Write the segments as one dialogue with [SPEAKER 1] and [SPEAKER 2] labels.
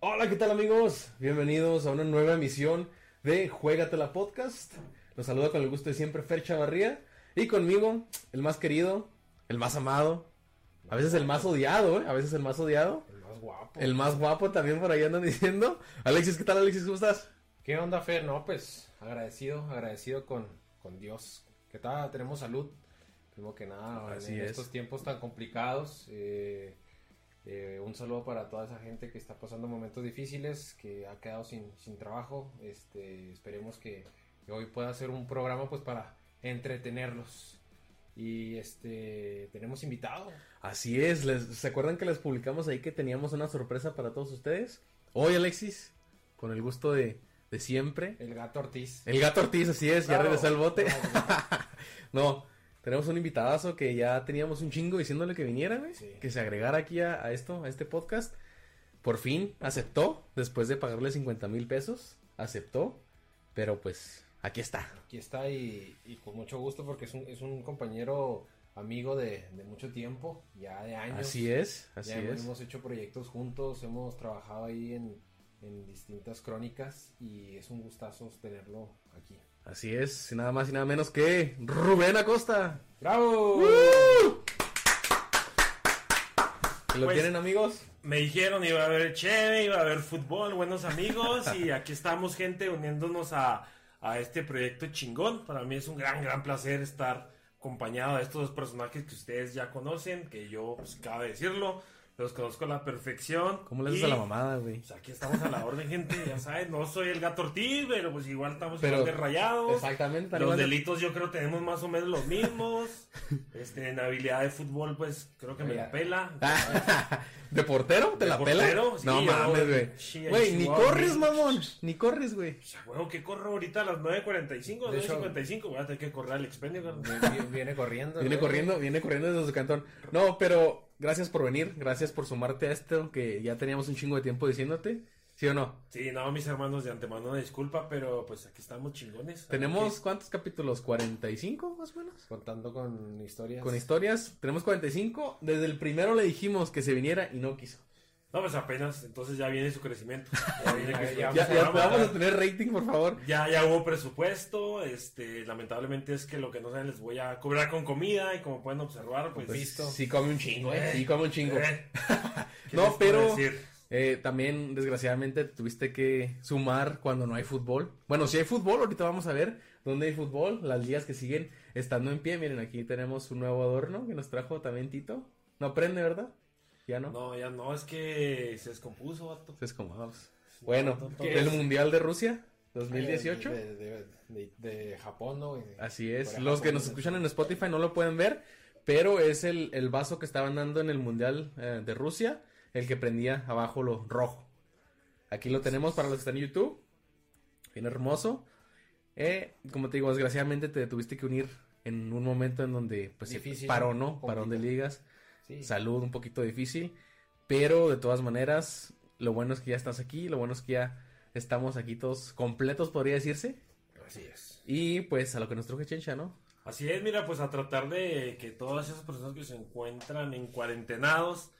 [SPEAKER 1] Hola, ¿qué tal amigos? Bienvenidos a una nueva emisión de Juégatela Podcast. Los saluda con el gusto de siempre Fer Chavarría. Y conmigo, el más querido, el más amado, a veces el más odiado, ¿eh? A veces el más odiado.
[SPEAKER 2] El más guapo.
[SPEAKER 1] El más guapo también por ahí andan diciendo. Alexis, ¿qué tal Alexis? ¿Cómo estás?
[SPEAKER 2] ¿Qué onda, Fer? No, pues agradecido, agradecido con, con Dios. ¿Qué tal? Tenemos salud. Primero que nada,
[SPEAKER 1] Así
[SPEAKER 2] en
[SPEAKER 1] es.
[SPEAKER 2] estos tiempos tan complicados. eh, eh, un saludo para toda esa gente que está pasando momentos difíciles, que ha quedado sin, sin trabajo. Este, esperemos que, que hoy pueda ser un programa pues para entretenerlos. Y este tenemos invitado.
[SPEAKER 1] Así es, les- ¿se acuerdan que les publicamos ahí que teníamos una sorpresa para todos ustedes? Hoy Alexis, con el gusto de, de siempre.
[SPEAKER 2] El gato Ortiz.
[SPEAKER 1] El gato Ortiz, así es, ya
[SPEAKER 2] Claro.
[SPEAKER 1] regresó al bote.
[SPEAKER 2] Claro.
[SPEAKER 1] No, tenemos un invitadazo que ya teníamos un chingo diciéndole que viniera, güey,
[SPEAKER 2] Sí.
[SPEAKER 1] que se agregara aquí a, a esto, a este podcast. Por fin aceptó, después de pagarle 50 mil pesos, aceptó, pero pues aquí está.
[SPEAKER 2] Aquí está y, y con mucho gusto porque es un, es un compañero amigo de, de mucho tiempo, ya de años.
[SPEAKER 1] Así es, así
[SPEAKER 2] ya
[SPEAKER 1] es.
[SPEAKER 2] Hemos hecho proyectos juntos, hemos trabajado ahí en, en distintas crónicas y es un gustazo tenerlo aquí.
[SPEAKER 1] Así es, y nada más y nada menos que Rubén Acosta.
[SPEAKER 2] ¡Bravo!
[SPEAKER 1] ¿Lo
[SPEAKER 3] Pues-
[SPEAKER 1] tienen amigos?
[SPEAKER 3] Me dijeron iba a haber cheve, iba a haber fútbol, buenos amigos y aquí estamos gente uniéndonos a, a este proyecto chingón. Para mí es un gran, gran placer estar acompañado de estos dos personajes que ustedes ya conocen, que yo, pues, cabe decirlo, los conozco a la perfección.
[SPEAKER 1] ¿Cómo le haces
[SPEAKER 3] Y,
[SPEAKER 1] a la mamada, güey?
[SPEAKER 3] Pues aquí estamos a la orden, gente, ya saben, no soy el gato Ortiz, pero pues igual estamos
[SPEAKER 1] Pero-
[SPEAKER 3] igual de rayados.
[SPEAKER 1] Exactamente, tal
[SPEAKER 3] Los
[SPEAKER 1] cual.
[SPEAKER 3] delitos yo creo tenemos más o menos los mismos. Este, en habilidad de fútbol, pues creo que me
[SPEAKER 2] Oiga.
[SPEAKER 3] la pela.
[SPEAKER 1] ¿De portero? ¿Te
[SPEAKER 3] ¿De
[SPEAKER 1] la
[SPEAKER 3] portero?
[SPEAKER 1] pela?
[SPEAKER 3] Sí,
[SPEAKER 1] no
[SPEAKER 3] ya,
[SPEAKER 1] mames,
[SPEAKER 3] güey.
[SPEAKER 1] güey.
[SPEAKER 3] Sí, ahí
[SPEAKER 1] Güey,
[SPEAKER 3] sí,
[SPEAKER 1] ni
[SPEAKER 3] wow,
[SPEAKER 1] corres,
[SPEAKER 3] güey.
[SPEAKER 1] mamón. Ni corres, güey.
[SPEAKER 3] O sea, huevo, que corro ahorita a las 9.45,
[SPEAKER 2] De hecho- Mm.
[SPEAKER 3] 9.55, voy a tener que correr al expendio, carnal.
[SPEAKER 2] Viene, viene corriendo.
[SPEAKER 1] Viene
[SPEAKER 2] ¿no?
[SPEAKER 1] corriendo, viene corriendo desde su cantón. No, pero gracias por venir. Gracias por sumarte a esto que ya teníamos un chingo de tiempo diciéndote. ¿Sí o no?
[SPEAKER 3] Sí, no, mis hermanos, de antemano una disculpa, pero pues aquí estamos chingones.
[SPEAKER 1] Tenemos, ¿cuántos capítulos? ¿45 más o menos?
[SPEAKER 2] Contando con historias.
[SPEAKER 1] Con historias. Tenemos 45. Desde el primero le dijimos que se viniera y no quiso.
[SPEAKER 3] No, pues apenas, entonces ya viene su crecimiento. Ya, viene
[SPEAKER 2] Ya,
[SPEAKER 3] que su-
[SPEAKER 2] ya,
[SPEAKER 1] Ya,
[SPEAKER 2] a
[SPEAKER 1] ya
[SPEAKER 3] vamos a-
[SPEAKER 1] vamos a tener rating, por favor.
[SPEAKER 3] ya- ya hubo presupuesto, este, lamentablemente es que lo que no saben les voy a cobrar con comida y como pueden observar, pues...
[SPEAKER 1] Pues,
[SPEAKER 3] listo.
[SPEAKER 1] Sí come un chingo, eh. Sí come un chingo.
[SPEAKER 3] Eh, ¿qué
[SPEAKER 1] No,
[SPEAKER 3] les puedo
[SPEAKER 1] pero-
[SPEAKER 3] decir?
[SPEAKER 1] Eh, también, desgraciadamente, te tuviste que sumar cuando no hay fútbol. Bueno, si hay fútbol, ahorita vamos a ver dónde hay fútbol, las ligas que siguen estando en pie. Miren, aquí tenemos un nuevo adorno que nos trajo también Tito. No prende, ¿verdad? Ya no.
[SPEAKER 3] No, ya no, es que se descompuso, vato.
[SPEAKER 1] Entonces, como vamos. Bueno,
[SPEAKER 3] pues, No, Eh, no, no.
[SPEAKER 2] ¿qué
[SPEAKER 1] el
[SPEAKER 2] es?
[SPEAKER 1] Mundial de Rusia
[SPEAKER 2] de-
[SPEAKER 1] 2018.
[SPEAKER 2] De, de- de- de Japón, ¿no? güey?
[SPEAKER 1] Así es.
[SPEAKER 2] Corea,
[SPEAKER 1] Los que
[SPEAKER 2] Japón,
[SPEAKER 1] nos
[SPEAKER 2] ¿no?
[SPEAKER 1] escuchan en Spotify no lo pueden ver, pero es el, el vaso que estaban dando en el Mundial eh, de Rusia, el que prendía abajo lo rojo. Aquí lo tenemos para los que están en YouTube. Bien hermoso. Eh, como te digo, desgraciadamente te tuviste que unir en un momento en donde pues se
[SPEAKER 2] Difícil,
[SPEAKER 1] paró, ¿no? Parón de
[SPEAKER 2] complicado.
[SPEAKER 1] ligas,
[SPEAKER 2] Sí.
[SPEAKER 1] salud un poquito difícil, pero de todas maneras, lo bueno es que ya estás aquí, lo bueno es que ya estamos aquí todos completos, podría decirse.
[SPEAKER 2] Así es.
[SPEAKER 1] Y pues a lo que nos truje Chencha, ¿no?
[SPEAKER 3] Así es, mira, pues a tratar de que todas esas personas que se encuentran en cuarentenados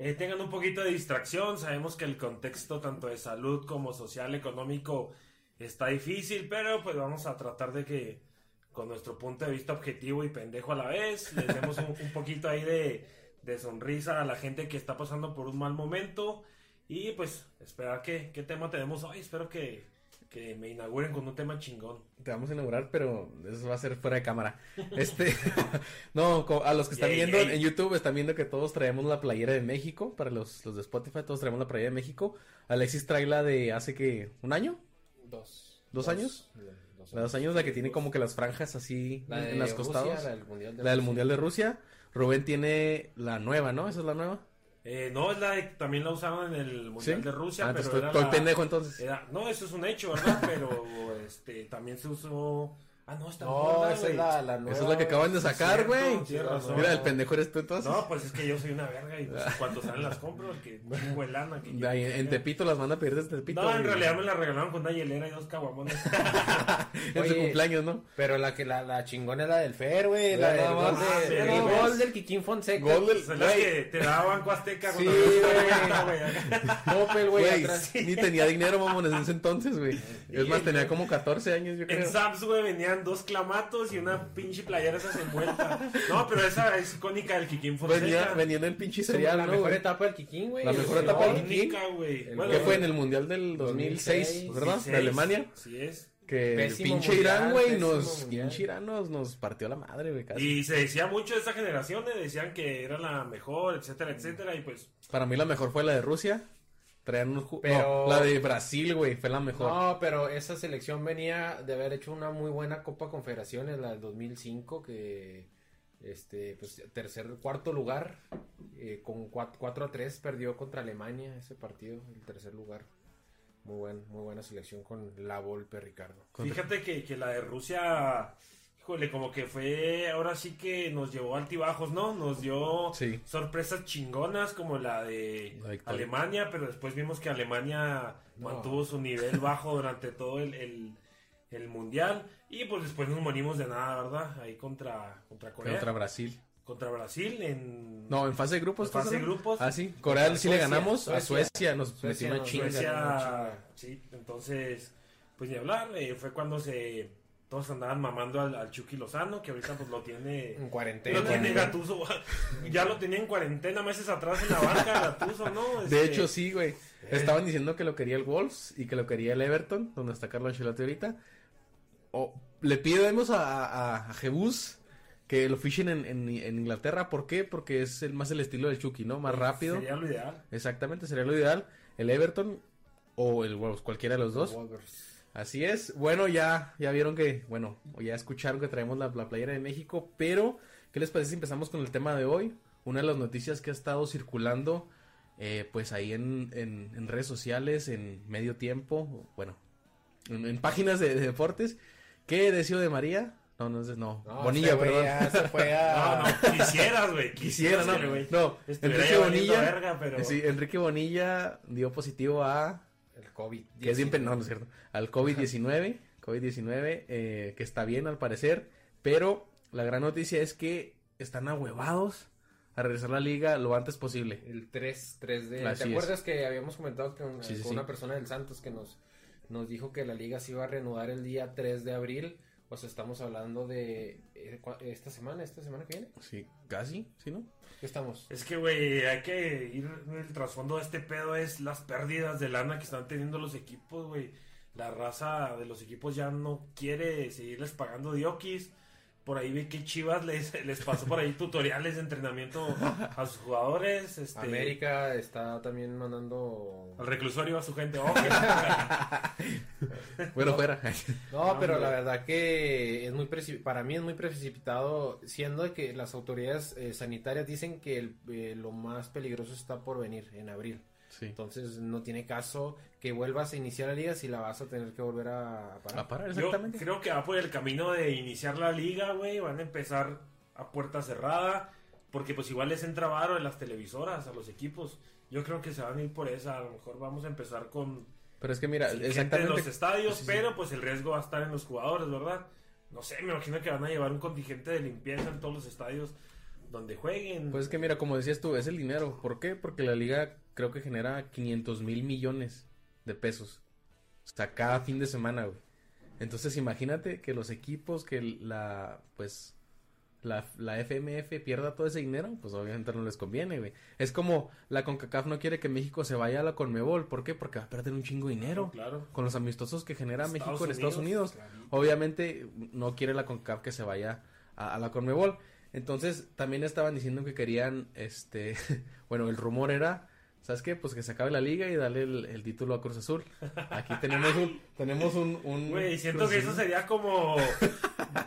[SPEAKER 3] eh, tengan un poquito de distracción. Sabemos que el contexto tanto de salud como social, económico está difícil, pero pues vamos a tratar de que con nuestro punto de vista objetivo y pendejo a la vez, les demos un, un poquito ahí de, de sonrisa a la gente que está pasando por un mal momento y pues esperar que, qué tema tenemos hoy. Espero que, que me inauguren con un tema chingón.
[SPEAKER 1] Te vamos a inaugurar, pero eso va a ser fuera de cámara. Este, no, co- a los que están
[SPEAKER 3] Yay,
[SPEAKER 1] viendo
[SPEAKER 3] yay.
[SPEAKER 1] en YouTube, están viendo que todos traemos la playera de México. Para los, los de Spotify, todos traemos la playera de México. Alexis trae la de hace que, ¿un año?
[SPEAKER 2] Dos.
[SPEAKER 1] ¿Dos años?
[SPEAKER 2] La- Dos
[SPEAKER 1] La de dos años, la que tiene como que las franjas así
[SPEAKER 2] La de
[SPEAKER 1] en las
[SPEAKER 2] Rusia,
[SPEAKER 1] costadas.
[SPEAKER 2] la del Mundial de
[SPEAKER 1] La del
[SPEAKER 2] Rusia.
[SPEAKER 1] Mundial de Rusia. Rubén tiene la nueva, ¿no? Esa es la nueva.
[SPEAKER 3] Eh, no, es la de- también la usaron en el Mundial
[SPEAKER 1] ¿Sí?
[SPEAKER 3] de
[SPEAKER 1] Ah,
[SPEAKER 3] Rusia, pero
[SPEAKER 1] entonces estoy,
[SPEAKER 3] era
[SPEAKER 1] estoy
[SPEAKER 3] la- Eh,
[SPEAKER 1] pendejo entonces.
[SPEAKER 3] era- no, eso es un hecho, ¿verdad? Pero este, también se usó Ah, no, está
[SPEAKER 2] No, esa es la, la nueva.
[SPEAKER 1] Esa es la que acaban de sacar,
[SPEAKER 3] cierto,
[SPEAKER 1] güey.
[SPEAKER 3] tienes razón.
[SPEAKER 1] Mira, el pendejo eres tú entonces.
[SPEAKER 3] No, pues es que yo soy una verga y pues, cuando salen las compro, el que tengo el lana. Que
[SPEAKER 1] De ahí, en, en Tepito las manda a pedir desde Tepito.
[SPEAKER 3] No, en
[SPEAKER 1] güey.
[SPEAKER 3] realidad me la regalaron con una hielera y dos caguamones.
[SPEAKER 1] En su
[SPEAKER 2] Oye,
[SPEAKER 1] cumpleaños, ¿no?
[SPEAKER 2] Pero la que la, la chingona es la del Fer, güey. La
[SPEAKER 1] Nada
[SPEAKER 2] del
[SPEAKER 1] más.
[SPEAKER 2] gol,
[SPEAKER 3] Ah,
[SPEAKER 2] de,
[SPEAKER 3] sí,
[SPEAKER 2] el
[SPEAKER 3] güey.
[SPEAKER 2] gol del Kikín Fonseca.
[SPEAKER 1] Gol del-
[SPEAKER 3] Son las
[SPEAKER 1] Güey.
[SPEAKER 3] que te da Banco Azteca
[SPEAKER 2] Sí,
[SPEAKER 3] cuando te diste
[SPEAKER 2] güey.
[SPEAKER 3] cuenta, güey, acá.
[SPEAKER 2] Topel, güey.
[SPEAKER 1] Güey,
[SPEAKER 2] atrás.
[SPEAKER 1] ni tenía dinero, mamones, en ese entonces, güey. Es más,
[SPEAKER 3] el-
[SPEAKER 1] tenía como 14 años, yo
[SPEAKER 3] En
[SPEAKER 1] creo.
[SPEAKER 3] Sam's, güey, venían dos clamatos y una pinche playera esas envueltas. No, pero esa es icónica del Kikín Fonseca.
[SPEAKER 1] Pues Venía, venía en el pinche
[SPEAKER 2] Sería
[SPEAKER 1] serial,
[SPEAKER 2] la
[SPEAKER 1] ¿no,
[SPEAKER 2] mejor
[SPEAKER 1] güey?
[SPEAKER 2] etapa del Kikín, güey.
[SPEAKER 1] La
[SPEAKER 2] El
[SPEAKER 1] mejor
[SPEAKER 2] gol.
[SPEAKER 1] etapa del Kikín.
[SPEAKER 3] Icónica, güey.
[SPEAKER 2] El
[SPEAKER 1] Que fue en el Mundial del 2006,
[SPEAKER 2] 2006,
[SPEAKER 1] ¿verdad?
[SPEAKER 3] 16,
[SPEAKER 1] De Alemania.
[SPEAKER 3] Sí es.
[SPEAKER 1] Que
[SPEAKER 2] Pésimo
[SPEAKER 1] pinche
[SPEAKER 2] mundial,
[SPEAKER 1] Irán, güey,
[SPEAKER 2] pésimo
[SPEAKER 1] nos,
[SPEAKER 2] mundial.
[SPEAKER 1] pinche Irán nos, nos partió la madre, güey, casi.
[SPEAKER 3] Y se decía mucho de esta generación, eh, decían que era la mejor, etcétera, etcétera, y pues
[SPEAKER 1] Para mí la mejor fue la de Rusia. Traían unos ju-
[SPEAKER 2] Pero-
[SPEAKER 1] No, la de Brasil, güey, fue la mejor.
[SPEAKER 2] No, pero esa selección venía de haber hecho una muy buena Copa Confederaciones, la del 2005, que este, pues tercer, cuarto lugar, eh, con 4, a 3 perdió contra Alemania ese partido, el tercer lugar. Muy buen, muy buena selección con la Volpe Ricardo.
[SPEAKER 1] Contra-
[SPEAKER 3] Fíjate que, que la de Rusia, híjole, como que fue, ahora sí que nos llevó altibajos, ¿no? Nos dio
[SPEAKER 1] Sí.
[SPEAKER 3] sorpresas chingonas como la de
[SPEAKER 1] La victoria.
[SPEAKER 3] Alemania, pero después vimos que Alemania
[SPEAKER 2] No.
[SPEAKER 3] mantuvo su nivel bajo durante todo el, el- el mundial y pues después nos morimos de nada, ¿verdad? Ahí contra, contra Corea,
[SPEAKER 1] Contra
[SPEAKER 3] contra,
[SPEAKER 1] Brasil.
[SPEAKER 3] Brasil en...
[SPEAKER 1] No, en fase de grupos.
[SPEAKER 3] En fase de
[SPEAKER 1] ¿estás hablando?
[SPEAKER 3] grupos.
[SPEAKER 1] Ah, sí. Corea sí le
[SPEAKER 2] Suecia,
[SPEAKER 1] ganamos. a
[SPEAKER 2] Suecia.
[SPEAKER 1] Suecia nos
[SPEAKER 2] Suecia
[SPEAKER 1] metió una
[SPEAKER 2] nos-
[SPEAKER 1] chinga.
[SPEAKER 3] Suecia,
[SPEAKER 2] no, chinga.
[SPEAKER 3] sí, entonces, pues ni hablar, eh, fue cuando se todos andaban mamando al, al Chucky Lozano, que ahorita pues lo tiene,
[SPEAKER 2] En
[SPEAKER 1] Mm,
[SPEAKER 3] lo tiene
[SPEAKER 2] cuarentena.
[SPEAKER 3] Gatuso, ya lo tenía en cuarentena meses atrás en la banca Gatuso, ¿no?
[SPEAKER 1] De
[SPEAKER 3] Este,
[SPEAKER 1] hecho, sí, güey. Estaban diciendo que lo quería el Wolves y que lo quería el Everton, donde está Carlos Ancelotti ahorita. O le pidemos a, a, a Jebus que lo fichen en, en- en Inglaterra. ¿Por qué? Porque es el, más el estilo del Chucky, ¿no? Más rápido.
[SPEAKER 3] Sería lo ideal.
[SPEAKER 1] Exactamente, sería lo ideal. El Everton o el Wolves, cualquiera de los dos.
[SPEAKER 2] Wolvers.
[SPEAKER 1] Así es. Bueno, ya, ya vieron que, bueno, o ya escucharon que traemos la, la playera de México, pero ¿qué les parece si empezamos con el tema de hoy? Una de las noticias que ha estado circulando, eh, pues ahí en, en- en redes sociales, en medio tiempo, bueno, en, en páginas de, de deportes, que Decio de María, no, no, es de- no,
[SPEAKER 2] No,
[SPEAKER 1] Bonilla,
[SPEAKER 2] este güey
[SPEAKER 1] perdón.
[SPEAKER 2] ya se fue a-
[SPEAKER 3] No, no, quisieras, güey,
[SPEAKER 1] Quisiera,
[SPEAKER 3] quisieras,
[SPEAKER 1] no,
[SPEAKER 3] güey.
[SPEAKER 1] no,
[SPEAKER 3] Estuviera
[SPEAKER 1] Enrique
[SPEAKER 3] ya valiendo
[SPEAKER 1] Bonilla,
[SPEAKER 3] verga, pero...
[SPEAKER 1] sí, Enrique Bonilla dio positivo a
[SPEAKER 2] El COVID.
[SPEAKER 1] que es bien pen- no, no es cierto. Al COVID-19, COVID-19, eh, que está bien al parecer, pero la gran noticia es que están ahuevados a regresar a la liga lo antes posible.
[SPEAKER 2] El 3, 3 de...
[SPEAKER 1] Así
[SPEAKER 2] ¿Te
[SPEAKER 1] es.
[SPEAKER 2] acuerdas que habíamos comentado que un-
[SPEAKER 1] Sí, sí,
[SPEAKER 2] con
[SPEAKER 1] sí.
[SPEAKER 2] una persona del Santos que nos, nos dijo que la liga se iba a reanudar el día 3 de abril? O sea, estamos hablando de eh, cua- esta semana, esta semana que viene.
[SPEAKER 1] Sí, casi, ¿sí no?
[SPEAKER 2] ¿Qué estamos?
[SPEAKER 3] Es que, güey, hay que ir. El trasfondo de este pedo es las pérdidas de lana que están teniendo los equipos, güey. La raza de los equipos ya no quiere seguirles pagando diokis. Por ahí vi que Chivas les, les pasó por ahí tutoriales de entrenamiento a sus jugadores. Este,
[SPEAKER 2] América está también mandando...
[SPEAKER 3] Al reclusorio a su gente. Oh,
[SPEAKER 1] Bueno, fuera.
[SPEAKER 2] No,
[SPEAKER 3] No,
[SPEAKER 2] pero
[SPEAKER 3] hombre.
[SPEAKER 2] la verdad que es muy preci- para mí es muy precipitado, siendo que las autoridades eh, sanitarias dicen que el- eh, lo más peligroso está por venir en abril.
[SPEAKER 1] sí.
[SPEAKER 2] Entonces no tiene caso que vuelvas a iniciar la liga si la vas a tener que volver a, a parar.
[SPEAKER 1] A parar,
[SPEAKER 3] Yo
[SPEAKER 1] exactamente.
[SPEAKER 3] creo que va por el camino de iniciar la liga, güey. Van a empezar a puerta cerrada. Porque pues igual les entra varo en las televisoras, a los equipos. Yo creo que se van a ir por esa. A lo mejor vamos a empezar con
[SPEAKER 1] Pero es que mira,
[SPEAKER 3] gente en los
[SPEAKER 1] exactamente.
[SPEAKER 3] estadios,
[SPEAKER 1] Sí, sí.
[SPEAKER 3] pero pues el riesgo va a estar en los jugadores, ¿verdad? No sé, me imagino que van a llevar un contingente de limpieza en todos los estadios donde jueguen.
[SPEAKER 1] Pues es que mira, como decías tú, es el dinero. ¿Por qué? Porque la liga creo que genera 500 mil millones de pesos. O sea, cada fin de semana, güey. Entonces imagínate que los equipos, que la, pues, la, la FMF pierda todo ese dinero, pues obviamente no les conviene, güey. Es como la CONCACAF no quiere que México se vaya a la CONMEBOL. ¿Por qué? Porque va a perder un chingo de dinero.
[SPEAKER 3] claro.
[SPEAKER 1] Con los amistosos que genera
[SPEAKER 3] Estados
[SPEAKER 1] México en Estados Unidos.
[SPEAKER 3] clarito.
[SPEAKER 1] Obviamente no quiere la CONCACAF que se vaya a, a la CONMEBOL. Entonces también estaban diciendo que querían, este, bueno, el rumor era, ¿sabes qué? Pues que se acabe la liga y darle el, el título a Cruz Azul. Aquí tenemos un, tenemos un, un
[SPEAKER 3] Güey, siento
[SPEAKER 1] Cruz
[SPEAKER 3] que eso
[SPEAKER 1] Azul.
[SPEAKER 3] sería como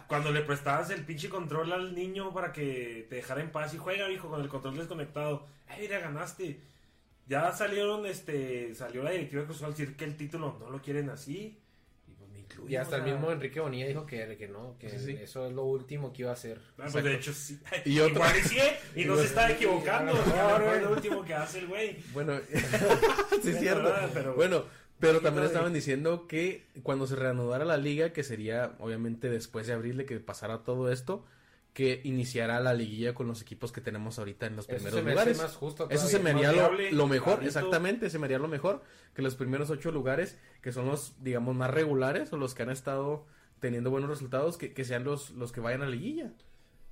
[SPEAKER 3] cuando le prestabas el pinche control al niño para que te dejara en paz y juega, hijo, con el control desconectado. Ay, mira, ganaste. Ya salieron, este, salió la directiva de Cruz Azul a decir que el título no lo quieren así. Y pues mi incluimos.
[SPEAKER 2] Y hasta el
[SPEAKER 3] a-
[SPEAKER 2] mismo Enrique Bonilla dijo que, que no, que
[SPEAKER 1] Sí, sí.
[SPEAKER 2] eso es lo último que iba a hacer.
[SPEAKER 3] Ah, pues de
[SPEAKER 1] Exacto.
[SPEAKER 3] hecho sí.
[SPEAKER 1] Y otro-
[SPEAKER 3] Igual y sí, ¿eh? y no se está equivocando.
[SPEAKER 2] Sí, a lo
[SPEAKER 3] a lo mejor
[SPEAKER 2] mejor.
[SPEAKER 3] es lo último que hace el güey.
[SPEAKER 1] Bueno, sí es cierto.
[SPEAKER 3] verdad, pero-
[SPEAKER 1] Bueno, pero también
[SPEAKER 3] de-
[SPEAKER 1] estaban diciendo que cuando se reanudara la liga, que sería obviamente después de abril de que pasara todo esto, que iniciará la liguilla con los equipos que tenemos ahorita en los
[SPEAKER 2] Eso
[SPEAKER 1] primeros
[SPEAKER 2] se me hace
[SPEAKER 1] lugares.
[SPEAKER 2] más justo.
[SPEAKER 1] Eso se me
[SPEAKER 2] todavía.
[SPEAKER 3] más
[SPEAKER 1] haría lo,
[SPEAKER 3] viable,
[SPEAKER 1] lo mejor,
[SPEAKER 3] clarito.
[SPEAKER 1] exactamente, se me haría lo mejor que los primeros ocho lugares, que son los, digamos, más regulares o los que han estado teniendo buenos resultados, que, que sean los, los que vayan a la liguilla.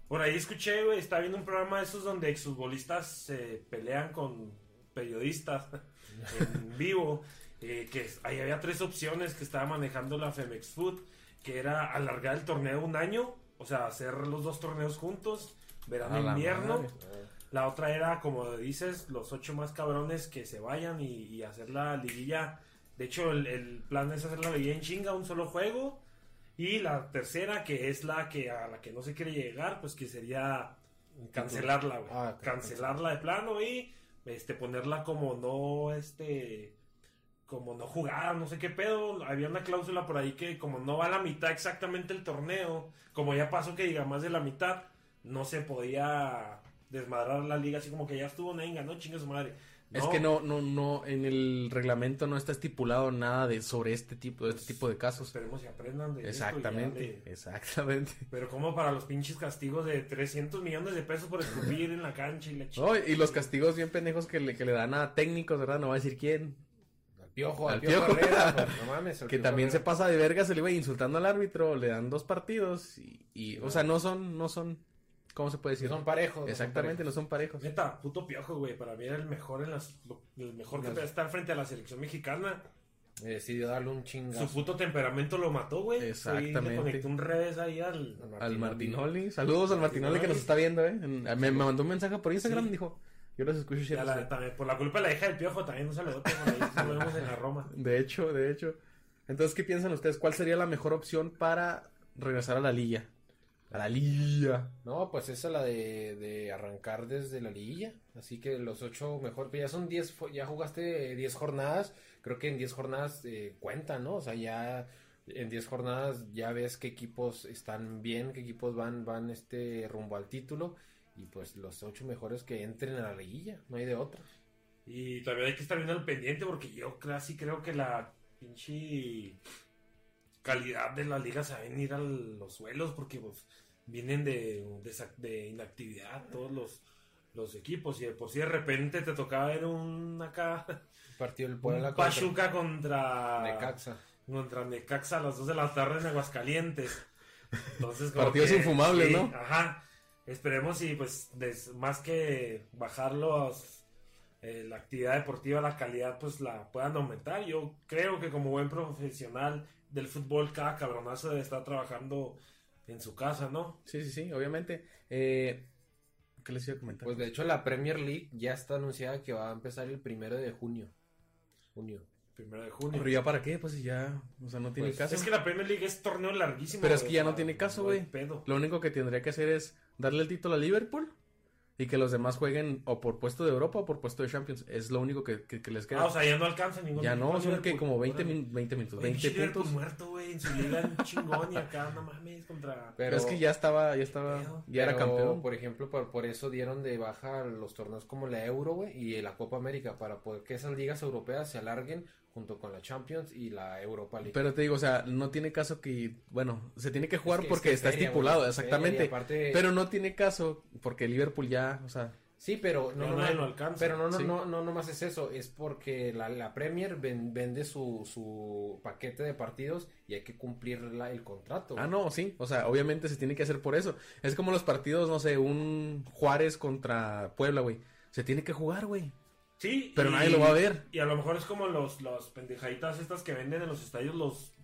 [SPEAKER 3] Por ahí escuché, güey, está viendo un programa de esos donde exfutbolistas se pelean con periodistas en vivo. eh, que es- ahí había tres opciones que estaba manejando la Femex Food, que era alargar el torneo un año, o sea, hacer los dos torneos juntos,
[SPEAKER 1] A
[SPEAKER 3] verano e
[SPEAKER 1] la
[SPEAKER 3] invierno.
[SPEAKER 1] madre.
[SPEAKER 2] Eh,
[SPEAKER 3] La otra era, como dices, los ocho más cabrones que se vayan y, y hacer la liguilla. De hecho, el, el plan es hacer la liguilla en chinga, un solo juego. Y la tercera, que es la que a la que no se quiere llegar, pues que sería cancelarla, güey.
[SPEAKER 2] Ah, ok,
[SPEAKER 3] cancelarla de plano y este ponerla como no este como no jugar, no sé qué pedo, había una cláusula por ahí que como no va a la mitad exactamente el torneo, como ya pasó que diga más de la mitad, no se podía desmadrar la liga así como que ya estuvo, nadie ganó, chinga su madre.
[SPEAKER 1] Es que no, no, no, en el reglamento no está estipulado nada de sobre este tipo, de este tipo de casos.
[SPEAKER 3] pues, Esperemos que aprendan de esto y ya
[SPEAKER 1] Exactamente,
[SPEAKER 3] le-
[SPEAKER 1] exactamente.
[SPEAKER 3] pero como para los pinches castigos de 300 millones de pesos por escupir en la cancha y la
[SPEAKER 1] No, y los castigos bien pendejos que le, que le dan a técnicos, ¿verdad? No va a decir quién.
[SPEAKER 2] Al piojo,
[SPEAKER 1] Al
[SPEAKER 2] al piojo.
[SPEAKER 1] Piojo.
[SPEAKER 2] Herrera, pues, no mames. al
[SPEAKER 1] Que
[SPEAKER 2] Piojo
[SPEAKER 1] también se
[SPEAKER 2] Herrera.
[SPEAKER 1] pasa de vergas el güey insultando al árbitro, le dan dos partidos y, y, o sea, no son, no son, ¿cómo se puede
[SPEAKER 2] Sí,
[SPEAKER 1] decir?
[SPEAKER 2] son parejos. Ah. no
[SPEAKER 1] Exactamente, no
[SPEAKER 2] son
[SPEAKER 1] son parejos.
[SPEAKER 3] Neta, puto piojo, güey. Para mí era el mejor en las. lo- el mejor que
[SPEAKER 2] Las-
[SPEAKER 3] podía estar frente a la selección mexicana.
[SPEAKER 2] parejos. Eh, Decidió darle un chingazo.
[SPEAKER 3] Su puto temperamento lo mató, güey.
[SPEAKER 1] Exactamente.
[SPEAKER 3] Y le conectó un revés ahí al.
[SPEAKER 1] Al Martinoli, saludos al Martinoli que nos está viendo, ¿eh? En- Me, me mandó un mensaje por Instagram,
[SPEAKER 3] Sí.
[SPEAKER 1] dijo, yo los escucho
[SPEAKER 3] y a
[SPEAKER 1] siempre.
[SPEAKER 3] la- también, por la culpa de la hija del piojo, también un saludote por ahí. Nos vemos en la Roma.
[SPEAKER 1] De hecho, de hecho. Entonces, ¿qué piensan ustedes? ¿Cuál sería la mejor opción para regresar a la liga? A la liga.
[SPEAKER 2] No, pues esa la de, de arrancar desde la liguilla. Así que los ocho mejor, pues ya son diez, fo- ya jugaste eh, diez jornadas. Creo que en diez jornadas eh, cuenta, ¿no? O sea, ya en diez jornadas ya ves qué equipos están bien, qué equipos van, van este rumbo al título. Y pues los ocho mejores que entren a la liguilla, no hay de otra.
[SPEAKER 3] Y también hay que estar bien al pendiente porque yo casi creo que la pinche calidad de la liga se va a venir a los suelos porque pues, vienen de, de sa- de inactividad todos los, los equipos y de por si de repente te tocaba ver un acá
[SPEAKER 2] Partido del
[SPEAKER 3] un
[SPEAKER 2] Puebla contra
[SPEAKER 3] Pachuca contra
[SPEAKER 2] Necaxa.
[SPEAKER 3] contra Necaxa a las 2 de la tarde en Aguascalientes. Entonces,
[SPEAKER 1] Partidos infumables,
[SPEAKER 3] sí,
[SPEAKER 1] ¿no?
[SPEAKER 3] Ajá. Esperemos y pues des- más que bajar los, eh, la actividad deportiva, la calidad, pues la puedan aumentar. Yo creo que como buen profesional del fútbol, cada cabronazo debe estar trabajando en su casa, ¿no?
[SPEAKER 1] Sí, sí, sí, obviamente. Eh, ¿Qué les iba a comentar?
[SPEAKER 2] Pues de hecho la Premier League ya está anunciada que va a empezar el primero de junio. Junio.
[SPEAKER 3] Primero de
[SPEAKER 1] Pero
[SPEAKER 3] junio.
[SPEAKER 1] ya para qué, pues si ya, o sea, no tiene
[SPEAKER 2] Pues,
[SPEAKER 1] caso.
[SPEAKER 3] Es que la Premier League es torneo larguísimo.
[SPEAKER 1] Pero es
[SPEAKER 3] güey,
[SPEAKER 1] que ya
[SPEAKER 3] o sea,
[SPEAKER 1] no tiene caso,
[SPEAKER 3] hay
[SPEAKER 1] güey.
[SPEAKER 3] pedo.
[SPEAKER 1] Lo único que tendría que hacer es darle el título a Liverpool y que los demás jueguen o por puesto de Europa o por puesto de Champions. Es lo único que, que- que les queda.
[SPEAKER 3] Ah, o sea, ya no alcanza ningún
[SPEAKER 1] ya
[SPEAKER 3] equipo
[SPEAKER 1] no, son
[SPEAKER 3] a
[SPEAKER 1] que
[SPEAKER 3] Liverpool.
[SPEAKER 1] como 20,
[SPEAKER 3] Órale.
[SPEAKER 1] min- 20 minutos,
[SPEAKER 3] Oye,
[SPEAKER 1] 20
[SPEAKER 3] pinche Liverpool
[SPEAKER 1] Pues puntos.
[SPEAKER 3] muerto, güey, en su liga un chingón y acá, no mames, contra...
[SPEAKER 2] Pero
[SPEAKER 1] es que ya estaba, ya estaba, pues,
[SPEAKER 3] Pero-
[SPEAKER 1] ya era
[SPEAKER 2] pero,
[SPEAKER 1] campeón.
[SPEAKER 2] Por ejemplo, por, por eso dieron de baja los torneos como la Euro, güey, y la Copa América, para poder que esas ligas europeas se alarguen junto con la Champions y la Europa League.
[SPEAKER 1] Pero te digo, o sea, no tiene caso que, bueno, se tiene que
[SPEAKER 2] Es
[SPEAKER 1] jugar
[SPEAKER 2] que-
[SPEAKER 1] porque
[SPEAKER 2] es que
[SPEAKER 1] está
[SPEAKER 2] feria,
[SPEAKER 1] estipulado,
[SPEAKER 2] güey, feria, y
[SPEAKER 1] exactamente.
[SPEAKER 2] aparte-
[SPEAKER 1] Pero no tiene caso porque Liverpool ya, o sea,
[SPEAKER 2] sí, pero no,
[SPEAKER 3] No,
[SPEAKER 2] no,
[SPEAKER 3] nadie
[SPEAKER 2] no,
[SPEAKER 3] lo alcanza.
[SPEAKER 2] Pero no, no,
[SPEAKER 1] Sí.
[SPEAKER 2] no, no, nomás es eso, es porque la, la Premier ven- vende su, su paquete de partidos y hay que cumplir la- el contrato.
[SPEAKER 1] ah,
[SPEAKER 2] güey.
[SPEAKER 1] no, sí, o sea, obviamente se tiene que hacer por eso. Es como los partidos, no sé, un Juárez contra Puebla, güey. Se tiene que jugar, güey.
[SPEAKER 3] Sí,
[SPEAKER 1] Pero
[SPEAKER 3] y-
[SPEAKER 1] nadie lo va a ver.
[SPEAKER 3] Y a lo mejor es como los, los pendejaditas estas que venden en los estadios, los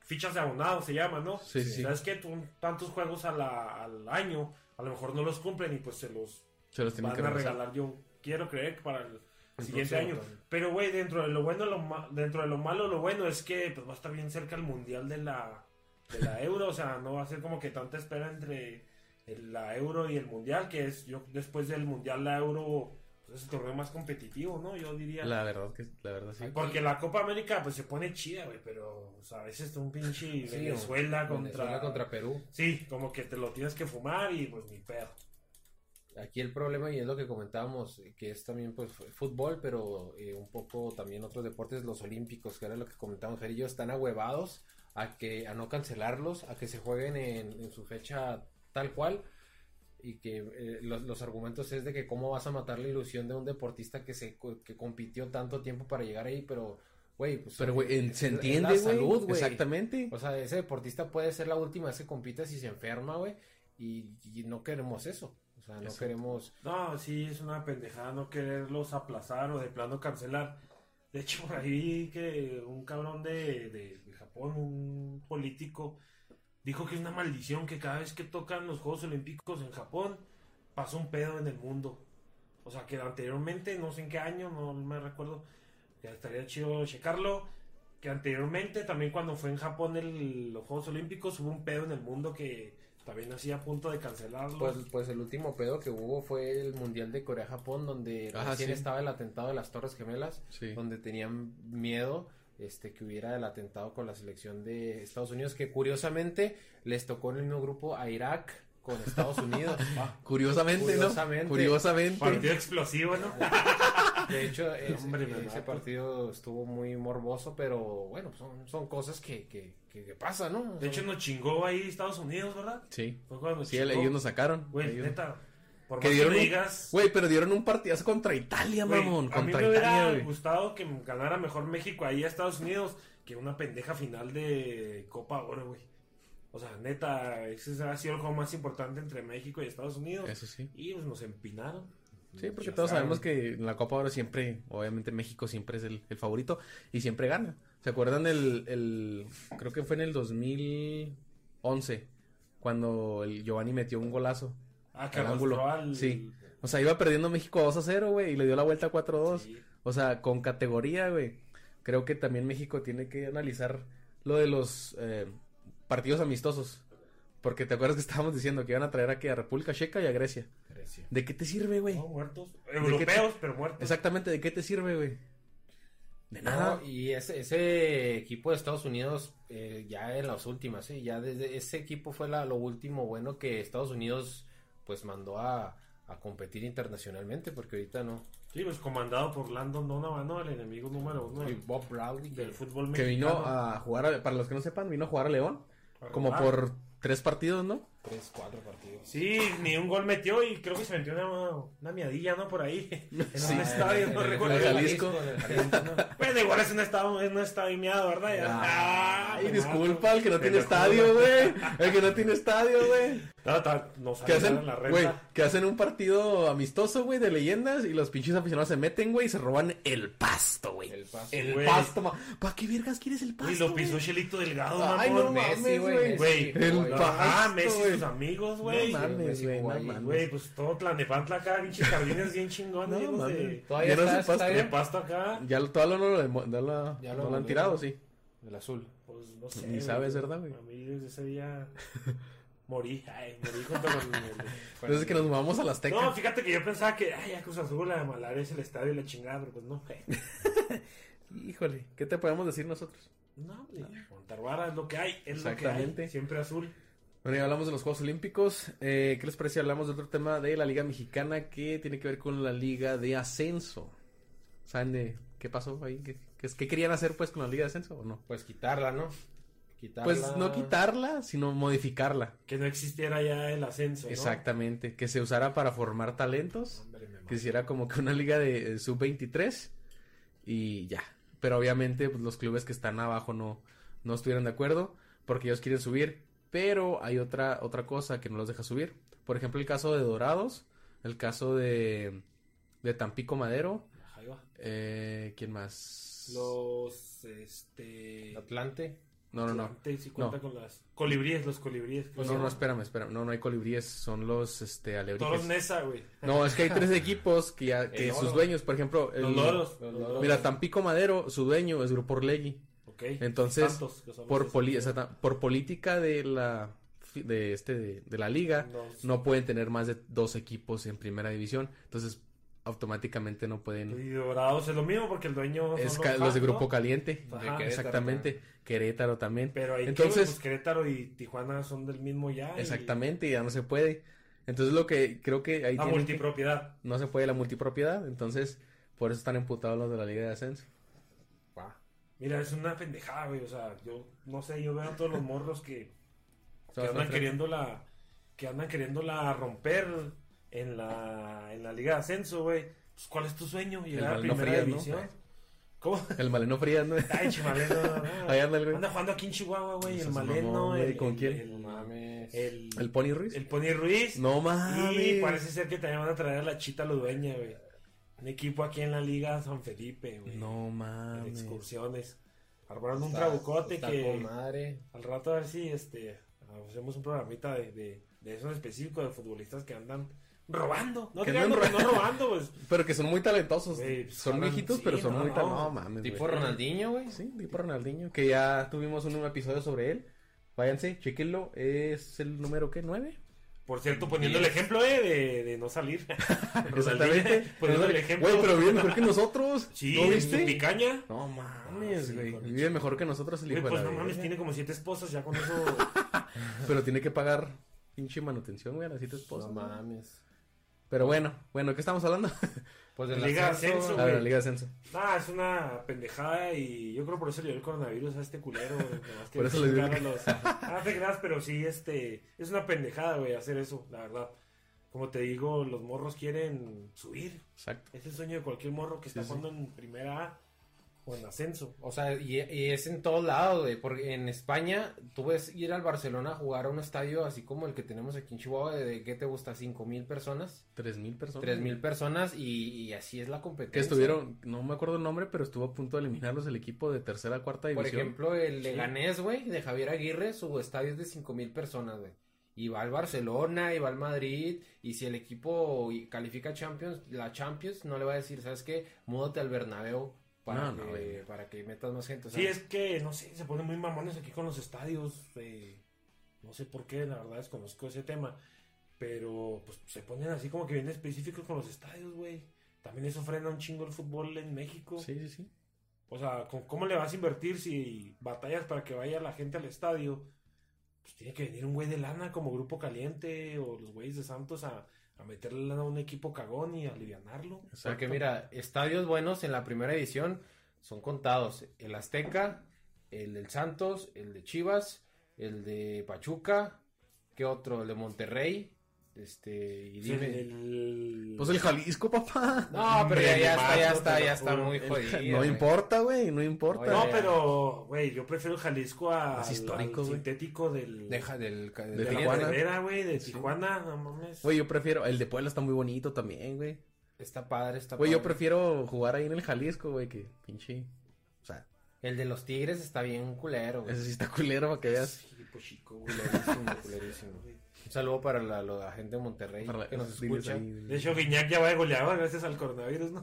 [SPEAKER 3] fichas de abonado se llaman, ¿no?
[SPEAKER 1] Sí, sí, sí.
[SPEAKER 3] ¿Sabes que tantos juegos a la- al año, a lo mejor no los cumplen y pues se los
[SPEAKER 1] Se los tienen
[SPEAKER 3] van
[SPEAKER 1] que
[SPEAKER 3] a
[SPEAKER 1] regresar.
[SPEAKER 3] regalar, yo quiero creer que para el
[SPEAKER 2] El
[SPEAKER 3] siguiente
[SPEAKER 2] próximo
[SPEAKER 3] año. Pero, güey, dentro de lo bueno, lo ma- dentro de lo malo, lo bueno es que pues, va a estar bien cerca el mundial de la, de la euro. O sea, no va a ser como que tanta espera entre el- la euro y el mundial, que es yo después del mundial la euro pues, es el torneo más competitivo, ¿no? Yo diría.
[SPEAKER 1] La verdad que la verdad sí.
[SPEAKER 3] Porque la Copa América pues se pone chida, güey, pero o sea, a veces tú un pinche
[SPEAKER 2] o
[SPEAKER 3] Venezuela, contra...
[SPEAKER 2] Venezuela contra Perú.
[SPEAKER 3] Sí, como que te lo tienes que fumar y pues ni pedo.
[SPEAKER 2] Aquí el problema, y es lo que comentábamos, que es también pues fútbol, pero eh, un poco también otros deportes, los olímpicos, que era lo que comentábamos, Jarillo, están ahuevados a que a no cancelarlos, a que se jueguen en, en su fecha tal cual, y que eh, los, los argumentos es de que cómo vas a matar la ilusión de un deportista que se co- que compitió tanto tiempo para llegar ahí, pero güey, pues
[SPEAKER 1] Pero güey, en-
[SPEAKER 2] es-
[SPEAKER 1] se
[SPEAKER 2] es la
[SPEAKER 1] entiende, güey.
[SPEAKER 2] salud, güey.
[SPEAKER 1] Exactamente.
[SPEAKER 2] O sea, ese deportista puede ser la última vez que compita si se enferma, güey. Y, y no queremos eso. O sea, no
[SPEAKER 1] Exacto.
[SPEAKER 2] queremos.
[SPEAKER 3] No, sí, es una pendejada no quererlos aplazar o de plano cancelar. De hecho, por ahí que un cabrón de, de- de Japón, un político, dijo que es una maldición que cada vez que tocan los Juegos Olímpicos en Japón, pasa un pedo en el mundo. O sea, que anteriormente, no sé en qué año, no me recuerdo, que estaría chido checarlo, que anteriormente también cuando fue en Japón el- los Juegos Olímpicos hubo un pedo en el mundo que también hacía a punto de cancelarlo.
[SPEAKER 2] Pues, pues el último pedo que hubo fue el Mundial de Corea-Japón, donde
[SPEAKER 1] Ajá,
[SPEAKER 2] recién
[SPEAKER 1] sí.
[SPEAKER 2] estaba el atentado de las Torres Gemelas,
[SPEAKER 1] Sí.
[SPEAKER 2] donde tenían miedo este, que hubiera el atentado con la selección de Estados Unidos, que curiosamente les tocó en el mismo grupo a Irak con Estados Unidos.
[SPEAKER 3] Ah.
[SPEAKER 1] Curiosamente,
[SPEAKER 2] Curiosamente.
[SPEAKER 1] ¿no? Curiosamente.
[SPEAKER 3] Partido explosivo, ¿no?
[SPEAKER 2] De hecho, es-
[SPEAKER 3] Hombre, me
[SPEAKER 2] ese
[SPEAKER 3] mato.
[SPEAKER 2] partido estuvo muy morboso, pero bueno, pues son, son cosas que, que, que- que pasan, ¿no?
[SPEAKER 3] De hecho, nos chingó ahí Estados Unidos, ¿verdad?
[SPEAKER 1] Sí.
[SPEAKER 3] Fue cuando nos
[SPEAKER 1] Sí,
[SPEAKER 3] chingó.
[SPEAKER 1] ellos nos sacaron.
[SPEAKER 3] Güey,
[SPEAKER 1] Ellos-
[SPEAKER 3] neta, por
[SPEAKER 1] Que
[SPEAKER 3] más que
[SPEAKER 1] dieron
[SPEAKER 3] me
[SPEAKER 1] un-
[SPEAKER 3] digas...
[SPEAKER 1] Güey, pero dieron un partidazo contra Italia,
[SPEAKER 3] güey,
[SPEAKER 1] mamón.
[SPEAKER 3] a mí
[SPEAKER 1] Contra
[SPEAKER 3] me hubiera
[SPEAKER 1] Italia, güey.
[SPEAKER 3] gustado que ganara mejor México ahí a Estados Unidos que una pendeja final de Copa Oro, güey. O sea, neta, ese ha sido el juego más importante entre México y Estados Unidos.
[SPEAKER 1] Eso sí.
[SPEAKER 3] Y pues nos empinaron.
[SPEAKER 1] Sí, porque
[SPEAKER 3] Mm, Ya
[SPEAKER 1] todos
[SPEAKER 3] saben.
[SPEAKER 1] sabemos que en la Copa ahora siempre, obviamente México siempre es el, el favorito y siempre gana. ¿Se acuerdan el, el- creo que fue en el 2011, cuando el Giovanni metió un golazo?
[SPEAKER 3] Ah, que
[SPEAKER 1] El
[SPEAKER 3] arrastró
[SPEAKER 1] ángulo.
[SPEAKER 3] al...
[SPEAKER 1] Sí. O sea, iba perdiendo México 2 a 0, güey, y le dio la vuelta 4 a 2.
[SPEAKER 3] Sí.
[SPEAKER 1] O sea, con categoría, güey. Creo que también México tiene que analizar lo de los eh, partidos amistosos. Porque te acuerdas que estábamos diciendo que iban a traer aquí a República Checa y a Grecia.
[SPEAKER 2] Grecia.
[SPEAKER 1] ¿De qué te sirve, güey?
[SPEAKER 3] No, muertos. Europeos, pero muertos.
[SPEAKER 1] Exactamente, ¿de qué te sirve, güey? De nada.
[SPEAKER 2] No, y ese, ese equipo de Estados Unidos, eh, ya en las últimas, ¿sí? ya desde ese equipo fue la, lo último bueno que Estados Unidos pues mandó a, a competir internacionalmente, porque ahorita no.
[SPEAKER 3] Sí, pues comandado por Landon Donovan, ¿no? El enemigo número uno
[SPEAKER 2] Y
[SPEAKER 3] del,
[SPEAKER 2] Bob Bradley, que-
[SPEAKER 3] del fútbol
[SPEAKER 1] que
[SPEAKER 3] mexicano.
[SPEAKER 1] vino a jugar, a- para los que no sepan, vino a jugar a León.
[SPEAKER 3] Para
[SPEAKER 1] Como
[SPEAKER 3] robar.
[SPEAKER 1] por tres partidos, ¿no?
[SPEAKER 2] tres, cuatro partidos.
[SPEAKER 3] Sí, ni un gol metió y creo que se metió una, una miadilla, ¿no? Por ahí. En
[SPEAKER 1] Sí.
[SPEAKER 3] un estadio, no
[SPEAKER 2] En Ah, el-
[SPEAKER 3] recuerdo.
[SPEAKER 2] en el
[SPEAKER 1] Jalisco.
[SPEAKER 2] en el Jalisco, ¿no?
[SPEAKER 3] Bueno, igual es un estadio, es un estadio miado, ¿verdad? Ya- Ah,
[SPEAKER 1] Ay,
[SPEAKER 3] me
[SPEAKER 1] disculpa,
[SPEAKER 3] mato.
[SPEAKER 1] el que no
[SPEAKER 3] Te
[SPEAKER 1] tiene
[SPEAKER 3] lo juro.
[SPEAKER 1] estadio, güey. El que no tiene estadio, güey.
[SPEAKER 3] No, ta- nos
[SPEAKER 1] Que hacen,
[SPEAKER 3] salieron la
[SPEAKER 1] güey,
[SPEAKER 3] renta.
[SPEAKER 1] que hacen un partido amistoso, güey, de leyendas y los pinches aficionados se meten, güey, y se roban el pasto, güey.
[SPEAKER 2] El paso.
[SPEAKER 1] El
[SPEAKER 3] Güey.
[SPEAKER 1] pasto, ma- ¿Para qué vergas quieres el pasto?
[SPEAKER 3] Y lo
[SPEAKER 1] güey?
[SPEAKER 3] pisó Chelito Delgado,
[SPEAKER 1] Ay,
[SPEAKER 3] mamón.
[SPEAKER 1] no
[SPEAKER 2] Messi,
[SPEAKER 1] mames,
[SPEAKER 2] güey.
[SPEAKER 1] güey.
[SPEAKER 3] Güey,
[SPEAKER 1] El
[SPEAKER 2] güey.
[SPEAKER 3] No,
[SPEAKER 1] pasto,
[SPEAKER 3] ah, Messi y
[SPEAKER 1] güey.
[SPEAKER 3] sus amigos, güey.
[SPEAKER 1] No mames,
[SPEAKER 2] Messi
[SPEAKER 1] güey,
[SPEAKER 2] jugó
[SPEAKER 1] no
[SPEAKER 2] ahí.
[SPEAKER 1] mames.
[SPEAKER 3] Güey, pues todo Tlanepantla acá, pinches jardines bien chingones,
[SPEAKER 1] No
[SPEAKER 3] llenos de,
[SPEAKER 1] mames.
[SPEAKER 2] Todavía
[SPEAKER 1] Ya no
[SPEAKER 2] está
[SPEAKER 1] se
[SPEAKER 2] ese
[SPEAKER 1] pasa.
[SPEAKER 3] de
[SPEAKER 2] estadio,
[SPEAKER 3] pasto acá.
[SPEAKER 1] Ya lo- todavía no lo, demo- no lo-
[SPEAKER 2] Ya
[SPEAKER 1] no
[SPEAKER 2] lo
[SPEAKER 1] lo han
[SPEAKER 2] demolieron.
[SPEAKER 1] tirado, sí.
[SPEAKER 2] el azul.
[SPEAKER 3] Pues no sé.
[SPEAKER 1] Ni
[SPEAKER 3] güey.
[SPEAKER 1] sabes, ¿verdad, güey?
[SPEAKER 3] A mí desde ese día morí. Ay, morí junto con. el-
[SPEAKER 1] Entonces Pues que nos vamos a las tecas.
[SPEAKER 3] No, fíjate que yo pensaba que, ay, ya Cruz Azul, la de Malar es el estadio y la chingada, pero pues no, güey.
[SPEAKER 1] Híjole, ¿qué te podemos decir nosotros?
[SPEAKER 3] No, güey. Montarvara es lo que hay, es lo que hay.
[SPEAKER 1] Exactamente.
[SPEAKER 3] Siempre azul.
[SPEAKER 1] Bueno, ya hablamos de los Juegos Olímpicos. Eh, ¿Qué les parece? si Hablamos de otro tema de la Liga Mexicana que tiene que ver con la Liga de Ascenso. ¿Saben de qué pasó ahí? ¿Qué, qué, qué querían hacer pues con la Liga de Ascenso o no?
[SPEAKER 2] Pues quitarla, ¿no? Quitarla.
[SPEAKER 1] Pues no quitarla, sino modificarla.
[SPEAKER 3] Que no existiera ya el ascenso. ¿no?
[SPEAKER 1] Exactamente. Que se usara para formar talentos.
[SPEAKER 3] Hombre, me
[SPEAKER 1] Que
[SPEAKER 3] mato.
[SPEAKER 1] hiciera como que una liga de eh, sub-23 y ya. Pero obviamente pues, los clubes que están abajo no, no estuvieron de acuerdo porque ellos quieren subir. Pero hay otra, otra cosa que no los deja subir. Por ejemplo, el caso de Dorados, el caso de, de Tampico Madero.
[SPEAKER 3] Ahí va.
[SPEAKER 1] eh, ¿Quién más?
[SPEAKER 3] Los, este.
[SPEAKER 2] Atlante.
[SPEAKER 1] No, no, no.
[SPEAKER 3] Atlante sí cuenta
[SPEAKER 1] No.
[SPEAKER 3] con las. Colibríes, los colibríes.
[SPEAKER 1] No, no, espérame, espérame. No, no hay colibríes, son los este,
[SPEAKER 3] Toros
[SPEAKER 1] alebrijes.
[SPEAKER 3] Nesa, güey.
[SPEAKER 1] No, es que hay tres equipos que, ya- que
[SPEAKER 2] El
[SPEAKER 1] sus
[SPEAKER 2] oro.
[SPEAKER 1] dueños, por ejemplo, el-
[SPEAKER 3] Los loros.
[SPEAKER 2] los loros.
[SPEAKER 1] mira, Tampico Madero, su dueño es Grupo Orlegui.
[SPEAKER 3] Ok.
[SPEAKER 1] Entonces,
[SPEAKER 3] Tantos que son
[SPEAKER 1] Por,
[SPEAKER 3] los-
[SPEAKER 1] poli- exacta- por política de la fi- de este de, de la liga
[SPEAKER 3] Los-
[SPEAKER 1] no pueden tener más de dos equipos en primera división. Entonces, automáticamente no pueden.
[SPEAKER 3] Y Dorados es lo mismo porque el dueño. son
[SPEAKER 1] Es ca- los de
[SPEAKER 3] Vasco,
[SPEAKER 1] Grupo Caliente.
[SPEAKER 3] Ajá,
[SPEAKER 2] Querétaro
[SPEAKER 1] exactamente. Querétaro también.
[SPEAKER 3] Pero ahí
[SPEAKER 1] Entonces-
[SPEAKER 3] Entonces, Querétaro y Tijuana son del mismo ya. y-
[SPEAKER 1] Exactamente, ya no se puede. Entonces lo que creo que ahí
[SPEAKER 3] La
[SPEAKER 1] tienen que-
[SPEAKER 3] multipropiedad.
[SPEAKER 1] no se puede la multipropiedad, entonces por eso están emputados los de la Liga de Ascenso.
[SPEAKER 2] Va.
[SPEAKER 3] Mira, es una pendejada, güey. O sea, yo no sé, yo veo a todos los morros que, que
[SPEAKER 1] Son-
[SPEAKER 3] andan
[SPEAKER 1] son-
[SPEAKER 3] queriendo la. que andan queriéndola romper en la, en la Liga de Ascenso, güey. Pues, ¿cuál es tu sueño? Llegar a
[SPEAKER 1] Maleno
[SPEAKER 3] primera
[SPEAKER 1] Frías, ¿no?
[SPEAKER 3] división. ¿Cómo?
[SPEAKER 1] El Maleno Frías, ¿no?
[SPEAKER 3] Ay, chimaleno. no.
[SPEAKER 1] Ahí anda el güey.
[SPEAKER 3] Anda jugando aquí en Chihuahua, güey.
[SPEAKER 1] Eso
[SPEAKER 3] El
[SPEAKER 1] es
[SPEAKER 3] Maleno.
[SPEAKER 1] mamón, güey.
[SPEAKER 3] el,
[SPEAKER 1] ¿Con quién?
[SPEAKER 2] No
[SPEAKER 3] El,
[SPEAKER 2] mames.
[SPEAKER 3] el,
[SPEAKER 1] ¿El Pony Ruiz?
[SPEAKER 3] el Pony Ruiz.
[SPEAKER 1] No
[SPEAKER 3] Y
[SPEAKER 1] mames.
[SPEAKER 3] parece ser que también van a traer a la Chita Ludueña, güey. Un equipo aquí en la Liga San Felipe, güey.
[SPEAKER 1] No
[SPEAKER 3] En
[SPEAKER 1] mames.
[SPEAKER 3] excursiones. Arborando un
[SPEAKER 2] Está-
[SPEAKER 3] trabucote
[SPEAKER 2] está
[SPEAKER 3] que
[SPEAKER 2] con madre.
[SPEAKER 3] al rato a ver si este hacemos un programita de, de, de esos específicos de futbolistas que andan robando. No
[SPEAKER 1] Que
[SPEAKER 3] tirando,
[SPEAKER 1] andan
[SPEAKER 3] pero no robando, pues.
[SPEAKER 1] Pero que son muy talentosos.
[SPEAKER 3] Güey, pues,
[SPEAKER 1] son
[SPEAKER 3] hablan-
[SPEAKER 1] viejitos,
[SPEAKER 3] sí,
[SPEAKER 1] pero son
[SPEAKER 3] no,
[SPEAKER 1] muy
[SPEAKER 3] no.
[SPEAKER 1] talentosos. No mames.
[SPEAKER 2] Tipo
[SPEAKER 1] güey.
[SPEAKER 2] Ronaldinho, güey.
[SPEAKER 1] Sí, tipo Ronaldinho, que ya tuvimos un episodio sobre él. Váyanse, chequenlo. Es el número, ¿qué? ¿Nueve?
[SPEAKER 3] Por cierto, poniendo el
[SPEAKER 2] Diez.
[SPEAKER 3] ejemplo, eh, de, de no salir.
[SPEAKER 1] Exactamente.
[SPEAKER 3] poniendo el ejemplo.
[SPEAKER 1] Güey, pero vive mejor que nosotros.
[SPEAKER 3] Sí,
[SPEAKER 1] ¿No
[SPEAKER 3] su
[SPEAKER 1] viste?
[SPEAKER 3] picaña.
[SPEAKER 1] No
[SPEAKER 3] Ah,
[SPEAKER 1] mames,
[SPEAKER 3] sí,
[SPEAKER 1] güey.
[SPEAKER 3] con
[SPEAKER 1] Vive mejor que nosotros el
[SPEAKER 3] Güey,
[SPEAKER 1] hijo de
[SPEAKER 3] pues
[SPEAKER 1] la
[SPEAKER 3] no mames,
[SPEAKER 1] verga.
[SPEAKER 3] tiene como siete esposas, ya con eso.
[SPEAKER 1] Pero tiene que pagar pinche manutención, güey, a las siete esposas.
[SPEAKER 2] No mames.
[SPEAKER 1] Pero bueno, bueno, ¿qué estamos hablando?
[SPEAKER 2] Pues de
[SPEAKER 3] Liga
[SPEAKER 1] A
[SPEAKER 3] Ascenso,
[SPEAKER 1] ver, la
[SPEAKER 3] güey.
[SPEAKER 1] Liga de Ascenso.
[SPEAKER 3] Nah, es una pendejada y yo creo por eso le dio el coronavirus a este culero. güey, nomás que
[SPEAKER 1] Por eso le dio el-
[SPEAKER 3] claro, los- Ah, te creas, pero sí, este, es una pendejada, güey, hacer eso, la verdad. Como te digo, los morros quieren subir.
[SPEAKER 1] Exacto.
[SPEAKER 3] Es el sueño de cualquier morro que está
[SPEAKER 1] Sí, sí.
[SPEAKER 3] jugando en primera A o en ascenso.
[SPEAKER 2] O sea, y, y es en todos lados, güey. Porque en España, tú ves ir al Barcelona a jugar a un estadio así como el que tenemos aquí en Chihuahua, de, de ¿qué te gusta? ¿Cinco mil personas?
[SPEAKER 1] Tres mil personas.
[SPEAKER 2] ¿Tres mil personas? Y, y así es la
[SPEAKER 1] Que
[SPEAKER 2] competencia.
[SPEAKER 1] estuvieron, no me acuerdo el nombre, pero estuvo a punto de eliminarlos el equipo de tercera cuarta
[SPEAKER 2] Por
[SPEAKER 1] división.
[SPEAKER 2] ejemplo, el
[SPEAKER 3] Sí.
[SPEAKER 2] Leganés, güey, de Javier Aguirre, su estadio es de cinco mil personas, güey. Y va al Barcelona, y va al Madrid, y si el equipo y- califica a Champions, la Champions no le va a decir, ¿sabes qué? Múdate al Bernabéu para,
[SPEAKER 1] No, no,
[SPEAKER 2] que,
[SPEAKER 1] güey.
[SPEAKER 2] para que metas más gente. o sea,
[SPEAKER 3] Sí, es que, no sé, se ponen muy mamones aquí con los estadios. eh, no sé por qué, la verdad desconozco ese tema. Pero, pues, se ponen así como que bien específicos con los estadios, güey. También eso frena un chingo el fútbol en México.
[SPEAKER 1] Sí, sí, sí.
[SPEAKER 3] O sea, ¿con- ¿cómo le vas a invertir si batallas para que vaya la gente al estadio? Pues tiene que venir un güey de lana como Grupo Caliente o los güeyes de Santos a, a meterle lana a un equipo cagón y alivianarlo.
[SPEAKER 2] Porque
[SPEAKER 1] Exacto.
[SPEAKER 2] mira, estadios buenos en la primera edición son contados. El Azteca, el del Santos, el de Chivas, el de Pachuca, ¿qué otro? El de Monterrey. Este, y
[SPEAKER 3] O sea,
[SPEAKER 2] dime.
[SPEAKER 3] el-
[SPEAKER 1] Pues el Jalisco, papá.
[SPEAKER 2] No, pero ya,
[SPEAKER 3] Me
[SPEAKER 2] ya está, ya
[SPEAKER 3] mato,
[SPEAKER 2] está,
[SPEAKER 3] te
[SPEAKER 2] ya
[SPEAKER 3] lo
[SPEAKER 2] está
[SPEAKER 3] juro.
[SPEAKER 2] muy jodido. eh.
[SPEAKER 1] no
[SPEAKER 2] güey.
[SPEAKER 1] importa, güey, no importa.
[SPEAKER 3] No,
[SPEAKER 2] ya.
[SPEAKER 3] pero, güey, yo prefiero el Jalisco a,
[SPEAKER 1] Es histórico,
[SPEAKER 3] al
[SPEAKER 1] güey.
[SPEAKER 3] sintético del,
[SPEAKER 2] Deja del,
[SPEAKER 3] de,
[SPEAKER 1] de
[SPEAKER 3] la
[SPEAKER 1] Tijuana.
[SPEAKER 3] barrera, güey, de Tijuana, no mames.
[SPEAKER 1] Güey, yo prefiero, el de Puebla está muy bonito también, güey.
[SPEAKER 2] Está padre, está
[SPEAKER 1] Güey, yo
[SPEAKER 2] padre.
[SPEAKER 1] prefiero jugar ahí en el Jalisco, güey, que pinche. O sea,
[SPEAKER 2] El de los Tigres está bien culero, güey.
[SPEAKER 1] ese sí está culero para que veas.
[SPEAKER 3] Sí, pues, chico, güey.
[SPEAKER 2] Culerísimo, culerísimo. Un saludo para la, la gente de Monterrey
[SPEAKER 1] Para-
[SPEAKER 2] que nos
[SPEAKER 1] diles
[SPEAKER 2] escucha.
[SPEAKER 1] ahí,
[SPEAKER 3] De hecho, Guiñac ya va de goleador gracias al coronavirus, ¿no?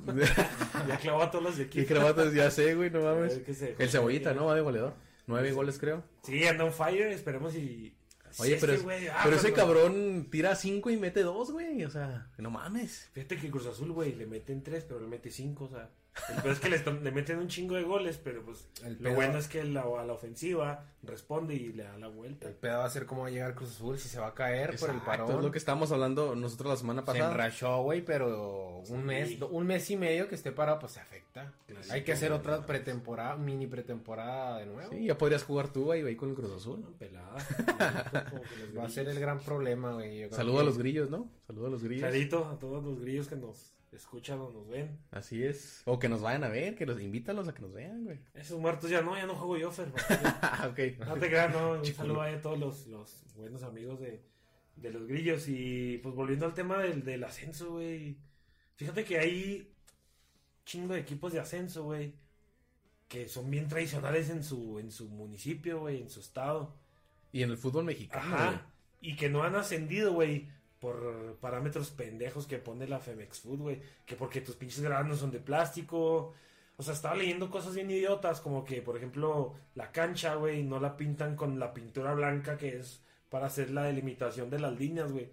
[SPEAKER 3] ya clavó a todos los de
[SPEAKER 1] ¿Qué
[SPEAKER 3] equipo.
[SPEAKER 1] cravatas? Ya sé, güey, no
[SPEAKER 3] A
[SPEAKER 1] mames.
[SPEAKER 3] ver qué se-
[SPEAKER 1] El cebollita, ¿no? Va de goleador. Nueve goles, creo.
[SPEAKER 3] Sí, anda on fire, esperemos y... si
[SPEAKER 1] Oye,
[SPEAKER 3] este
[SPEAKER 1] pero, es-
[SPEAKER 3] güey- ah,
[SPEAKER 1] pero ese
[SPEAKER 3] cuando-
[SPEAKER 1] cabrón tira cinco y mete dos, güey. O sea, no mames.
[SPEAKER 3] Fíjate que Cruz Azul, güey, le meten tres, pero le mete cinco, o sea... El peor es que le, están- le meten un chingo de goles, pero pues
[SPEAKER 2] El
[SPEAKER 3] lo
[SPEAKER 2] pedo-
[SPEAKER 3] bueno es que la, a la ofensiva responde y le da la vuelta.
[SPEAKER 2] El pedo va a ser cómo va a llegar Cruz Azul, si se va a caer por el
[SPEAKER 1] Exacto,
[SPEAKER 2] parón.
[SPEAKER 1] es lo que estábamos hablando nosotros la semana
[SPEAKER 2] Se
[SPEAKER 1] pasada.
[SPEAKER 2] enrachó, güey, pero un mes,
[SPEAKER 3] Sí.
[SPEAKER 2] un mes y medio que esté parado, pues se afecta.
[SPEAKER 3] Claro.
[SPEAKER 2] Hay que hacer
[SPEAKER 3] Sí,
[SPEAKER 2] otra
[SPEAKER 3] no
[SPEAKER 2] pretemporada, mini pretemporada de nuevo.
[SPEAKER 1] Sí, ya podrías jugar tú, güey, ahí con el Cruz Azul.
[SPEAKER 3] Una pelada. como que los
[SPEAKER 2] Va a ser el
[SPEAKER 3] grillos.
[SPEAKER 2] gran problema, güey. yo creo
[SPEAKER 1] Saludo
[SPEAKER 2] que-
[SPEAKER 1] a los grillos, ¿no? Saludo a los grillos.
[SPEAKER 3] Clarito a todos los grillos que nos escuchan o nos ven.
[SPEAKER 1] Así es. O que nos vayan a ver, que los invítalos a que nos vean, güey.
[SPEAKER 3] Esos muertos ya no, ya no juego yo, Fer. No
[SPEAKER 1] Ah, ok.
[SPEAKER 3] te creas, no. Un
[SPEAKER 1] Chico.
[SPEAKER 3] saludo ahí a todos los, los buenos amigos de, de los grillos. Y pues volviendo al tema del, del ascenso, güey. Fíjate que hay chingo de equipos de ascenso, güey. Que son bien tradicionales en su, en su municipio, güey, en su estado.
[SPEAKER 1] Y en el fútbol mexicano,
[SPEAKER 3] Ajá.
[SPEAKER 1] güey.
[SPEAKER 3] Y que no han ascendido, güey. Por parámetros pendejos que pone la Femex Food, güey. Que porque tus pinches gradas no son de plástico. O sea, estaba leyendo cosas bien idiotas. Como que, por ejemplo, la cancha, güey, no la pintan con la pintura blanca que es para hacer la delimitación de las líneas, güey.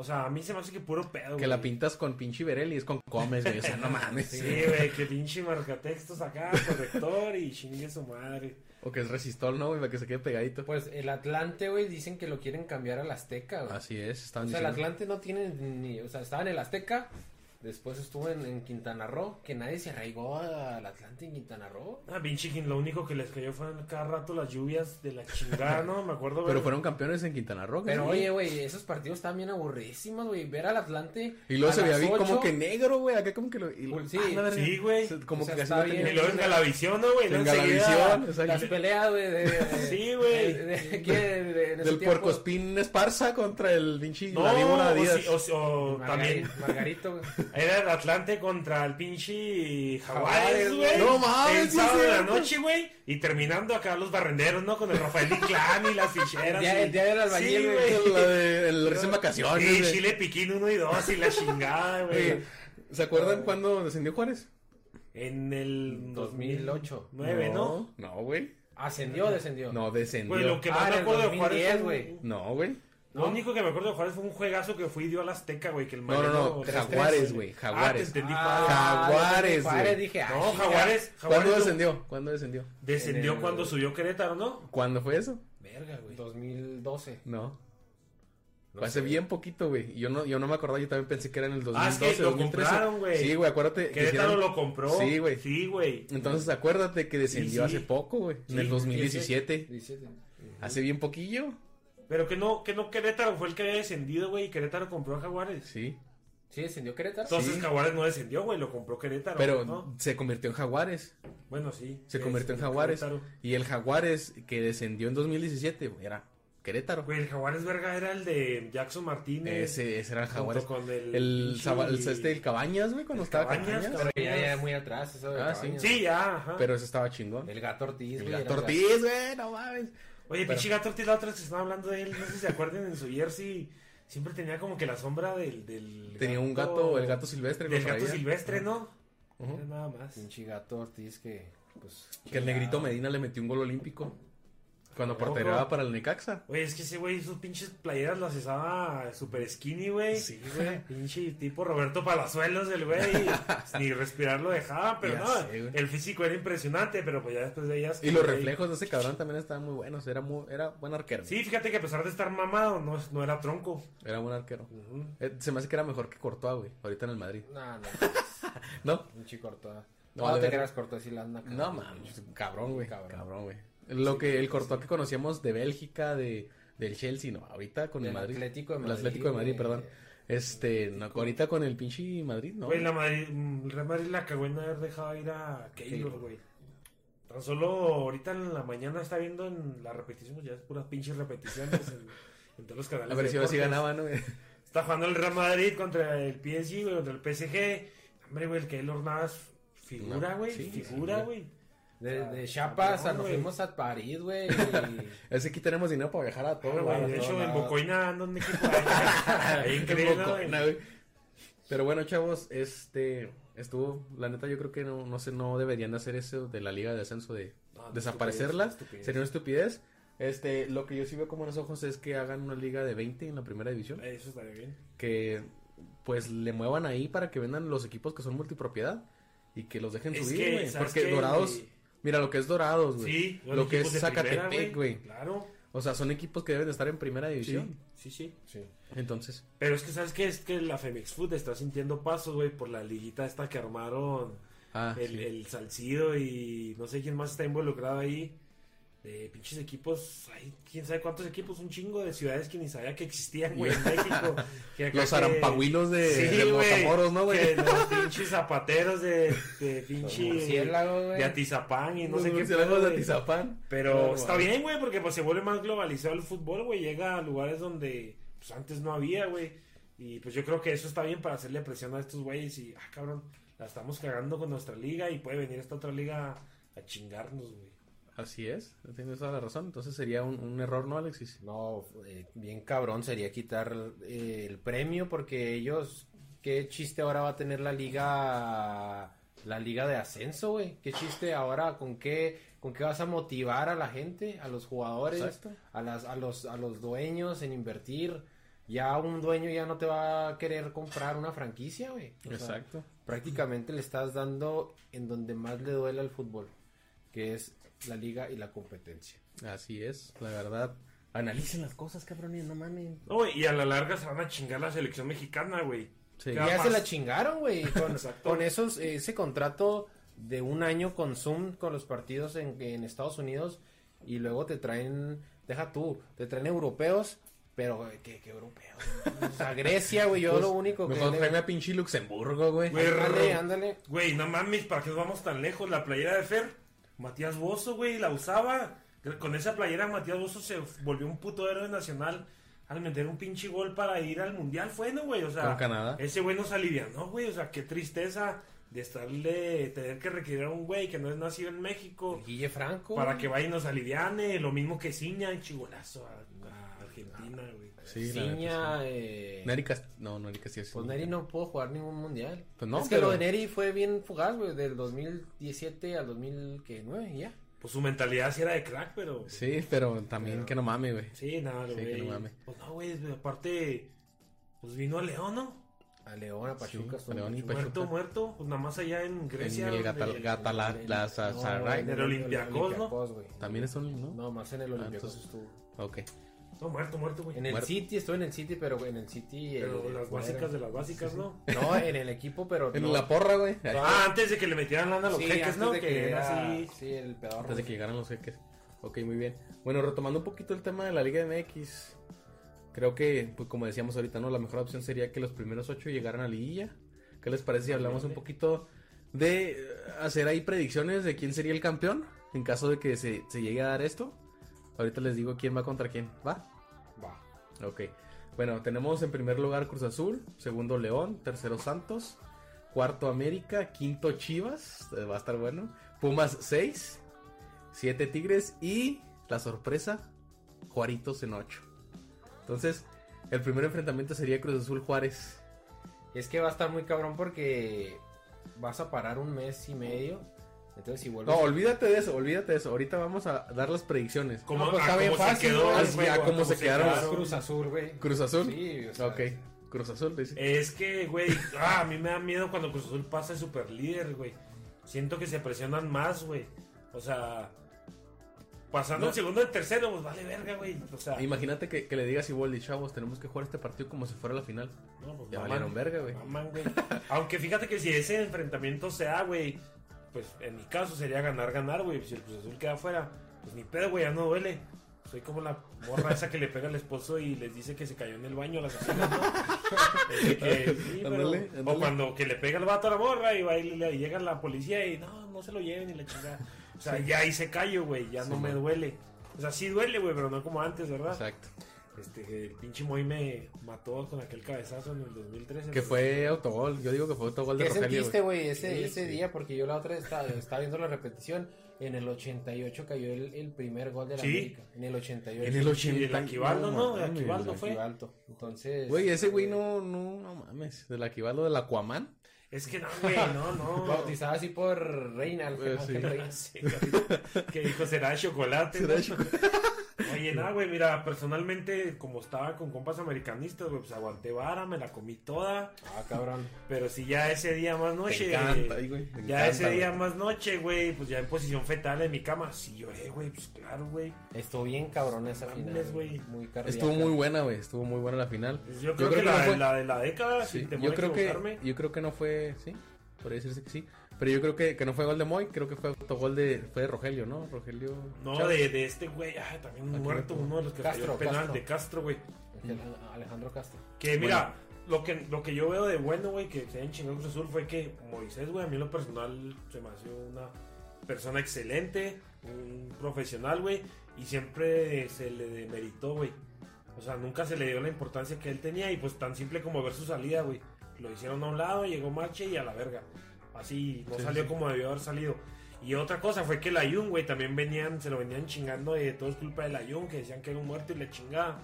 [SPEAKER 3] O sea, a mí se me hace que puro pedo,
[SPEAKER 1] Que la
[SPEAKER 3] güey.
[SPEAKER 1] pintas con pinche Berel y es con comes, güey. O sea, no mames.
[SPEAKER 3] Sí, güey, que pinche marcatextos acá, corrector y chingue su madre.
[SPEAKER 1] O que es resistol, ¿no, güey? Para que se quede pegadito.
[SPEAKER 2] Pues el Atlante, güey, dicen que lo quieren cambiar al Azteca, güey.
[SPEAKER 1] Así es,
[SPEAKER 2] O
[SPEAKER 1] estaban
[SPEAKER 2] sea, el
[SPEAKER 1] diciendo.
[SPEAKER 2] Atlante no tiene ni. O sea, estaba en el Azteca. Después estuvo en, en Quintana Roo. Que nadie se arraigó al Atlante en Quintana Roo.
[SPEAKER 3] Ah, pinche Jin, lo único que les cayó fueron cada rato las lluvias de la chingada, ¿no? Me acuerdo,
[SPEAKER 1] Pero
[SPEAKER 3] güey.
[SPEAKER 1] fueron campeones en Quintana Roo, güey.
[SPEAKER 2] Pero oye, güey, esos partidos estaban bien aburrísimos, güey. Ver al Atlante.
[SPEAKER 1] Y luego
[SPEAKER 2] a
[SPEAKER 1] se veía
[SPEAKER 2] las
[SPEAKER 1] bien como
[SPEAKER 2] ocho, Pues
[SPEAKER 1] que negro, güey. Acá como que lo. y lo-
[SPEAKER 2] Sí,
[SPEAKER 1] Ah, la verga.
[SPEAKER 3] Sí, güey.
[SPEAKER 1] Se- Como
[SPEAKER 2] O sea,
[SPEAKER 1] que casi
[SPEAKER 2] está
[SPEAKER 1] no tenía.
[SPEAKER 3] Y
[SPEAKER 2] bien.
[SPEAKER 3] luego en Galavisión, ¿no, güey?
[SPEAKER 1] En
[SPEAKER 3] Luego enseguida-
[SPEAKER 1] Galavisión,
[SPEAKER 2] Las
[SPEAKER 1] exacto.
[SPEAKER 2] peleas, güey. de- de-
[SPEAKER 3] Sí, güey.
[SPEAKER 2] de- de- que de- de- en ese
[SPEAKER 1] Del
[SPEAKER 2] tiempo-
[SPEAKER 1] puercoespín esparza contra el pinche.
[SPEAKER 3] No,
[SPEAKER 1] la víbora
[SPEAKER 3] o
[SPEAKER 1] de Díaz.
[SPEAKER 3] sí- o sí- o
[SPEAKER 2] Margari-
[SPEAKER 3] también
[SPEAKER 2] Margarito, güey.
[SPEAKER 3] era el Atlante contra el pinche Jaguares, güey.
[SPEAKER 1] No mames,
[SPEAKER 3] El
[SPEAKER 1] sí es
[SPEAKER 3] sábado de la
[SPEAKER 1] cierto.
[SPEAKER 3] noche, güey. Y terminando acá los barrenderos, ¿no? Con el Rafael Inclán y las ficheras.
[SPEAKER 2] El día-
[SPEAKER 3] y-
[SPEAKER 2] el día del albañil,
[SPEAKER 3] Sí,
[SPEAKER 2] güey.
[SPEAKER 1] La de- el recién vacaciones.
[SPEAKER 3] Sí,
[SPEAKER 1] güey.
[SPEAKER 3] Chile Piquín 1 y 2 y la chingada, güey.
[SPEAKER 1] Oye, ¿Se acuerdan cuando descendió Juárez?
[SPEAKER 3] En el
[SPEAKER 2] 2008.
[SPEAKER 3] 9, ¿no?
[SPEAKER 1] No, güey.
[SPEAKER 2] Ascendió o descendió.
[SPEAKER 1] No, descendió.
[SPEAKER 3] Güey, lo que
[SPEAKER 2] Ah,
[SPEAKER 3] más
[SPEAKER 2] en
[SPEAKER 3] me
[SPEAKER 2] el
[SPEAKER 3] acuerdo de Juárez.
[SPEAKER 2] 2010,
[SPEAKER 3] fue un-
[SPEAKER 2] güey.
[SPEAKER 1] No, güey.
[SPEAKER 3] Lo único que me acuerdo de Juárez fue un juegazo que fui y dio a la Azteca, güey. Que el
[SPEAKER 1] No, no,
[SPEAKER 3] Mariano-
[SPEAKER 1] no.
[SPEAKER 3] 3-3,
[SPEAKER 1] Jaguares, güey. Jaguares.
[SPEAKER 3] Ah, te entendí,
[SPEAKER 2] Ah,
[SPEAKER 1] Jaguares,
[SPEAKER 2] Juárez,
[SPEAKER 1] güey.
[SPEAKER 2] dije,
[SPEAKER 3] Juárez.
[SPEAKER 2] ah,
[SPEAKER 3] No,
[SPEAKER 2] chinga.
[SPEAKER 3] Jaguares.
[SPEAKER 1] ¿Cuándo
[SPEAKER 3] Jaguares lo-
[SPEAKER 1] descendió? ¿Cuándo descendió?
[SPEAKER 3] Descendió
[SPEAKER 2] En el-
[SPEAKER 3] cuando subió Querétaro, ¿no?
[SPEAKER 1] ¿Cuándo fue eso?
[SPEAKER 3] Verga, güey.
[SPEAKER 2] 2012.
[SPEAKER 1] No.
[SPEAKER 2] No
[SPEAKER 1] Fue hace
[SPEAKER 2] sé.
[SPEAKER 1] bien poquito, güey. Y Yo no, yo no me acordaba, yo también pensé que era en el 2012,
[SPEAKER 3] Ah, es que lo
[SPEAKER 1] 2013.
[SPEAKER 3] compraron, güey.
[SPEAKER 1] Sí, güey, acuérdate. que
[SPEAKER 3] Querétaro
[SPEAKER 1] hicieron-
[SPEAKER 3] lo compró.
[SPEAKER 1] Sí, güey.
[SPEAKER 3] Sí, güey.
[SPEAKER 1] Entonces acuérdate que descendió
[SPEAKER 3] Sí, sí.
[SPEAKER 1] hace poco, güey.
[SPEAKER 3] Sí,
[SPEAKER 1] en el 2017.
[SPEAKER 2] 17. Ujú.
[SPEAKER 1] Hace bien poquillo.
[SPEAKER 3] Pero que no, que no Querétaro fue el que había descendido, güey. Y Querétaro compró a Jaguares.
[SPEAKER 1] Sí.
[SPEAKER 2] Sí, descendió Querétaro.
[SPEAKER 3] Entonces
[SPEAKER 1] Sí.
[SPEAKER 3] Jaguares no descendió, güey. Lo compró Querétaro.
[SPEAKER 1] Pero
[SPEAKER 3] ¿no?
[SPEAKER 1] se convirtió en Jaguares.
[SPEAKER 3] Bueno, sí.
[SPEAKER 1] Se
[SPEAKER 3] sí,
[SPEAKER 1] convirtió en
[SPEAKER 3] descendió
[SPEAKER 1] Jaguares.
[SPEAKER 3] Este, Querétaro.
[SPEAKER 1] Y el Jaguares que descendió en 2017 güey, era Querétaro.
[SPEAKER 3] Güey, el Jaguares verga era el de Jackson Martínez.
[SPEAKER 1] Ese, ese era el
[SPEAKER 3] junto
[SPEAKER 1] Jaguares.
[SPEAKER 3] con el.
[SPEAKER 1] El,
[SPEAKER 3] pinche-
[SPEAKER 1] Zaba- el- este, el Cabañas, güey, cuando estaba
[SPEAKER 3] Cabañas,
[SPEAKER 1] Cabañas.
[SPEAKER 3] cabrón.
[SPEAKER 2] Pero ya, ya muy atrás, eso de
[SPEAKER 1] Ah,
[SPEAKER 2] Cabañas.
[SPEAKER 3] Sí, ya, ajá.
[SPEAKER 1] Pero ese estaba chingón.
[SPEAKER 2] El gato Ortiz,
[SPEAKER 1] El
[SPEAKER 2] güey, era
[SPEAKER 1] Gato Ortiz, güey, no mames.
[SPEAKER 3] Oye,
[SPEAKER 1] Pero-
[SPEAKER 3] pinche gato Ortiz, la otra vez que estaban hablando de él, no sé si se acuerdan, en su jersey siempre tenía como que la sombra del... del
[SPEAKER 1] Tenía un gato, el gato silvestre.
[SPEAKER 3] Del
[SPEAKER 1] lo
[SPEAKER 3] gato
[SPEAKER 1] traía.
[SPEAKER 3] silvestre, ¿no?
[SPEAKER 1] Ujú.
[SPEAKER 3] Era Nada más.
[SPEAKER 2] Pinche gato Ortiz que, pues...
[SPEAKER 1] Que el negrito Medina le metió un gol olímpico. Cuando
[SPEAKER 3] ¿A poco?
[SPEAKER 1] portereaba para el Necaxa.
[SPEAKER 3] Oye, es que ese güey, sus pinches playeras las usaba super skinny, güey.
[SPEAKER 1] Sí, güey.
[SPEAKER 3] Pinche tipo Roberto Palazuelos, el güey. Pues, Ni respirar lo dejaba, pero
[SPEAKER 1] Ya
[SPEAKER 3] no.
[SPEAKER 1] sé, güey.
[SPEAKER 3] el físico era impresionante, pero pues ya después veías.
[SPEAKER 1] Y
[SPEAKER 3] que,
[SPEAKER 1] los
[SPEAKER 3] güey,
[SPEAKER 1] reflejos de ese cabrón también estaban muy buenos. Era muy, era buen arquero.
[SPEAKER 3] Sí, fíjate que a pesar de estar mamado, no, no era tronco.
[SPEAKER 1] Era buen arquero.
[SPEAKER 3] Ujú.
[SPEAKER 1] Eh, se me hace que era mejor que Courtois, güey. Ahorita en el Madrid.
[SPEAKER 2] No, no,
[SPEAKER 1] ¿No?
[SPEAKER 2] pinche cortada.
[SPEAKER 1] No,
[SPEAKER 2] ¿eh? No,
[SPEAKER 1] de
[SPEAKER 2] te
[SPEAKER 1] verdad.
[SPEAKER 2] creas cortada si la anda acá.
[SPEAKER 1] No mames. Cabrón, güey.
[SPEAKER 2] Cabrón.
[SPEAKER 1] Cabrón, güey. Lo que el Courtois que conocíamos de Bélgica, de, del Chelsea, no. Ahorita con el
[SPEAKER 2] Del
[SPEAKER 1] Madrid.
[SPEAKER 2] Atlético de
[SPEAKER 1] El
[SPEAKER 2] Madrid.
[SPEAKER 1] Atlético de Madrid,
[SPEAKER 2] güey.
[SPEAKER 1] perdón. Este, no, ahorita con el pinche Madrid, ¿no?
[SPEAKER 3] Güey, la Madrid, mm, el Real Madrid la cagó en haber dejado ir a Keylor,
[SPEAKER 2] Keylor.
[SPEAKER 3] güey. Tan solo ahorita en la mañana está viendo en la repetición, pues ya es puras pinches repeticiones en, en todos los canales.
[SPEAKER 1] A ver
[SPEAKER 3] de
[SPEAKER 1] si ahora sí
[SPEAKER 3] deportes.
[SPEAKER 1] ganaba, ¿no?
[SPEAKER 3] Está jugando el Real Madrid contra el PSG, güey, contra el PSG. Hombre, güey, el Keylor nada es figura,
[SPEAKER 1] No,
[SPEAKER 3] güey,
[SPEAKER 1] sí,
[SPEAKER 3] figura,
[SPEAKER 1] sí.
[SPEAKER 3] güey.
[SPEAKER 2] De, de
[SPEAKER 3] Ah,
[SPEAKER 2] Chiapas a
[SPEAKER 3] cabrón,
[SPEAKER 2] nos
[SPEAKER 3] güey.
[SPEAKER 2] fuimos a París, güey. y-
[SPEAKER 1] Así que tenemos dinero para viajar a todo,
[SPEAKER 3] Claro,
[SPEAKER 1] güey.
[SPEAKER 3] Ah, güey, De
[SPEAKER 2] todo
[SPEAKER 3] hecho, en
[SPEAKER 2] lado.
[SPEAKER 3] Bocoina anda un equipo ahí.
[SPEAKER 1] En
[SPEAKER 3] increíble, ¿no, güey?
[SPEAKER 1] Bocona, güey. Pero bueno, chavos, este estuvo, la neta yo creo que no, no sé, no deberían hacer eso de la liga de ascenso de
[SPEAKER 3] No,
[SPEAKER 1] desaparecerla.
[SPEAKER 3] estupidez, estupidez.
[SPEAKER 1] Sería una estupidez. Este, lo que yo sí veo como en los ojos es que hagan una liga de 20 en la primera división,
[SPEAKER 3] Eh, Eso estaría bien.
[SPEAKER 1] que pues le muevan ahí para que vendan los equipos que son multipropiedad y que los dejen
[SPEAKER 3] Es
[SPEAKER 1] subir,
[SPEAKER 3] que,
[SPEAKER 1] güey,
[SPEAKER 3] ¿sabes
[SPEAKER 1] porque
[SPEAKER 3] qué,
[SPEAKER 1] Dorados,
[SPEAKER 3] güey?
[SPEAKER 1] mira lo que es Dorados, güey.
[SPEAKER 3] Sí, los
[SPEAKER 1] lo que
[SPEAKER 3] equipos
[SPEAKER 1] es
[SPEAKER 3] de primera,
[SPEAKER 1] Zacatepec, güey.
[SPEAKER 3] Claro.
[SPEAKER 1] O sea, son equipos que deben de estar en primera división.
[SPEAKER 3] Sí, sí.
[SPEAKER 2] Sí.
[SPEAKER 1] Entonces,
[SPEAKER 3] Pero es que, ¿sabes qué? Es que la Femex Food está sintiendo pasos, güey, por la liguita esta que armaron
[SPEAKER 1] ah,
[SPEAKER 3] el,
[SPEAKER 1] sí.
[SPEAKER 3] el Salcido y no sé quién más está involucrado ahí. De pinches equipos, hay quién sabe cuántos equipos, un chingo de ciudades que ni sabía que existían, güey, en México. Que acá
[SPEAKER 1] Los
[SPEAKER 3] que-
[SPEAKER 1] arampahuilos de,
[SPEAKER 3] Sí,
[SPEAKER 1] de
[SPEAKER 3] güey,
[SPEAKER 1] Matamoros, ¿no, güey?
[SPEAKER 3] que los pinches zapateros de, de pinche...
[SPEAKER 2] Murciélago, güey.
[SPEAKER 3] De Atizapán y no
[SPEAKER 1] Los
[SPEAKER 3] sé qué.
[SPEAKER 1] murciélagos
[SPEAKER 3] pedo,
[SPEAKER 1] de
[SPEAKER 3] güey.
[SPEAKER 1] Atizapán.
[SPEAKER 3] Pero
[SPEAKER 1] Claro,
[SPEAKER 3] está
[SPEAKER 1] güey.
[SPEAKER 3] bien, güey, porque pues se vuelve más globalizado el fútbol, güey. Llega a lugares donde pues, antes no había, güey. Y pues yo creo que eso está bien para hacerle presión a estos güeyes y, ah, cabrón, la estamos cagando con nuestra liga y puede venir esta otra liga a chingarnos, güey.
[SPEAKER 1] Así es, tienes toda la razón. Entonces sería un, un error, ¿no, Alexis?
[SPEAKER 2] No, eh, bien cabrón sería quitar eh, el premio porque ellos, ¿qué chiste ahora va a tener la liga, la liga de ascenso, güey? ¿Qué chiste ahora? ¿Con qué, con qué vas a motivar a la gente, a los jugadores,
[SPEAKER 1] Exacto.
[SPEAKER 2] a las, a los, a los dueños en invertir? ya un dueño ya no te va a querer comprar una franquicia, güey. O sea,
[SPEAKER 1] Exacto.
[SPEAKER 2] prácticamente le estás dando en donde más le duele al fútbol, que es la liga y la competencia.
[SPEAKER 1] Así es, la verdad. Analicen las cosas, cabrón, y no mamen.
[SPEAKER 3] No, güey, y a la larga se van a chingar la selección mexicana, güey.
[SPEAKER 1] Sí.
[SPEAKER 3] Ya
[SPEAKER 2] ya
[SPEAKER 3] más.
[SPEAKER 2] se la chingaron, güey, con,
[SPEAKER 3] Exacto.
[SPEAKER 2] con esos, ese contrato de un año con Zoom, con los partidos en, en Estados Unidos, y luego te traen, deja tú, te traen europeos, pero, güey, ¿qué, qué europeos? O sea, Grecia, güey, yo
[SPEAKER 1] Pues,
[SPEAKER 2] lo único que...
[SPEAKER 1] Mejor
[SPEAKER 2] le-
[SPEAKER 1] tráeme a pinche Luxemburgo, güey.
[SPEAKER 3] Güey,
[SPEAKER 2] Ándale,
[SPEAKER 3] ro-
[SPEAKER 2] ándale.
[SPEAKER 3] Güey, no mames, ¿para qué nos vamos tan lejos? La playera de Fer, Matías Bozo, güey, la usaba. Con esa playera Matías Bozo se volvió un puto héroe nacional al meter un pinche gol para ir al mundial. Fue, ¿no, güey? O sea,
[SPEAKER 1] Con Canadá.
[SPEAKER 3] ese güey nos alivianó, güey. O sea, qué tristeza de estarle, tener que requerir a un güey que no es nacido en México
[SPEAKER 2] Guille Franco.
[SPEAKER 3] para que vaya y nos aliviane. Lo mismo que Ciña, en chigolazo a, a Argentina, güey.
[SPEAKER 1] Sí, la neta,
[SPEAKER 2] Ciña,
[SPEAKER 1] sí.
[SPEAKER 2] eh,
[SPEAKER 1] Neri Cast- No, Neri Castillo. sí.
[SPEAKER 2] Pues Neri no pudo jugar ningún mundial.
[SPEAKER 1] Pues no,
[SPEAKER 2] es que
[SPEAKER 1] pero-
[SPEAKER 2] lo de Neri fue bien fugaz, güey, del 2017 al 2009, ya.
[SPEAKER 3] Pues su mentalidad sí era de crack, pero.
[SPEAKER 1] Sí, pero también que no mames, güey.
[SPEAKER 3] Sí, nada,
[SPEAKER 1] Sí, que
[SPEAKER 3] güey.
[SPEAKER 1] no mames.
[SPEAKER 3] pues no, güey, güey, aparte, pues vino a León, ¿no?
[SPEAKER 2] A León, a Pachuca,
[SPEAKER 1] Sí,
[SPEAKER 2] son
[SPEAKER 1] León y
[SPEAKER 2] mucho-
[SPEAKER 1] Pachuca.
[SPEAKER 3] Muerto, muerto, pues nada más allá en Grecia.
[SPEAKER 1] En el
[SPEAKER 3] donde-
[SPEAKER 1] Gatal- Gatala- la Sa-
[SPEAKER 2] No,
[SPEAKER 1] Saray.
[SPEAKER 2] en
[SPEAKER 3] el Olympiacos, ¿no?
[SPEAKER 2] Olympiacos, güey.
[SPEAKER 1] También es un, ¿no?
[SPEAKER 2] No, más en el Olympiacos
[SPEAKER 1] entonces-
[SPEAKER 2] estuvo.
[SPEAKER 1] Ok.
[SPEAKER 3] No, muerto, muerto, güey.
[SPEAKER 2] En el
[SPEAKER 1] Muerto.
[SPEAKER 2] City, estuve en el City, pero en el City. eh,
[SPEAKER 3] Pero
[SPEAKER 2] eh,
[SPEAKER 3] las
[SPEAKER 2] fuera.
[SPEAKER 3] básicas de las básicas, ¿no?
[SPEAKER 2] No, en el equipo, pero.
[SPEAKER 1] En
[SPEAKER 2] no.
[SPEAKER 1] la porra, güey. Ahí.
[SPEAKER 3] Ah, antes de que le metieran lana a los
[SPEAKER 2] Sí,
[SPEAKER 3] jeques,
[SPEAKER 2] antes
[SPEAKER 3] ¿no?
[SPEAKER 2] de
[SPEAKER 3] Que, era así.
[SPEAKER 2] Sí, el pedorro.
[SPEAKER 1] Antes de que llegaran los jeques. Ok, muy bien. Bueno, retomando un poquito el tema de la Liga MX. Creo que, pues como decíamos ahorita, ¿no? La mejor opción sería que los primeros ocho llegaran a Liguilla. ¿Qué les parece si hablamos un poquito de eh, hacer ahí predicciones de quién sería el campeón? En caso de que se, se llegue a dar esto. Ahorita les digo quién va contra quién. ¿Va?
[SPEAKER 2] Va.
[SPEAKER 1] Ok. Bueno, tenemos en primer lugar Cruz Azul, segundo León, tercero Santos, cuarto América, quinto Chivas, eh, va a estar bueno. Pumas 6, 7 Tigres y la sorpresa, Juaritos en 8. Entonces, el primer enfrentamiento sería Cruz Azul Juárez.
[SPEAKER 2] Es que va a estar muy cabrón porque vas a parar un mes y medio. Entonces, si vuelves.
[SPEAKER 1] No, olvídate de eso, olvídate de eso. Ahorita vamos a dar las predicciones.
[SPEAKER 3] Como,
[SPEAKER 2] No, pues
[SPEAKER 3] a
[SPEAKER 2] está bien
[SPEAKER 3] cómo se
[SPEAKER 2] fácil,
[SPEAKER 3] quedó
[SPEAKER 2] ¿no?
[SPEAKER 3] el
[SPEAKER 1] Ah, Ya
[SPEAKER 3] juego, a
[SPEAKER 1] cómo se quedaron
[SPEAKER 2] Vas
[SPEAKER 1] Claro.
[SPEAKER 2] Cruz Azul, güey.
[SPEAKER 1] Cruz Azul.
[SPEAKER 2] Sí, o sea,
[SPEAKER 1] ok. Cruz Azul, dice.
[SPEAKER 3] Es que, güey, ah, a mí me da miedo cuando Cruz Azul pasa de super líder, güey. Siento que se presionan más, güey. O sea, pasando
[SPEAKER 1] No.
[SPEAKER 3] el segundo al tercero, pues vale verga, güey. O sea,
[SPEAKER 1] Imagínate que, que le digas Iboldi, chavos, tenemos que jugar este partido como si fuera la final.
[SPEAKER 3] no, pues,
[SPEAKER 1] Ya
[SPEAKER 3] maman.
[SPEAKER 1] valieron verga, güey.
[SPEAKER 3] Maman, güey. Aunque fíjate que si ese enfrentamiento se da, güey, pues en mi caso sería ganar, ganar, güey. Si el Cruz Azul queda afuera, pues ni pedo, güey, ya no duele. Soy como la morra esa que le pega al esposo y les dice que se cayó en el baño a las afueras, ¿no? Así que, sí, pero-
[SPEAKER 1] Ándale, ándale.
[SPEAKER 3] O cuando que le pega el vato a la morra y va y le- y llega la policía y no, no se lo lleven y la chingada. O sea, ya ahí se callo, güey, ya
[SPEAKER 1] Sí,
[SPEAKER 3] no me
[SPEAKER 1] man.
[SPEAKER 3] duele. O sea, sí duele, güey, pero no como antes, ¿verdad?
[SPEAKER 1] Exacto.
[SPEAKER 3] Este, que el pinche Moy me mató con aquel cabezazo en el 2013.
[SPEAKER 1] Que fue autogol, yo digo que fue autogol de
[SPEAKER 2] ¿Qué
[SPEAKER 1] Rogelio.
[SPEAKER 2] sentiste,
[SPEAKER 1] güey.
[SPEAKER 2] güey, ese,
[SPEAKER 1] Sí,
[SPEAKER 2] ese
[SPEAKER 1] sí.
[SPEAKER 2] día? Porque yo la otra vez estaba, estaba viendo la repetición. En el 88 cayó el, el primer gol de la
[SPEAKER 3] Sí.
[SPEAKER 2] América. En el 88.
[SPEAKER 1] En el
[SPEAKER 3] Y
[SPEAKER 1] 80.
[SPEAKER 3] el Aquivaldo, ¿no? El
[SPEAKER 1] mames,
[SPEAKER 3] Aquivaldo
[SPEAKER 1] güey.
[SPEAKER 3] fue.
[SPEAKER 2] alto. Entonces.
[SPEAKER 1] Güey, ese güey
[SPEAKER 2] eh,
[SPEAKER 1] no, no, no mames. Del Aquivaldo, del Aquaman.
[SPEAKER 3] Es que no, güey, no, no.
[SPEAKER 2] Bautizado así por Reina.
[SPEAKER 1] Eh, sí.
[SPEAKER 3] Sí, güey. que dijo, será chocolate.
[SPEAKER 1] Será
[SPEAKER 3] no? Oye, nada, güey, mira, personalmente, como estaba con compas americanistas, güey, pues aguanté vara, me la comí toda.
[SPEAKER 2] Ah, cabrón.
[SPEAKER 3] Pero si ya ese día más noche.
[SPEAKER 1] Te encanta, ay, güey. te
[SPEAKER 3] Ya
[SPEAKER 1] encanta,
[SPEAKER 3] ese día
[SPEAKER 1] güey.
[SPEAKER 3] más noche, güey, pues ya en posición fetal en mi cama. Sí lloré, güey, pues claro, güey.
[SPEAKER 2] Estuvo bien cabrón esa
[SPEAKER 3] Mames,
[SPEAKER 2] final.
[SPEAKER 3] güey.
[SPEAKER 2] Muy cardíaca.
[SPEAKER 1] Estuvo muy buena, güey. Estuvo muy buena la final.
[SPEAKER 3] Pues Yo creo que, la,
[SPEAKER 1] no fue-
[SPEAKER 3] la de la década,
[SPEAKER 1] sí,
[SPEAKER 3] sin temor
[SPEAKER 1] yo creo
[SPEAKER 3] a
[SPEAKER 1] que
[SPEAKER 3] equivocarme.
[SPEAKER 1] yo creo que no fue, sí, podría decirse que sí, pero yo creo que, que no fue gol de Moy, creo que fue autogol de fue de Rogelio, ¿no? Rogelio.
[SPEAKER 3] No,
[SPEAKER 1] Chávez.
[SPEAKER 3] de, de este güey, ah, también
[SPEAKER 1] Aquí
[SPEAKER 3] muerto,
[SPEAKER 1] me-
[SPEAKER 3] uno de los que
[SPEAKER 2] Castro,
[SPEAKER 3] cayó el penal
[SPEAKER 2] Castro.
[SPEAKER 3] de Castro, güey.
[SPEAKER 2] Ángel- Alejandro Castro.
[SPEAKER 3] Que mira, lo que lo que yo veo de bueno, güey, que se hayan chingado Cruz Azul fue que Moisés, güey, a mí en lo personal se me hace una persona excelente, un profesional, güey, y siempre se le demeritó, güey. O sea, nunca se le dio la importancia que él tenía y pues tan simple como ver su salida, güey. Lo hicieron a un lado, llegó Marche y a la verga. Así no
[SPEAKER 1] Sí,
[SPEAKER 3] salió
[SPEAKER 1] sí.
[SPEAKER 3] como debió haber salido. Y otra cosa fue que el Ayun, güey, también venían, se lo venían chingando de todo es culpa del Ayun, que decían que era un muerto y le chingada.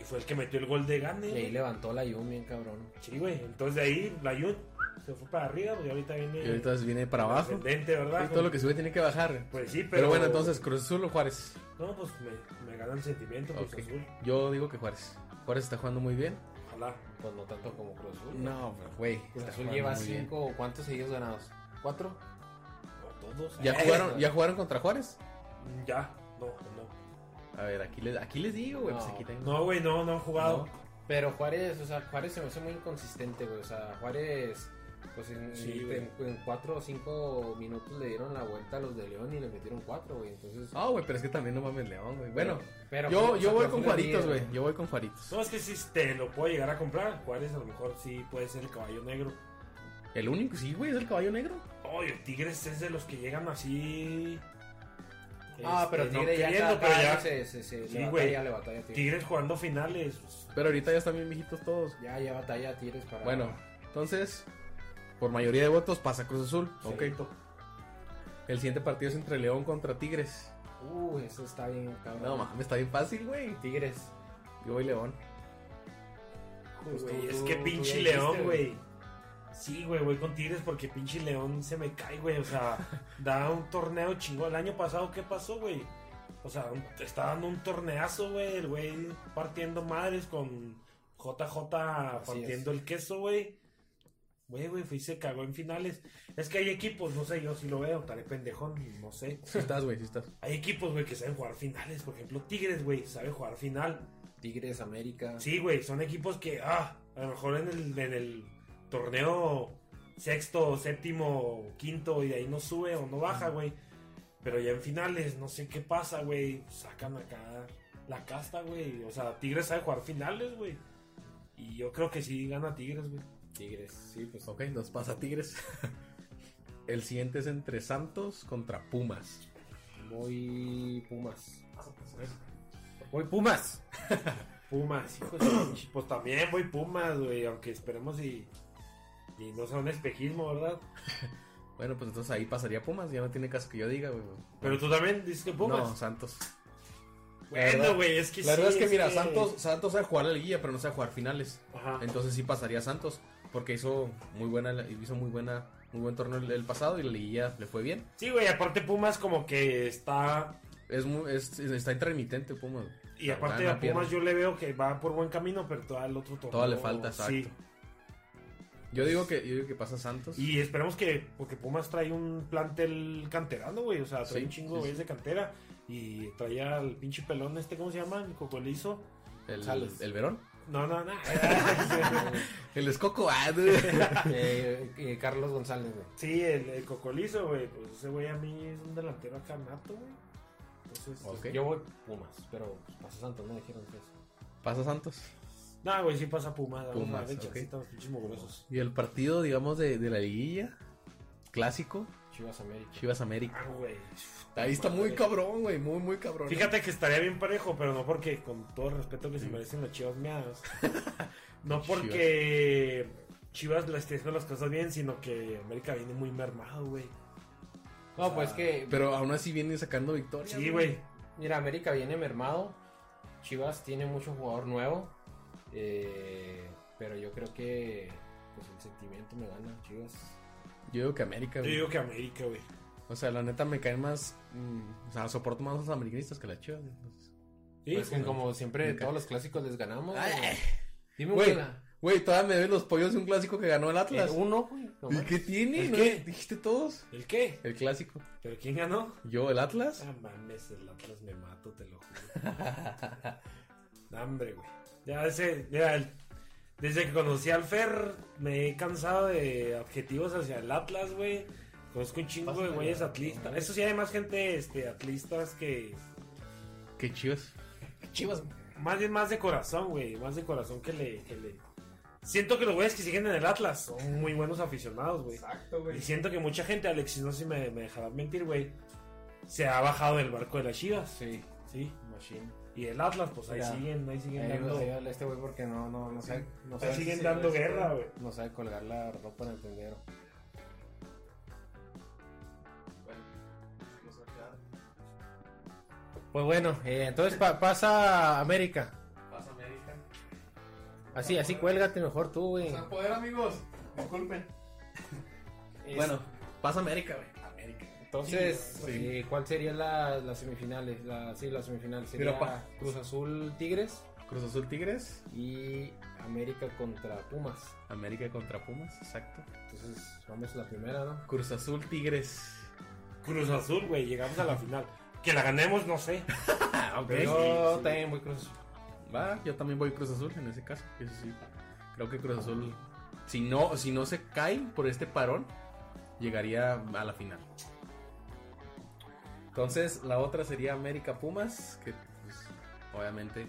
[SPEAKER 3] Y fue el que metió el gol de Gane.
[SPEAKER 2] Y
[SPEAKER 3] güey.
[SPEAKER 2] ahí levantó la Yumi, bien cabrón.
[SPEAKER 3] Sí, güey. Entonces de ahí la Yun se fue para arriba, porque ahorita viene.
[SPEAKER 1] Y ahorita viene para abajo.
[SPEAKER 3] Ascendente, ¿verdad?
[SPEAKER 1] Y todo lo que sube tiene que bajar.
[SPEAKER 3] Pues sí, pero.
[SPEAKER 1] pero bueno, entonces Cruz Azul o Juárez.
[SPEAKER 3] No, pues me, me gana el sentimiento, Cruz
[SPEAKER 1] Ok.
[SPEAKER 3] Azul.
[SPEAKER 1] Yo digo que Juárez. Juárez está jugando muy bien.
[SPEAKER 3] Ojalá.
[SPEAKER 2] Pues no tanto como Cruz Azul.
[SPEAKER 1] No, güey.
[SPEAKER 2] Cruz
[SPEAKER 1] está
[SPEAKER 2] Azul
[SPEAKER 1] jugando
[SPEAKER 2] lleva
[SPEAKER 1] muy bien.
[SPEAKER 2] cinco, o ¿cuántos seguidos ganados? ¿Cuatro?
[SPEAKER 3] Todos.
[SPEAKER 1] ¿Ya
[SPEAKER 3] Eh,
[SPEAKER 1] jugaron, ¿Ya jugaron contra Juárez?
[SPEAKER 3] Ya. No, no.
[SPEAKER 1] A ver, aquí les, aquí les digo, güey. pues
[SPEAKER 2] No.
[SPEAKER 1] aquí tengo.
[SPEAKER 3] No, güey, no, no han jugado.
[SPEAKER 2] No. Pero Juárez, o sea, Juárez se me hace muy inconsistente, güey. O sea, Juárez, pues en,
[SPEAKER 3] Sí, güey.
[SPEAKER 2] en, en cuatro o cinco minutos le dieron la vuelta a los de León y le metieron cuatro, güey. Entonces.
[SPEAKER 1] Ah, güey, pero es que también no mames León, güey. Bueno,
[SPEAKER 2] pero, pues,
[SPEAKER 1] yo, yo voy con
[SPEAKER 2] pero fue una
[SPEAKER 1] Juaritos,
[SPEAKER 2] mierda.
[SPEAKER 1] güey. Yo voy con Juaritos.
[SPEAKER 3] No, es que si te lo puedo llegar a comprar, Juárez a lo mejor sí puede ser el caballo negro.
[SPEAKER 1] El único, sí, güey, es el caballo negro.
[SPEAKER 3] Oh, y el Tigres es de los que llegan así.
[SPEAKER 2] Ah,
[SPEAKER 3] este,
[SPEAKER 2] pero
[SPEAKER 3] no
[SPEAKER 2] Tigre ya,
[SPEAKER 3] queriendo,
[SPEAKER 2] cada
[SPEAKER 3] pero
[SPEAKER 2] año
[SPEAKER 3] ya
[SPEAKER 2] Se, se, se-
[SPEAKER 3] Sí,
[SPEAKER 2] le
[SPEAKER 3] güey.
[SPEAKER 2] batalla, le batalla a Tigres.
[SPEAKER 3] Tigres jugando finales. pues,
[SPEAKER 1] Pero ahorita ya están bien viejitos todos.
[SPEAKER 2] Ya, ya batalla a Tigres para.
[SPEAKER 1] Bueno, entonces, por mayoría de votos pasa Cruz Azul.
[SPEAKER 3] sí.
[SPEAKER 1] Ok. El siguiente partido es entre León contra Tigres.
[SPEAKER 2] Uh, eso está bien, cabrón.
[SPEAKER 1] No mames, está bien fácil, güey.
[SPEAKER 2] Tigres.
[SPEAKER 1] Yo voy León.
[SPEAKER 2] Pues
[SPEAKER 3] Güey,
[SPEAKER 2] tú-
[SPEAKER 3] es
[SPEAKER 2] tú-
[SPEAKER 3] que
[SPEAKER 2] tú
[SPEAKER 3] pinche
[SPEAKER 2] ya
[SPEAKER 3] León,
[SPEAKER 2] dijiste,
[SPEAKER 3] güey. Sí, güey, voy con Tigres porque pinche León se me cae, güey. O sea, da un torneo chingo. El año pasado, ¿qué pasó, güey? O sea, un- está dando un torneazo, güey. El güey partiendo madres con JJ partiendo el queso, güey. Güey, güey, fui y se cagó en finales. Es que hay equipos, no sé, yo si lo veo, estaré pendejón, no sé.
[SPEAKER 1] Sí estás, güey, sí estás.
[SPEAKER 3] Hay equipos, güey, que saben jugar finales. Por ejemplo, Tigres, güey, sabe jugar final.
[SPEAKER 2] Tigres, América.
[SPEAKER 3] Sí, güey, son equipos que, ah, a lo mejor en el, en el torneo sexto, séptimo, quinto, y de ahí no sube o no baja, güey. Pero ya en finales, no sé qué pasa, güey. Sacan acá la casta, güey. O sea, Tigres sabe jugar finales, güey. Y yo creo que sí gana Tigres, güey.
[SPEAKER 2] Tigres, sí, pues.
[SPEAKER 1] Ok, nos pasa Tigres. El siguiente es entre Santos contra Pumas.
[SPEAKER 2] Muy Pumas. Muy Pumas.
[SPEAKER 3] Pumas, hijo de su pinche- Pues también, güey, Pumas, güey. Aunque esperemos y, y no sea un espejismo, ¿verdad?
[SPEAKER 1] Bueno, pues entonces ahí pasaría Pumas. Ya no tiene caso que yo diga, güey.
[SPEAKER 3] Pero tú también dices que Pumas.
[SPEAKER 1] No, Santos.
[SPEAKER 3] bueno, güey, es que
[SPEAKER 1] La verdad
[SPEAKER 3] sí,
[SPEAKER 1] es que, mira, Santos, Santos sabe jugar la liguilla, pero no sabe jugar finales.
[SPEAKER 3] Ajá.
[SPEAKER 1] Entonces sí pasaría Santos, porque hizo muy buena, hizo muy buena, muy buen torneo el, el pasado y la liguilla le fue bien.
[SPEAKER 3] Sí, güey, aparte Pumas como que está...
[SPEAKER 1] Es muy, es- está intermitente Pumas.
[SPEAKER 3] Y aparte
[SPEAKER 1] Gana,
[SPEAKER 3] a Pumas
[SPEAKER 1] pierde.
[SPEAKER 3] yo le veo que va por buen camino, pero todavía el otro torneo...
[SPEAKER 1] Todo le falta, exacto.
[SPEAKER 3] Sí.
[SPEAKER 1] Yo digo que, yo digo que pasa Santos.
[SPEAKER 3] Y esperemos que... Porque Pumas trae un plantel canterano, güey. O sea, trae
[SPEAKER 1] Sí,
[SPEAKER 3] un chingo
[SPEAKER 1] sí,
[SPEAKER 3] de güeyes de cantera. Y traía al pinche pelón este, ¿cómo se llama? El cocolizo.
[SPEAKER 1] el,
[SPEAKER 2] Sales.
[SPEAKER 1] el Verón.
[SPEAKER 3] No, no, no.
[SPEAKER 1] El Escoco. ah, dude.
[SPEAKER 2] Eh, eh, Carlos González, güey.
[SPEAKER 3] sí, el, el cocolizo, güey. Pues ese güey a mí es un delantero acá nato, güey. Entonces... pues,
[SPEAKER 1] Ok.
[SPEAKER 2] Yo voy Pumas, pero pues, pasa Santos, no dijeron que es.
[SPEAKER 1] pasa Santos.
[SPEAKER 3] No, güey, sí pasa Pumas.
[SPEAKER 1] Pumas,
[SPEAKER 3] Pumas, de
[SPEAKER 1] ok.
[SPEAKER 3] chancita, los pinches mugrosos.
[SPEAKER 1] Y el partido, digamos, de, de la liguilla. Clásico,
[SPEAKER 2] Chivas América.
[SPEAKER 1] Chivas América.
[SPEAKER 3] Ah, güey.
[SPEAKER 1] Ahí está muy
[SPEAKER 3] Madre.
[SPEAKER 1] cabrón, güey. Muy, muy cabrón.
[SPEAKER 3] eh.
[SPEAKER 1] ¿eh?
[SPEAKER 3] Fíjate que estaría bien parejo, pero no porque, con todo el respeto que se merecen las chivas meadas, no porque Chivas le esté haciendo las cosas bien, sino que América viene muy mermado, güey.
[SPEAKER 2] No,
[SPEAKER 3] O sea,
[SPEAKER 2] pues que.
[SPEAKER 1] Pero aún así vienen sacando victoria.
[SPEAKER 3] Sí, güey.
[SPEAKER 2] Mira, América viene mermado. Chivas tiene mucho jugador nuevo. eh, pero yo creo que. Pues el sentimiento me gana, Chivas.
[SPEAKER 1] Yo digo que América,
[SPEAKER 3] Yo
[SPEAKER 1] güey.
[SPEAKER 3] digo que América, güey.
[SPEAKER 1] O sea, la neta me caen más. mm, o sea, soporto más a los americanistas que a las chivas. güey. Entonces-
[SPEAKER 3] Sí,
[SPEAKER 2] Pues, que
[SPEAKER 1] güey.
[SPEAKER 2] como siempre,
[SPEAKER 1] Nunca.
[SPEAKER 2] todos los clásicos les ganamos. güey.
[SPEAKER 1] Ay.
[SPEAKER 2] Dime
[SPEAKER 1] Güey,
[SPEAKER 2] una.
[SPEAKER 1] Güey, todavía me ven los pollos de un clásico que ganó el
[SPEAKER 2] Eh,
[SPEAKER 1] Atlas.
[SPEAKER 2] uno, güey. no
[SPEAKER 1] ¿Y
[SPEAKER 2] más.
[SPEAKER 1] qué tiene?
[SPEAKER 3] uh, ¿El
[SPEAKER 1] ¿No
[SPEAKER 3] qué?
[SPEAKER 1] ¿Dijiste todos?
[SPEAKER 3] ¿El qué?
[SPEAKER 1] El clásico.
[SPEAKER 3] ¿Pero quién ganó?
[SPEAKER 1] Yo, el Atlas.
[SPEAKER 3] Ah, mames, el Atlas me mato, te lo juro. No, Hombre, güey. Ya ese, mira, el- desde que conocí al Fer, me he cansado de adjetivos hacia el Atlas, güey. Conozco un chingo de
[SPEAKER 2] Pásame
[SPEAKER 3] güeyes
[SPEAKER 2] la-
[SPEAKER 3] atlistas. Eso sí, hay más gente este, atlistas que.
[SPEAKER 1] Qué chivas.
[SPEAKER 2] Chivas.
[SPEAKER 3] Más bien más de corazón, güey. Más de corazón que le, que le- Siento que los güeyes que siguen en el Atlas son muy buenos aficionados, güey.
[SPEAKER 2] Exacto,
[SPEAKER 3] Y siento que mucha gente, Alexis, no sé si me, me dejará mentir, güey. Se ha bajado del barco de las chivas.
[SPEAKER 2] Sí,
[SPEAKER 3] Sí.
[SPEAKER 2] Machine.
[SPEAKER 3] Y el Atlas, pues ahí
[SPEAKER 2] Ya.
[SPEAKER 3] siguen, ahí siguen
[SPEAKER 2] Ahí
[SPEAKER 3] dando,
[SPEAKER 2] nos ayuda este güey porque no, no, no sabe. No
[SPEAKER 3] ahí
[SPEAKER 2] sabe
[SPEAKER 3] siguen
[SPEAKER 2] si-
[SPEAKER 3] dando
[SPEAKER 2] si-
[SPEAKER 3] guerra, güey.
[SPEAKER 2] No sabe colgar la ropa en el tendero. Pues bueno, eh, entonces pa- pasa a América.
[SPEAKER 1] Pasa América.
[SPEAKER 2] Así, así cuélgate mejor tú, güey.
[SPEAKER 1] poder, amigos. Disculpen.
[SPEAKER 2] Es-
[SPEAKER 1] Bueno, pasa América, güey. América.
[SPEAKER 2] Entonces,
[SPEAKER 1] Sí.
[SPEAKER 2] eh, ¿cuál sería la, las semifinales? La, sí, las semifinales
[SPEAKER 1] Pero
[SPEAKER 2] sería
[SPEAKER 1] pa-
[SPEAKER 2] Cruz Azul Tigres.
[SPEAKER 1] Cruz Azul Tigres,
[SPEAKER 2] y América contra Pumas.
[SPEAKER 1] América contra Pumas, exacto.
[SPEAKER 2] Entonces, vamos a la primera, ¿no?
[SPEAKER 1] Cruz Azul Tigres.
[SPEAKER 3] Cruz Azul, güey, llegamos a la final. Que la ganemos, no sé.
[SPEAKER 1] Ah,
[SPEAKER 3] Sí,
[SPEAKER 2] Yo
[SPEAKER 3] sí, sí.
[SPEAKER 2] también voy Cruz Azul.
[SPEAKER 1] Va, yo también voy Cruz Azul en ese caso. eso sí. Creo que Cruz Azul, si no, si no se cae por este parón, llegaría a la final. Entonces, la otra sería América Pumas, que pues, obviamente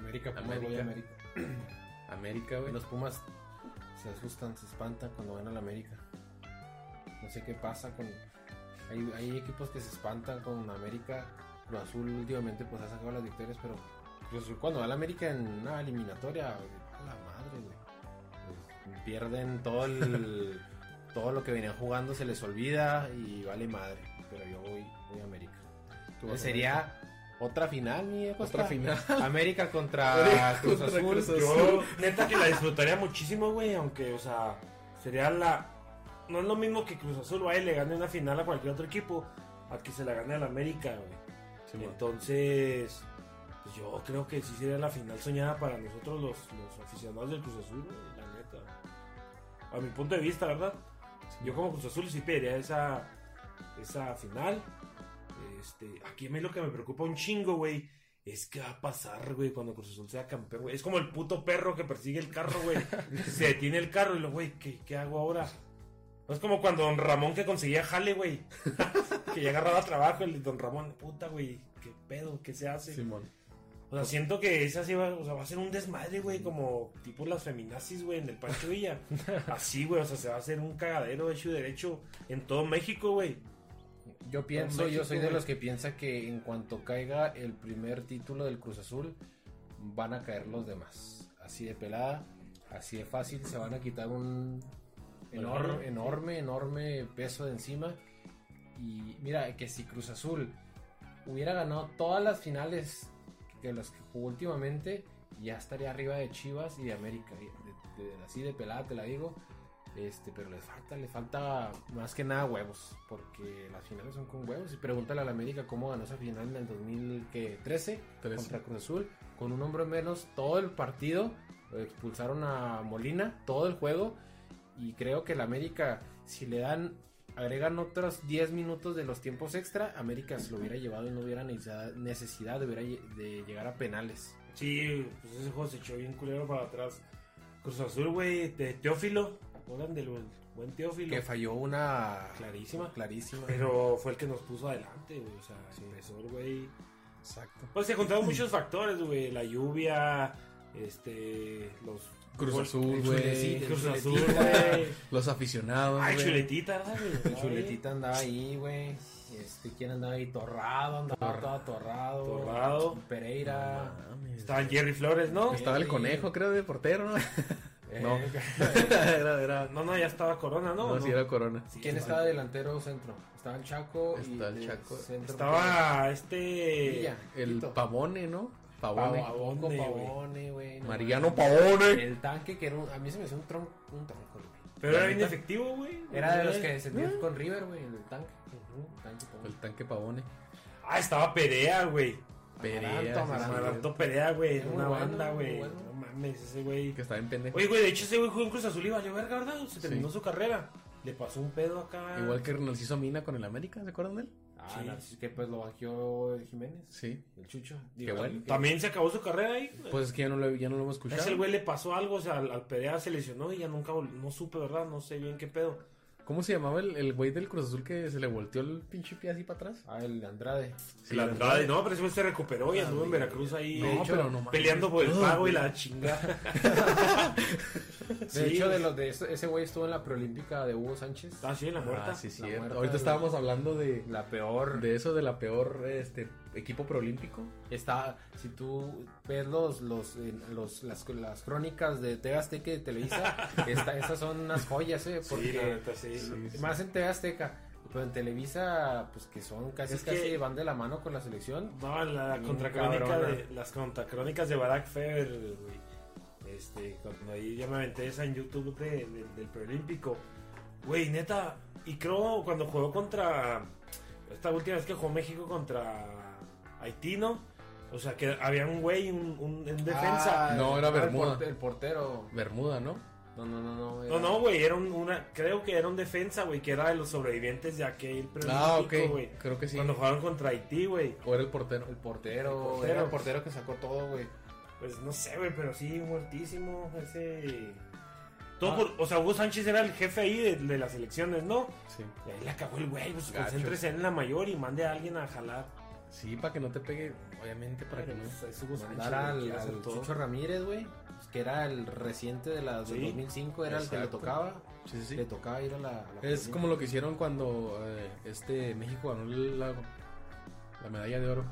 [SPEAKER 2] América, Pumas,
[SPEAKER 1] América.
[SPEAKER 2] voy a América.
[SPEAKER 1] América, güey.
[SPEAKER 2] Los Pumas se asustan, se espantan cuando van a la América. No sé qué pasa con... Hay, hay equipos que se espantan con América. Cruz Azul últimamente pues ha sacado las victorias, pero Cruz Azul cuando va a la América en una eliminatoria, a la madre, güey. Pues, pierden todo el... todo lo que venían jugando se les olvida y vale madre. Pero yo voy, voy a América.
[SPEAKER 1] Tú vas a
[SPEAKER 2] Sería pues otra final, mi Diego,
[SPEAKER 1] Otra
[SPEAKER 2] está.
[SPEAKER 1] final.
[SPEAKER 2] América contra
[SPEAKER 1] América
[SPEAKER 2] Cruz
[SPEAKER 1] contra
[SPEAKER 2] Azul.
[SPEAKER 1] Cruz Azul.
[SPEAKER 3] Yo, neta, que la disfrutaría muchísimo, güey. Aunque, o sea, sería la. No es lo mismo que Cruz Azul vaya y le gane una final a cualquier otro equipo. A que se la gane al América, güey.
[SPEAKER 1] Simón.
[SPEAKER 3] Entonces, pues yo creo que sí sería la final soñada para nosotros los, los aficionados del Cruz Azul, güey, la neta. A mi punto de vista, ¿verdad? Yo como Cruz Azul sí pediría esa, esa final. Este, aquí a mí lo que me preocupa un chingo, güey, es que va a pasar, güey, cuando Cruz Azul sea campeón, güey. Es como el puto perro que persigue el carro, güey. Se detiene el carro y lo, güey, ¿qué, ¿qué hago ahora? No es como cuando Don Ramón que conseguía jale, güey. que ya agarraba trabajo el Don Ramón. Puta, güey, qué pedo, qué se hace.
[SPEAKER 1] Simón.
[SPEAKER 3] O sea, siento que esa sí va, o sea, va a ser un desmadre, güey, como tipo las feminazis, güey, en el Pancho Villa. Así, güey, o sea, se va a hacer un cagadero hecho y derecho en todo México, güey.
[SPEAKER 2] Yo pienso,
[SPEAKER 3] México,
[SPEAKER 2] yo soy de
[SPEAKER 3] güey.
[SPEAKER 2] los que piensa que en cuanto caiga el primer título del Cruz Azul, van a caer los demás. Así de pelada, así de fácil, se van a quitar un enorme, enorme, enorme peso de encima. Y mira, que si Cruz Azul hubiera ganado todas las finales que las que jugó últimamente, ya estaría arriba de Chivas y de América. y de- de- así de pelada te la digo. Este, pero les falta, les falta más que nada huevos, porque las finales son con huevos. Y pregúntale a la América cómo ganó esa final en el 2013
[SPEAKER 1] Trece.
[SPEAKER 2] contra Cruz Azul, con un hombre menos todo el partido. lo Expulsaron a Molina todo el juego. Y creo que la América, si le dan, agregan otros 10 minutos de los tiempos extra, América se lo hubiera llevado y no hubiera necesidad, necesidad de, hubiera lle- de llegar a penales.
[SPEAKER 3] Sí, pues ese juego se echó bien culero para atrás. Cruz Azul, güey, de Teófilo. Hablan del buen- buen Teófilo.
[SPEAKER 2] Que falló una
[SPEAKER 3] Clarísima.
[SPEAKER 2] clarísima.
[SPEAKER 3] Pero fue el que nos puso adelante, güey. O sea,
[SPEAKER 2] Sí.
[SPEAKER 3] empezó el güey.
[SPEAKER 1] Exacto.
[SPEAKER 3] Pues se juntaron muchos factores, güey. La lluvia, este, los...
[SPEAKER 1] Cruz
[SPEAKER 3] gol-
[SPEAKER 1] Azul,
[SPEAKER 2] el
[SPEAKER 1] güey.
[SPEAKER 2] chuletito.
[SPEAKER 3] Cruz
[SPEAKER 2] el
[SPEAKER 3] Azul,
[SPEAKER 2] chuletita.
[SPEAKER 3] güey.
[SPEAKER 1] Los aficionados.
[SPEAKER 3] Ay,
[SPEAKER 1] güey.
[SPEAKER 3] chuletita, ¿verdad, güey?
[SPEAKER 2] El chuletita andaba ahí, güey. Este, ¿quién andaba ahí? Torrado, andaba todo atorrado.
[SPEAKER 3] Torrado.
[SPEAKER 2] Pereira.
[SPEAKER 1] No mames.
[SPEAKER 3] Estaba Jerry Flores, ¿no?
[SPEAKER 1] Estaba el conejo, creo, de portero, ¿no? No.
[SPEAKER 2] Eh,
[SPEAKER 1] era, era.
[SPEAKER 3] No, no, ya estaba Corona, ¿no?
[SPEAKER 1] No,
[SPEAKER 3] ¿O
[SPEAKER 1] si era Corona.
[SPEAKER 3] Sí,
[SPEAKER 2] ¿Quién estaba delantero centro? Estaba el Chaco. y
[SPEAKER 1] Estaba el
[SPEAKER 2] de
[SPEAKER 1] Chaco.
[SPEAKER 2] centro-
[SPEAKER 3] Estaba este...
[SPEAKER 2] Villa,
[SPEAKER 1] El
[SPEAKER 2] Tito.
[SPEAKER 1] Pavone, ¿no? Pavone.
[SPEAKER 2] Pavone, Pavone,
[SPEAKER 3] güey.
[SPEAKER 2] Pavone, güey. no
[SPEAKER 1] Mariano
[SPEAKER 2] mames.
[SPEAKER 1] Pavone.
[SPEAKER 2] El tanque que era un- A mí se me hizo un tronco, un tronco, güey.
[SPEAKER 3] Pero era
[SPEAKER 2] La
[SPEAKER 3] bien Eh.
[SPEAKER 2] neta,
[SPEAKER 3] efectivo, güey.
[SPEAKER 2] Era de los que se dio con River, güey, el tanque. El tanque Pavone.
[SPEAKER 1] El tanque Pavone.
[SPEAKER 3] Ah, estaba Perea, güey.
[SPEAKER 1] Perea,
[SPEAKER 2] Amaranto,
[SPEAKER 1] sí, sí.
[SPEAKER 3] Amaranto Perea, güey.
[SPEAKER 2] Muy
[SPEAKER 3] Una
[SPEAKER 2] bueno,
[SPEAKER 3] banda,
[SPEAKER 2] muy
[SPEAKER 3] güey.
[SPEAKER 2] bueno.
[SPEAKER 3] No mames, ese güey.
[SPEAKER 1] Que está en pendejo.
[SPEAKER 3] Oye, güey, de hecho ese güey jugó en Cruz Azul y valió verga, ¿verdad? Se terminó su carrera. Le pasó un pedo acá.
[SPEAKER 1] Igual que Narciso Mina con el América, ¿se acuerdan de él?
[SPEAKER 2] Ah,
[SPEAKER 3] Sí.
[SPEAKER 2] Narciso, que pues lo bajó el Jiménez.
[SPEAKER 1] Sí.
[SPEAKER 2] El Chucho.
[SPEAKER 1] Qué bueno.
[SPEAKER 2] el-
[SPEAKER 3] También se acabó su carrera ahí. güey.
[SPEAKER 1] Pues es que ya no lo, ya no lo hemos
[SPEAKER 3] A
[SPEAKER 1] escuchado.
[SPEAKER 3] ese güey le pasó algo, o sea, al, al Perea se lesionó y ya nunca vol- no supe, ¿verdad? No sé bien qué pedo.
[SPEAKER 1] ¿Cómo se llamaba el, el güey del Cruz Azul que se le volteó el pinche pie así para atrás?
[SPEAKER 2] Ah, el Andrade.
[SPEAKER 1] Sí, la Andrade.
[SPEAKER 3] no, pero ese Ah, güey se recuperó y anduvo en Veracruz ahí
[SPEAKER 1] No,
[SPEAKER 3] de hecho,
[SPEAKER 1] pero no mames.
[SPEAKER 3] peleando por el
[SPEAKER 1] No,
[SPEAKER 3] pago y
[SPEAKER 1] güey.
[SPEAKER 3] la chingada.
[SPEAKER 2] De
[SPEAKER 3] Sí,
[SPEAKER 2] hecho, de
[SPEAKER 3] güey.
[SPEAKER 2] los de eso- ese güey estuvo en la preolímpica de Hugo Sánchez.
[SPEAKER 3] Ah, sí, la muerta.
[SPEAKER 1] Ah, sí,
[SPEAKER 2] La
[SPEAKER 1] cierto.
[SPEAKER 2] muerta
[SPEAKER 1] Ahorita
[SPEAKER 2] de-
[SPEAKER 1] estábamos hablando de,
[SPEAKER 2] La peor.
[SPEAKER 1] de eso, de la peor este equipo proolímpico.
[SPEAKER 2] Está, si tú ves los, los, eh, los- las, las crónicas de TV Azteca y de Televisa, esta- esas son unas joyas, ¿eh? Porque
[SPEAKER 3] Sí, la neta, sí.
[SPEAKER 2] más en TV Azteca, pero en Televisa, pues que son casi,
[SPEAKER 3] Es que-
[SPEAKER 2] casi van de la mano con la selección.
[SPEAKER 3] No, la
[SPEAKER 2] Bien
[SPEAKER 3] contracrónica
[SPEAKER 2] cabrona.
[SPEAKER 3] de, las contracrónicas de Barack Feber, güey. Este, cuando ahí ya me aventé esa en YouTube de- de- del preolímpico. Güey, neta, y creo cuando jugó contra, esta última vez que jugó México contra Haití, ¿no? O sea, que había un güey, un, un- en defensa.
[SPEAKER 2] Ah,
[SPEAKER 1] No, era
[SPEAKER 2] el
[SPEAKER 1] Bermuda.
[SPEAKER 2] porte- El portero.
[SPEAKER 1] Bermuda, ¿no?
[SPEAKER 2] No, no, no, no.
[SPEAKER 3] No, no, güey, era un- una, creo que era un defensa, güey, que era de los sobrevivientes de aquel
[SPEAKER 1] Ah, ok.
[SPEAKER 3] preolímpico, güey.
[SPEAKER 1] Creo que sí.
[SPEAKER 3] Cuando jugaron contra Haití, güey.
[SPEAKER 1] O era el portero.
[SPEAKER 2] El portero.
[SPEAKER 3] El portero.
[SPEAKER 2] Era el portero que sacó todo, güey.
[SPEAKER 3] Pues no sé, güey, pero sí, muertísimo ese... Todo
[SPEAKER 2] Ah.
[SPEAKER 3] por- o sea, Hugo Sánchez era el jefe ahí de, de las elecciones, ¿no?
[SPEAKER 1] Sí.
[SPEAKER 3] Y ahí la cagó el güey, pues
[SPEAKER 1] Gacho.
[SPEAKER 3] concéntrese en la mayor y mande a alguien a jalar.
[SPEAKER 1] Sí, para que no te pegue, obviamente, para que
[SPEAKER 3] Pero,
[SPEAKER 1] no.
[SPEAKER 3] pues, es Hugo Sánchez,
[SPEAKER 2] Mandar
[SPEAKER 3] güey,
[SPEAKER 2] al,
[SPEAKER 3] quiere hacer
[SPEAKER 2] al
[SPEAKER 3] todo.
[SPEAKER 2] Chucho Ramírez, güey. pues, Que era el reciente de la del
[SPEAKER 3] Sí.
[SPEAKER 2] 2005, era el que
[SPEAKER 1] Exacto.
[SPEAKER 2] le tocaba.
[SPEAKER 1] Sí, sí, sí.
[SPEAKER 2] Le tocaba ir a la. a la
[SPEAKER 1] Es
[SPEAKER 2] Premier.
[SPEAKER 1] como lo que hicieron cuando eh, este México ganó la, la medalla de oro.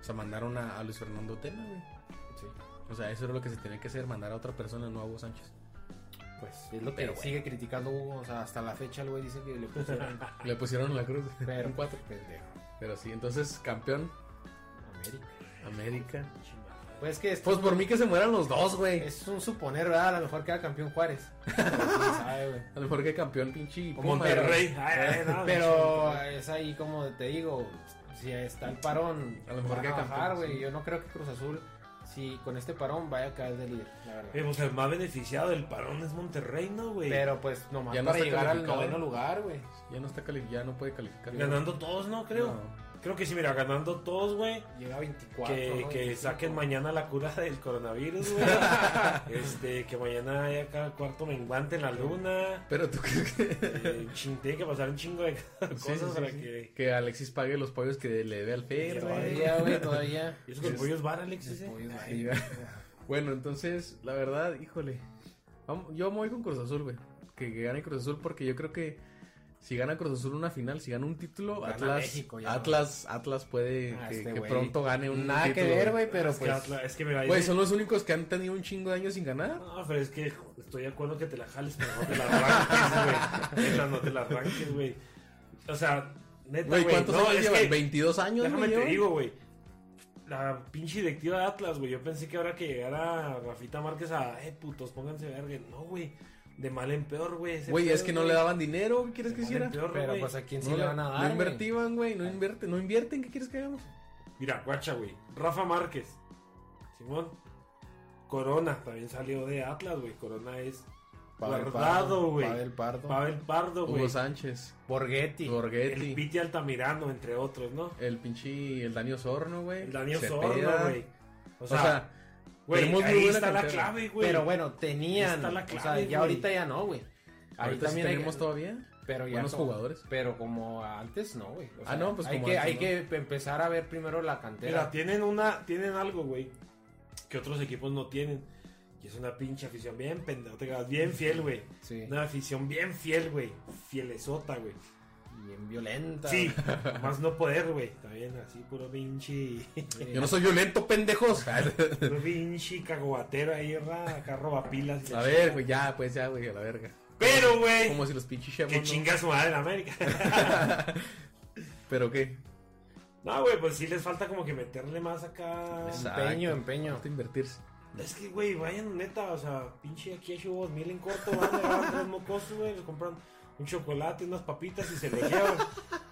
[SPEAKER 1] O sea, mandaron a, a Luis Fernando Tena, güey.
[SPEAKER 2] Sí.
[SPEAKER 1] O sea, eso era lo que se tenía que hacer, mandar a otra persona, no a Hugo Sánchez.
[SPEAKER 3] Pues,
[SPEAKER 2] Es lo que
[SPEAKER 1] Pero, güey.
[SPEAKER 2] sigue criticando Hugo. O sea, hasta la fecha el güey dice que le pusieron.
[SPEAKER 1] Le pusieron la cruz.
[SPEAKER 2] Pero,
[SPEAKER 1] un cuatro.
[SPEAKER 2] pendejo.
[SPEAKER 1] Pero sí, entonces, campeón,
[SPEAKER 2] América.
[SPEAKER 1] América.
[SPEAKER 3] chingada.
[SPEAKER 2] Pues que esto
[SPEAKER 1] Pues por mí que se mueran los dos, güey.
[SPEAKER 2] es un suponer, ¿verdad? A lo mejor queda campeón Juárez. Pero quién sabe, güey.
[SPEAKER 1] A lo mejor que campeón, pinche.
[SPEAKER 3] O
[SPEAKER 1] Puma,
[SPEAKER 3] Monterrey. Ay, ay, no,
[SPEAKER 2] Pero es ahí como te digo, si está el parón,
[SPEAKER 1] A lo mejor
[SPEAKER 2] van
[SPEAKER 1] que
[SPEAKER 2] a
[SPEAKER 1] campeón,
[SPEAKER 2] bajar, güey.
[SPEAKER 1] sí.
[SPEAKER 2] Yo no creo que Cruz Azul, si con este parón vaya a caer de líder, la verdad.
[SPEAKER 3] Eh, pues el más beneficiado del parón es Monterrey, ¿no, güey?
[SPEAKER 2] Pero pues nomás
[SPEAKER 1] Ya no
[SPEAKER 2] para
[SPEAKER 1] está
[SPEAKER 2] llegar al
[SPEAKER 1] calificado.
[SPEAKER 2] noveno lugar, güey.
[SPEAKER 1] Ya no está calificado, ya no puede calificar.
[SPEAKER 3] Ganando todos, ¿no? Creo.
[SPEAKER 1] No.
[SPEAKER 3] Creo que sí, mira, ganando todos, güey.
[SPEAKER 2] Llega a 24.
[SPEAKER 3] Que,
[SPEAKER 2] ¿no?
[SPEAKER 3] que
[SPEAKER 2] 25.
[SPEAKER 3] saquen mañana la cura del coronavirus, güey. este, que mañana haya cada cuarto menguante en la luna.
[SPEAKER 1] Pero tú crees que.
[SPEAKER 3] Eh, chin- tiene que pasar un chingo de cosas
[SPEAKER 1] Sí, sí, sí,
[SPEAKER 3] para
[SPEAKER 1] sí.
[SPEAKER 3] que.
[SPEAKER 1] Que Alexis pague los pollos que le debe al Fer, güey.
[SPEAKER 2] Todavía, güey, todavía.
[SPEAKER 3] ¿Y
[SPEAKER 1] Pues
[SPEAKER 3] eso con pollos bar, Alex? ese?
[SPEAKER 2] Pollos, güey.
[SPEAKER 1] Ay, güey. Bueno, entonces, la verdad, híjole. Vamos- yo me voy con Cruz Azul, güey. Que, que gane Cruz Azul porque yo creo que si gana Cruz Azul una final, si gana un título,
[SPEAKER 2] Gana
[SPEAKER 1] Atlas,
[SPEAKER 2] México, ya,
[SPEAKER 1] Atlas, Atlas puede
[SPEAKER 2] Ah,
[SPEAKER 1] que,
[SPEAKER 2] este
[SPEAKER 1] que
[SPEAKER 2] güey.
[SPEAKER 1] pronto gane un
[SPEAKER 2] Nada que
[SPEAKER 1] título,
[SPEAKER 2] ver, güey, pero
[SPEAKER 3] Es que
[SPEAKER 2] pues.
[SPEAKER 3] Atlas- es que mira,
[SPEAKER 1] Güey,
[SPEAKER 3] dice-
[SPEAKER 1] son los únicos que han tenido un chingo de años sin ganar.
[SPEAKER 3] No, pero es que estoy de acuerdo que te la jales, pero no te la arranques, güey. Neta, no te la arranques, güey. O sea, neta,
[SPEAKER 1] Güey,
[SPEAKER 3] güey.
[SPEAKER 1] ¿cuántos
[SPEAKER 3] no,
[SPEAKER 1] años
[SPEAKER 3] es
[SPEAKER 1] llevan?
[SPEAKER 3] que-
[SPEAKER 1] ¿22 años,
[SPEAKER 3] Déjame
[SPEAKER 1] güey,
[SPEAKER 3] te
[SPEAKER 1] llevan?
[SPEAKER 3] digo, güey. La pinche directiva de Atlas, güey. Yo pensé que ahora que llegara Rafita Márquez a, eh, putos, pónganse verga. No, güey. De mal en peor, güey. ese
[SPEAKER 1] Güey,
[SPEAKER 3] pedo,
[SPEAKER 1] es que no le daban dinero, ¿qué quieres que
[SPEAKER 3] De mal
[SPEAKER 1] hiciera?
[SPEAKER 3] en peor,
[SPEAKER 2] Pero
[SPEAKER 3] güey.
[SPEAKER 2] pues a quién sí
[SPEAKER 1] No,
[SPEAKER 2] le
[SPEAKER 1] le-
[SPEAKER 2] van a dar.
[SPEAKER 1] no
[SPEAKER 2] güey?
[SPEAKER 1] invertían, güey, no invierten, no invierten, ¿qué quieres que hagamos?
[SPEAKER 3] Mira, guacha, güey. Rafa Márquez. Simón. Corona. También salió de Atlas, güey. Corona es
[SPEAKER 2] Pavel Pardo,
[SPEAKER 3] guardado, güey.
[SPEAKER 2] Pavel Pardo.
[SPEAKER 3] Pavel Pardo, güey.
[SPEAKER 1] Hugo Sánchez,
[SPEAKER 2] Borghetti.
[SPEAKER 3] El
[SPEAKER 1] Borghetti,
[SPEAKER 3] Piti Altamirano, entre otros, ¿no?
[SPEAKER 1] el, pinche, el Dani Osorno, güey.
[SPEAKER 3] El Daniel
[SPEAKER 1] Cepeda.
[SPEAKER 3] Sordo, güey. O
[SPEAKER 1] o sea
[SPEAKER 3] sea, güey,
[SPEAKER 1] tenemos muy
[SPEAKER 3] ahí
[SPEAKER 1] buena
[SPEAKER 3] está la
[SPEAKER 1] cantera.
[SPEAKER 3] clave, güey.
[SPEAKER 2] Pero bueno, tenían.
[SPEAKER 3] Está la
[SPEAKER 2] o sea,
[SPEAKER 3] clave,
[SPEAKER 2] ya
[SPEAKER 3] güey.
[SPEAKER 2] ahorita ya no, güey. Ahí
[SPEAKER 1] Ahorita sí
[SPEAKER 2] también hay-
[SPEAKER 1] tenemos todavía
[SPEAKER 2] pero ya
[SPEAKER 1] buenos
[SPEAKER 2] como-
[SPEAKER 1] jugadores.
[SPEAKER 2] Pero como antes no, güey. O
[SPEAKER 1] Ah, no, pues
[SPEAKER 2] hay
[SPEAKER 1] como
[SPEAKER 2] que,
[SPEAKER 1] antes,
[SPEAKER 2] hay
[SPEAKER 1] ¿no?
[SPEAKER 2] que empezar a ver primero la cantera.
[SPEAKER 3] Mira, tienen una, tienen algo, güey, que otros equipos no tienen. Y es una pinche afición bien pendejo, te quedas bien fiel, güey.
[SPEAKER 2] sí.
[SPEAKER 3] Una afición bien fiel, güey. Fielesota, güey.
[SPEAKER 2] Bien violenta.
[SPEAKER 3] Sí, más no poder, güey. También así, puro pinche.
[SPEAKER 2] güey.
[SPEAKER 1] Yo no soy violento, pendejos. A
[SPEAKER 3] Puro pinche cagobatero ahí, ra, acá roba pilas. y la
[SPEAKER 1] ver,
[SPEAKER 3] chingada.
[SPEAKER 1] güey, ya, pues ya, güey, a la verga.
[SPEAKER 3] Pero, güey,
[SPEAKER 1] Como si los pinches
[SPEAKER 3] que
[SPEAKER 1] chemos.
[SPEAKER 3] chinga su madre en América.
[SPEAKER 1] Pero qué.
[SPEAKER 3] no, güey, pues sí les falta como que meterle más acá.
[SPEAKER 1] Exacto.
[SPEAKER 2] Empeño, empeño.
[SPEAKER 1] Falta invertirse.
[SPEAKER 3] Es que, güey, vayan neta, o sea, pinche aquí hay hubo mil en corto, van a llevar tres mocosos, güey, les compran un chocolate, unas papitas y se lo llevan.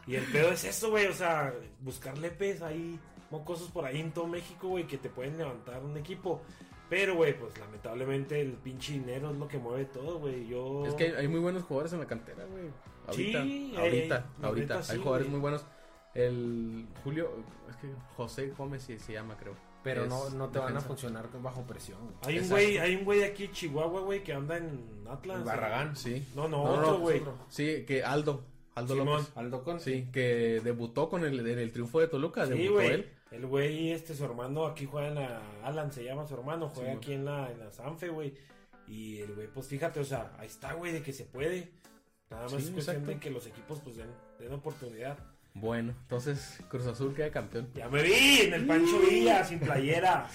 [SPEAKER 3] y el pedo es eso, güey, o sea, buscar lepes ahí, mocosos por ahí en todo México, güey, que te pueden levantar un equipo. Pero, güey, pues lamentablemente el pinche dinero es lo que mueve todo, güey. Yo.
[SPEAKER 1] Es que hay, hay muy buenos jugadores en la cantera, güey. Ahorita,
[SPEAKER 3] Sí, eh,
[SPEAKER 1] ahorita,
[SPEAKER 3] la
[SPEAKER 1] ahorita.
[SPEAKER 3] neta
[SPEAKER 1] Hay
[SPEAKER 3] sí, eh.
[SPEAKER 1] jugadores
[SPEAKER 3] güey.
[SPEAKER 1] muy buenos. El Julio, es que José Gómez sí se llama, creo.
[SPEAKER 2] Pero
[SPEAKER 1] Es
[SPEAKER 2] no, no te van a
[SPEAKER 1] defensa.
[SPEAKER 2] funcionar bajo presión. güey.
[SPEAKER 3] Hay un
[SPEAKER 1] Exacto.
[SPEAKER 3] güey, hay un güey aquí en Chihuahua, güey, que anda en Atlas.
[SPEAKER 2] El Barragán.
[SPEAKER 1] Sí.
[SPEAKER 3] No,
[SPEAKER 1] No,
[SPEAKER 3] no,
[SPEAKER 1] no,
[SPEAKER 3] otro,
[SPEAKER 1] no,
[SPEAKER 3] güey.
[SPEAKER 2] otro.
[SPEAKER 1] Sí, que Aldo. Aldo
[SPEAKER 3] Simón.
[SPEAKER 1] López.
[SPEAKER 2] Aldo Con.
[SPEAKER 1] Sí, que debutó con el, en el triunfo de Toluca.
[SPEAKER 3] Sí,
[SPEAKER 1] debutó
[SPEAKER 3] güey.
[SPEAKER 1] él.
[SPEAKER 3] El güey, este, su hermano, aquí juega en la. Alan se llama su hermano, juega
[SPEAKER 1] Sí,
[SPEAKER 3] aquí en la, en la Sanfe, güey. Y el güey, pues fíjate, o sea, ahí está, güey, de que se puede. Nada más
[SPEAKER 1] Sí,
[SPEAKER 3] es cuestión
[SPEAKER 1] exacto.
[SPEAKER 3] de que los equipos, pues, den, den oportunidad.
[SPEAKER 1] Bueno, entonces Cruz Azul queda campeón.
[SPEAKER 3] Ya me vi en el Pancho Villa, sin playera.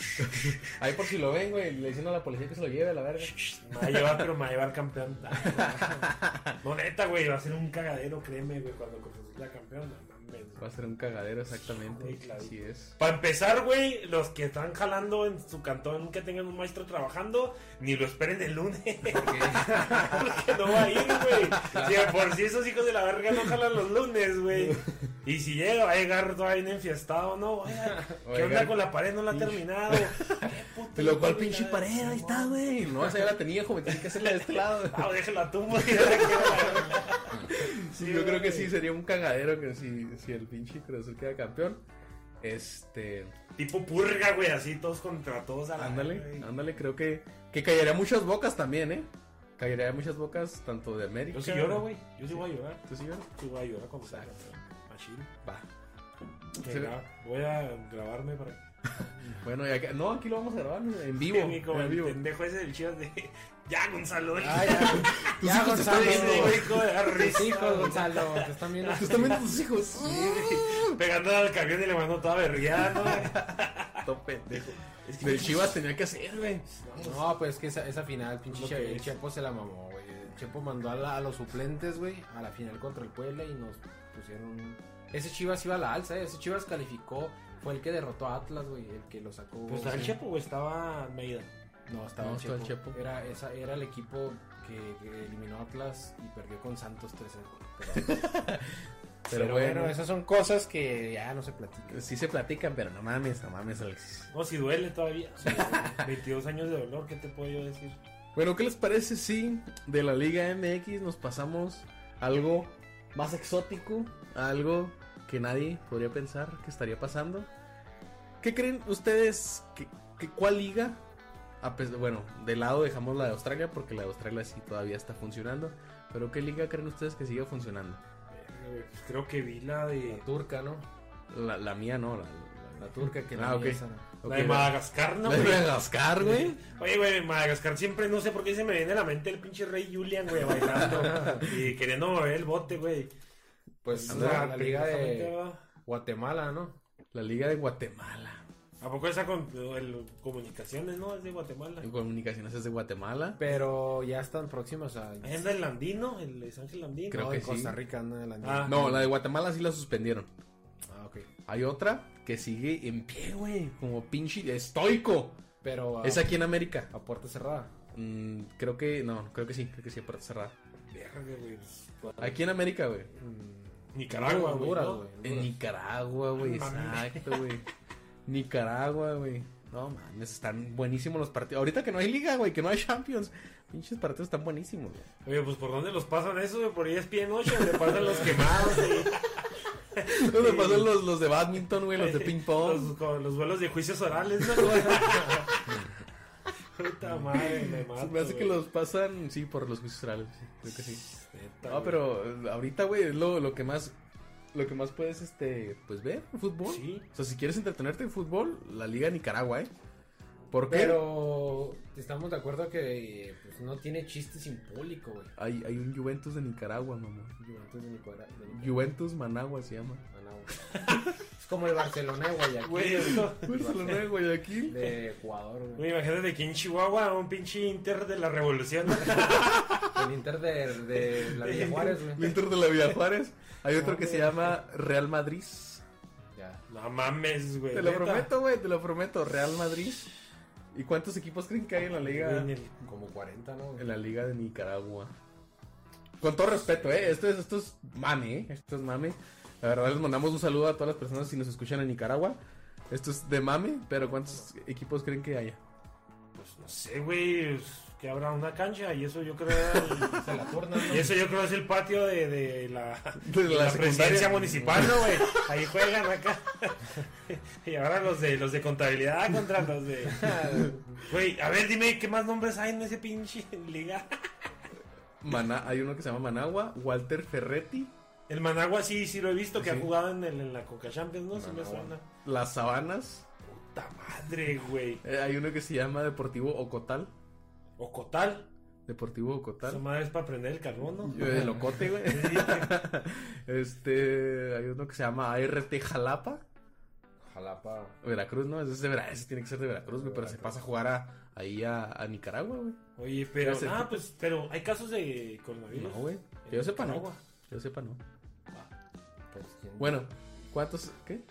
[SPEAKER 1] Ahí por si lo ven, güey, le diciendo a la policía que se lo lleve a la verga.
[SPEAKER 3] Me va a llevar, pero me va a llevar campeón. Ah, No, neta, güey, va a ser un cagadero, créeme, güey, cuando Cruz Azul sea campeón. No mames, güey.
[SPEAKER 1] Va a ser un cagadero, exactamente.
[SPEAKER 3] Güey, claro.
[SPEAKER 1] Así es.
[SPEAKER 3] Para empezar, güey, los que están jalando en su cantón que tengan un maestro trabajando, ni lo esperen el lunes. Porque no va a ir, güey. Si de por si esos hijos de la verga no jalan los lunes, güey. Y si llega, va a llegar todo ahí enfiestado, ¿no? Oiga, ¿qué onda
[SPEAKER 1] Oiga.
[SPEAKER 3] con la pared? No la ha terminado. ¿Qué puto?
[SPEAKER 1] De lo cual,
[SPEAKER 3] No
[SPEAKER 1] pinche
[SPEAKER 3] terminado,
[SPEAKER 1] pared, ahí está, güey. No, esa ya la tenía, joven, tiene que hacerla de este lado.
[SPEAKER 3] Ah, déjela tú, güey. ya la quiero, la
[SPEAKER 1] Sí, yo creo que sí, sería un cagadero que si, si el pinche Cruz Azul queda campeón. Este.
[SPEAKER 3] verdad. Tipo purga, güey, así todos contra todos. a la verga,
[SPEAKER 1] Ándale, Ah,
[SPEAKER 3] güey.
[SPEAKER 1] ándale, creo que, que callaría muchas bocas también, ¿eh? Callaría muchas bocas, tanto de América.
[SPEAKER 3] Yo sí lloro, güey. Yo sí voy a llorar.
[SPEAKER 1] ¿Tú sí lloras?
[SPEAKER 3] Sí voy a llorar cuando salga.
[SPEAKER 1] Exacto.
[SPEAKER 3] Machine.
[SPEAKER 1] Va.
[SPEAKER 3] Que
[SPEAKER 1] Sí.
[SPEAKER 3] gra- Voy a grabarme para
[SPEAKER 1] Bueno, y acá- no, aquí lo vamos a grabar ¿no? en vivo.
[SPEAKER 3] Sí, güey, como
[SPEAKER 1] en
[SPEAKER 3] el
[SPEAKER 1] vivo.
[SPEAKER 3] pendejo ese del Chivas de. Ya, Gonzalo.
[SPEAKER 2] Ah, ya.
[SPEAKER 1] Tus
[SPEAKER 2] Ya,
[SPEAKER 1] hijos te están
[SPEAKER 2] Gonzalo.
[SPEAKER 1] viendo, güey.
[SPEAKER 3] hijo de la
[SPEAKER 2] Tus
[SPEAKER 3] risa,
[SPEAKER 2] hijos,
[SPEAKER 3] güey.
[SPEAKER 2] Gonzalo, te están viendo.
[SPEAKER 1] Te están viendo tus hijos.
[SPEAKER 3] Pegándole al camión y le mandó toda berriada, ¿no, güey?
[SPEAKER 1] Todo pendejo. Pero Chivas tenía que hacer, güey.
[SPEAKER 2] No, pues es que esa, esa final, pinche
[SPEAKER 3] Lo
[SPEAKER 2] Che-
[SPEAKER 3] que
[SPEAKER 2] el
[SPEAKER 3] es.
[SPEAKER 2] Chepo se la mamó, güey. El Chepo mandó a, la- a los suplentes, güey, a la final contra el Puebla y nos pusieron... Ese Chivas iba a la alza, eh. ese Chivas calificó, fue el que derrotó a Atlas, güey, el que lo sacó.
[SPEAKER 3] Pues estaba el
[SPEAKER 2] Sí.
[SPEAKER 3] Chepo, güey, estaba Almeida.
[SPEAKER 2] No, estaba
[SPEAKER 1] No,
[SPEAKER 2] el
[SPEAKER 1] estaba
[SPEAKER 2] Chepo.
[SPEAKER 1] el Chepo.
[SPEAKER 2] Era, esa, era el equipo que, que eliminó a Atlas y perdió con Santos 3-0. Pero, pero bueno, esas son cosas que ya no se platican.
[SPEAKER 1] Sí se platican, pero no mames, no mames, Alexis.
[SPEAKER 3] No, si duele todavía. 22 años de dolor, ¿qué te puedo yo decir?
[SPEAKER 1] Bueno, ¿qué les parece si de la Liga MX nos pasamos a algo más exótico? a Algo que nadie podría pensar que estaría pasando. ¿Qué creen ustedes? Que, que ¿Cuál liga? A pes- bueno, de lado dejamos la de Australia porque la de Australia sí todavía está funcionando. Pero ¿qué liga creen ustedes que siga funcionando?
[SPEAKER 3] Verga, güey, pues creo que vi la de.
[SPEAKER 2] La turca, ¿no?
[SPEAKER 1] La, la mía no, la,
[SPEAKER 2] La turca que
[SPEAKER 1] Ah,
[SPEAKER 2] la
[SPEAKER 1] ok.
[SPEAKER 2] mía esa, ¿no?
[SPEAKER 3] La de Madagascar, ¿no?
[SPEAKER 1] La de
[SPEAKER 3] güey?
[SPEAKER 1] Madagascar, güey.
[SPEAKER 3] Oye, güey, Madagascar siempre no sé por qué se me viene a la mente el pinche rey Julian, güey, bailando y queriendo mover el bote, güey.
[SPEAKER 2] Pues
[SPEAKER 1] Anda,
[SPEAKER 2] la, la liga de
[SPEAKER 3] pendejamente, ¿va?
[SPEAKER 2] Guatemala, ¿no?
[SPEAKER 1] La Liga de Guatemala.
[SPEAKER 3] ¿A poco esa con el, comunicaciones, no? Es de Guatemala.
[SPEAKER 1] En comunicaciones es de Guatemala.
[SPEAKER 2] Pero ya están próximos a...
[SPEAKER 3] Ahí anda el Landino, el de San Ángel Landino.
[SPEAKER 1] Eh, Creo
[SPEAKER 2] no,
[SPEAKER 1] que
[SPEAKER 2] en Costa
[SPEAKER 1] sí.
[SPEAKER 2] Rica anda el año.
[SPEAKER 3] Ah.
[SPEAKER 1] No, la de Guatemala sí la suspendieron.
[SPEAKER 2] Ah, ok.
[SPEAKER 1] Hay otra que sigue en pie, güey. Como pinche estoico.
[SPEAKER 2] Pero a,
[SPEAKER 1] Es aquí en América.
[SPEAKER 2] a puerta cerrada.
[SPEAKER 1] Mm, creo que, no, creo que sí, creo que sí, a puerta cerrada.
[SPEAKER 3] Verga, güey. pues,
[SPEAKER 1] Aquí en América, güey.
[SPEAKER 2] Mm,
[SPEAKER 3] Nicaragua, güey.
[SPEAKER 2] Honduras,
[SPEAKER 3] ¿no?
[SPEAKER 2] güey.
[SPEAKER 1] En
[SPEAKER 2] Honduras.
[SPEAKER 1] Nicaragua, güey.
[SPEAKER 3] Ah, mami.
[SPEAKER 1] Exacto, güey. Nicaragua, güey. No mames, están buenísimos los partidos. Ahorita que no hay liga, güey, que no hay Champions. Pinches partidos están buenísimos, güey.
[SPEAKER 3] Oye, pues ¿por dónde los pasan eso, güey? Por E ESPN 8, le pasan los quemados, güey.
[SPEAKER 1] Los, pasan los, los de badminton, güey, los de ping pong.
[SPEAKER 3] Los, con los vuelos de juicios orales, ¿no? Puta madre, me mato,
[SPEAKER 1] Se me hace que
[SPEAKER 3] güey.
[SPEAKER 1] los pasan, sí, por los juicios orales, sí, creo que sí.
[SPEAKER 3] Neta,
[SPEAKER 1] No,
[SPEAKER 3] güey.
[SPEAKER 1] pero eh, ahorita, güey, es lo, lo que más. Lo que más puedes, este, pues ver, fútbol.
[SPEAKER 3] Sí.
[SPEAKER 1] O sea, si quieres entretenerte en fútbol, la Liga de Nicaragua, ¿eh? ¿Por qué?
[SPEAKER 2] Pero estamos de acuerdo que pues, no tiene chiste sin público, güey.
[SPEAKER 1] Hay, hay un Juventus de Nicaragua, mamá.
[SPEAKER 2] Juventus de Nicaragua. de Nicaragua.
[SPEAKER 1] Juventus Managua se llama.
[SPEAKER 2] Ah, no, güey. es como el Barcelona de Guayaquil.
[SPEAKER 3] Güey, eso-
[SPEAKER 1] Barcelona, güey, aquí.
[SPEAKER 2] De Ecuador, güey.
[SPEAKER 3] Güey, imagínate aquí en Chihuahua, un pinche Inter de la revolución. ¿no?
[SPEAKER 2] El Inter de, de la Villa Juárez,
[SPEAKER 1] El
[SPEAKER 2] güey.
[SPEAKER 1] Inter de la Villa Juárez. Hay otro
[SPEAKER 3] No,
[SPEAKER 1] que se
[SPEAKER 3] güey.
[SPEAKER 1] llama Real Madrid.
[SPEAKER 2] Ya.
[SPEAKER 3] No mames, güey.
[SPEAKER 1] Te lo
[SPEAKER 3] neta.
[SPEAKER 1] prometo, güey, te lo prometo. Real Madrid. ¿Y cuántos equipos creen que hay en la Liga?
[SPEAKER 3] Güey, en el-
[SPEAKER 2] Como 40, ¿no? güey?
[SPEAKER 1] en la Liga de Nicaragua. Con todo respeto, ¿eh? Esto es, esto es mame, ¿eh? Esto es mame. La verdad, les mandamos un saludo a todas las personas si nos escuchan en Nicaragua. Esto es de mame, pero ¿cuántos equipos creen que haya?
[SPEAKER 3] Pues no sé, güey. es Que habrá una cancha y eso yo creo. era el-
[SPEAKER 2] Se la turnan, ¿no?
[SPEAKER 3] Y eso yo creo es el patio de, de la,
[SPEAKER 1] De
[SPEAKER 3] de
[SPEAKER 1] la
[SPEAKER 3] la presidencia
[SPEAKER 1] secundaria.
[SPEAKER 3] municipal, ¿no, güey? Ahí juegan acá. Y ahora los de los de contabilidad ah, contra los de. Güey, a ver, dime qué más nombres hay en ese pinche liga.
[SPEAKER 1] Mana- hay uno que se llama Managua, Walter Ferretti,
[SPEAKER 3] El Managua sí, sí lo he visto que
[SPEAKER 1] Sí.
[SPEAKER 3] ha jugado en, el, en la Coca Champions, ¿no? Sí me
[SPEAKER 2] Managua.
[SPEAKER 3] suena.
[SPEAKER 1] Las Sabanas.
[SPEAKER 3] Puta madre, güey.
[SPEAKER 1] Eh, hay uno que se llama Deportivo Ocotal.
[SPEAKER 3] Ocotal.
[SPEAKER 1] Deportivo
[SPEAKER 3] Esa
[SPEAKER 1] Ocotal.
[SPEAKER 3] madre es para prender el carbón, ¿no?
[SPEAKER 1] Eh, El Ocote, güey. Este, hay uno que se llama ART Jalapa.
[SPEAKER 2] Jalapa.
[SPEAKER 1] Veracruz, ¿no? Ese, es de Vera- ese tiene que ser de Veracruz, güey, pero se pasa a jugar a, ahí a, a Nicaragua, güey.
[SPEAKER 3] Oye,
[SPEAKER 1] Ya
[SPEAKER 3] pero.
[SPEAKER 1] sé.
[SPEAKER 3] Ah, pues, pero hay casos de coronavirus.
[SPEAKER 1] No, güey. Que yo sepa, no.
[SPEAKER 3] Nicaragua.
[SPEAKER 1] Que yo sepa, no.
[SPEAKER 2] Pues, ¿quién-
[SPEAKER 1] Bueno, ¿cuántos? ¿Qué?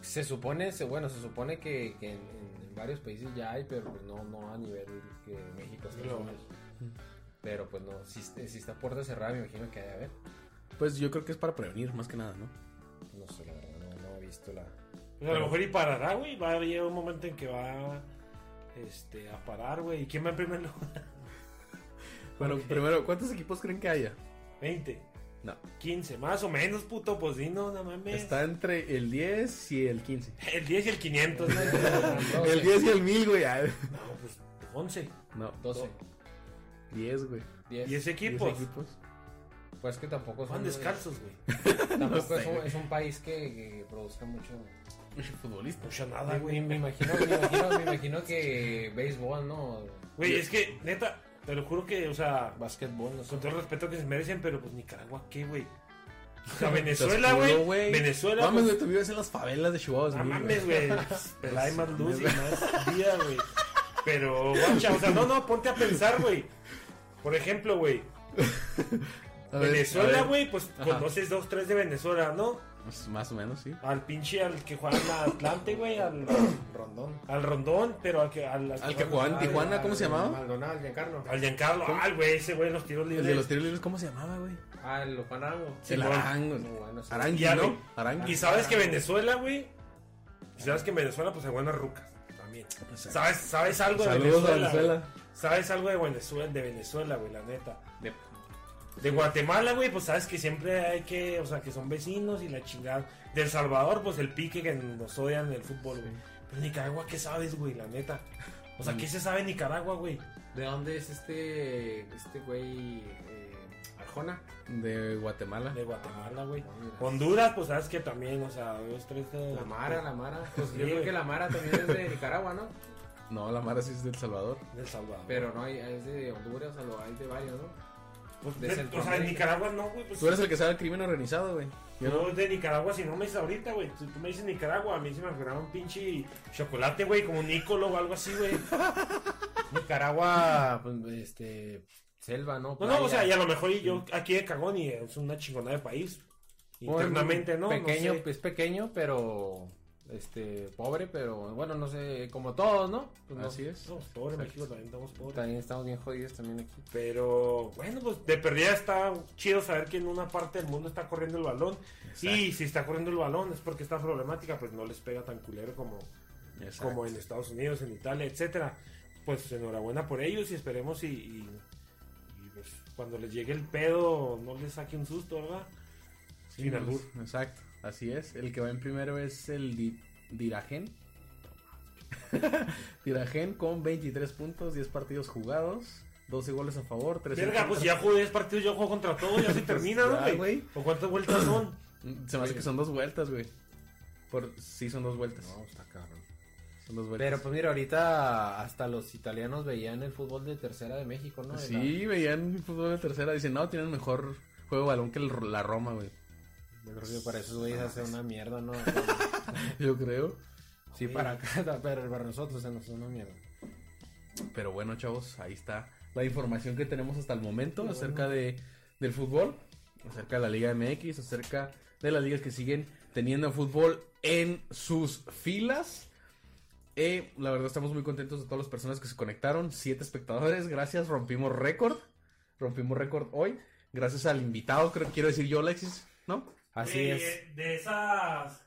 [SPEAKER 2] Se supone, se, bueno, se supone que, que en, en- en varios países ya hay, pero pues no, no a nivel que México está
[SPEAKER 3] Global.
[SPEAKER 2] haciendo. Pero pues no, si, si está puerta cerrada, me imagino que hay a ver.
[SPEAKER 1] Pues yo creo que es para prevenir, más que nada, ¿no?
[SPEAKER 2] no sé, la verdad, no, no he visto la...
[SPEAKER 3] Pues a lo mejor y parará, güey. Va a llegar un momento en que va este, a parar, güey. ¿Y quién va en primer lugar?
[SPEAKER 1] Bueno, primero, ¿cuántos equipos creen que haya?
[SPEAKER 3] 20,
[SPEAKER 1] No.
[SPEAKER 3] 15, más o menos, puto. Pues dinos, no mames.
[SPEAKER 1] Está entre el 10 y el 15.
[SPEAKER 3] El 10 y el 500, ¿no?
[SPEAKER 2] Doce.
[SPEAKER 1] El 10 y el 1000, güey. ay.
[SPEAKER 3] No, pues 11.
[SPEAKER 1] No,
[SPEAKER 2] 12,
[SPEAKER 1] 10, güey.
[SPEAKER 2] 10.
[SPEAKER 3] 10
[SPEAKER 1] 10
[SPEAKER 3] equipos.
[SPEAKER 1] equipos.
[SPEAKER 2] Pues que tampoco es
[SPEAKER 3] Van
[SPEAKER 2] un,
[SPEAKER 3] descalzos, güey.
[SPEAKER 2] tampoco es,
[SPEAKER 1] sé,
[SPEAKER 2] un,
[SPEAKER 1] güey.
[SPEAKER 2] es un país que, que produzca mucho...
[SPEAKER 1] Futbolista.
[SPEAKER 3] Mucha nada,
[SPEAKER 2] me,
[SPEAKER 3] güey.
[SPEAKER 2] me imagino, me, imagino, me imagino que béisbol, ¿no?
[SPEAKER 3] Güey, es que, neta, te lo juro que, o sea,
[SPEAKER 2] Básquetbol, no sé.
[SPEAKER 3] con todo el respeto que se merecen, pero pues Nicaragua, ¿qué, güey? O sea,
[SPEAKER 1] Te
[SPEAKER 3] Venezuela,
[SPEAKER 1] juro,
[SPEAKER 3] güey. Venezuela.
[SPEAKER 1] Mames,
[SPEAKER 3] pues,
[SPEAKER 1] güey, tú vives en las favelas de Chihuahua.
[SPEAKER 3] No
[SPEAKER 1] güey.
[SPEAKER 3] mames, güey. Pero hay más luz y más día, güey. Pero, guacha, o sea, no, no, ponte a pensar, güey. Por ejemplo, güey,
[SPEAKER 1] A ver, a
[SPEAKER 3] Venezuela,
[SPEAKER 1] ver.
[SPEAKER 3] güey, pues
[SPEAKER 1] Ajá.
[SPEAKER 3] conoces dos, tres de Venezuela, ¿no?
[SPEAKER 1] Pues, más o menos, sí.
[SPEAKER 3] Al pinche, al que juega en Atlante, güey, al,
[SPEAKER 2] Rondón.
[SPEAKER 3] al Rondón, pero al que... Al,
[SPEAKER 1] Al que jugaba en
[SPEAKER 2] Maldonado,
[SPEAKER 1] Tijuana, ¿cómo se llamaba?
[SPEAKER 2] Maldonado, Giancarlo.
[SPEAKER 3] Al Giancarlo, al güey, ese güey en los tiros
[SPEAKER 1] El
[SPEAKER 3] libres.
[SPEAKER 1] de los tiros libres, ¿cómo se llamaba, güey?
[SPEAKER 2] Ah, el Juan Arango.
[SPEAKER 1] El
[SPEAKER 3] Simón.
[SPEAKER 1] Arango.
[SPEAKER 2] Muy bueno, sí.
[SPEAKER 1] Arangui,
[SPEAKER 3] Ya,
[SPEAKER 1] ¿no?
[SPEAKER 3] güey.
[SPEAKER 1] Arangui.
[SPEAKER 3] Y sabes que Venezuela, güey. Y sabes que en Venezuela, pues hay buenas rucas también. ¿Sabes, sabes algo de
[SPEAKER 1] Saludos a
[SPEAKER 3] Venezuela?
[SPEAKER 1] Venezuela.
[SPEAKER 3] güey? Sabes algo de Venezuela, de Venezuela, güey, la neta.
[SPEAKER 1] De-
[SPEAKER 3] De Guatemala, güey, pues sabes que siempre hay que, o sea, que son vecinos y la chingada. De El Salvador, pues el pique que nos odian del fútbol, güey. Pero Nicaragua, ¿qué sabes, güey, la neta? O sea, ¿qué
[SPEAKER 2] Mm.
[SPEAKER 3] se sabe en Nicaragua, güey?
[SPEAKER 2] ¿De dónde es este este güey eh, Arjona?
[SPEAKER 1] De Guatemala.
[SPEAKER 3] De Guatemala, güey.
[SPEAKER 2] Ah, mira.
[SPEAKER 3] Honduras, pues sabes que también, o sea, dos, tres de...
[SPEAKER 2] La Mara, la Mara. Pues
[SPEAKER 3] Sí,
[SPEAKER 2] yo creo
[SPEAKER 3] güey.
[SPEAKER 2] que la Mara también es de Nicaragua, ¿no?
[SPEAKER 1] No, la Mara sí es de El Salvador.
[SPEAKER 3] del Salvador.
[SPEAKER 2] Pero no, hay- es de Honduras, o sea, lo hay de varios, ¿no?
[SPEAKER 3] Pues,
[SPEAKER 2] De
[SPEAKER 3] de- o sea,
[SPEAKER 2] Centroamérica.
[SPEAKER 3] en Nicaragua no, güey. Pues,
[SPEAKER 1] Tú eres el que sabe el crimen organizado, güey. Yo no.
[SPEAKER 3] Yo de Nicaragua, si no me dices ahorita, güey. Si tú me dices Nicaragua, a mí se me figuraba un pinche chocolate, güey, como un Nicolo o algo así, güey.
[SPEAKER 2] Nicaragua, pues, este, selva, ¿no?
[SPEAKER 3] No, no, o sea, y a lo mejor y yo aquí de cagón y es una chingonada de país. Internamente, ¿no?
[SPEAKER 2] Pequeño,
[SPEAKER 3] no sé.
[SPEAKER 2] es pequeño, pero, este, pobre, pero, bueno, no sé, como todos, ¿no? Pues no,
[SPEAKER 1] Así es.
[SPEAKER 3] No, pobre México también estamos pobres.
[SPEAKER 2] También estamos bien jodidos también aquí.
[SPEAKER 3] Pero bueno, pues de perdida está chido saber que en una parte del mundo está corriendo el balón. Y si está corriendo el balón es porque está problemática, pues no les pega tan culero como,
[SPEAKER 1] Exacto.
[SPEAKER 3] como en Estados Unidos, en Italia, etcétera. Pues enhorabuena por ellos y esperemos y, y- y, pues, cuando les llegue el pedo no les saque un susto, ¿verdad?
[SPEAKER 1] Sí,
[SPEAKER 3] Sin
[SPEAKER 1] pues,
[SPEAKER 3] albur.
[SPEAKER 1] Exacto. Así es. El que va en primero es el Di- Diragen. Diragen con 23 puntos, 10 partidos jugados, 12 goles a favor, 13
[SPEAKER 3] Verga, pues ya jugué 10 partidos, yo juego contra todos, ya se termina,
[SPEAKER 1] Pues ya,
[SPEAKER 3] ¿no, güey? Mm,
[SPEAKER 1] güey.
[SPEAKER 3] ¿O cuántas vueltas son?
[SPEAKER 1] Se me hace que son dos vueltas, güey. Por... Sí, son dos vueltas.
[SPEAKER 2] está cabrón.
[SPEAKER 1] Son dos vueltas.
[SPEAKER 2] Pero pues mira, ahorita hasta los italianos veían el fútbol de tercera de México, ¿no? De
[SPEAKER 1] Sí, veían fútbol de tercera. Dicen, no, tienen mejor juego de balón que el- la Roma, güey.
[SPEAKER 2] la- Yo creo que para esos güeyes hace una mierda, ¿no?
[SPEAKER 1] Yo creo.
[SPEAKER 2] sí, para acá, pero para nosotros se nos hace una mierda.
[SPEAKER 1] Pero bueno, chavos, ahí está la información que tenemos hasta el momento acerca de, del fútbol, acerca de la Liga MX, acerca de las ligas que siguen teniendo fútbol en sus filas. Eh, la verdad estamos muy contentos de todas las personas que se conectaron. Siete espectadores, gracias, rompimos récord. Rompimos récord hoy. Gracias al invitado, creo quiero decir yo, Alexis, ¿no?
[SPEAKER 2] Así
[SPEAKER 3] Güey,
[SPEAKER 2] es.
[SPEAKER 3] eh, De esas,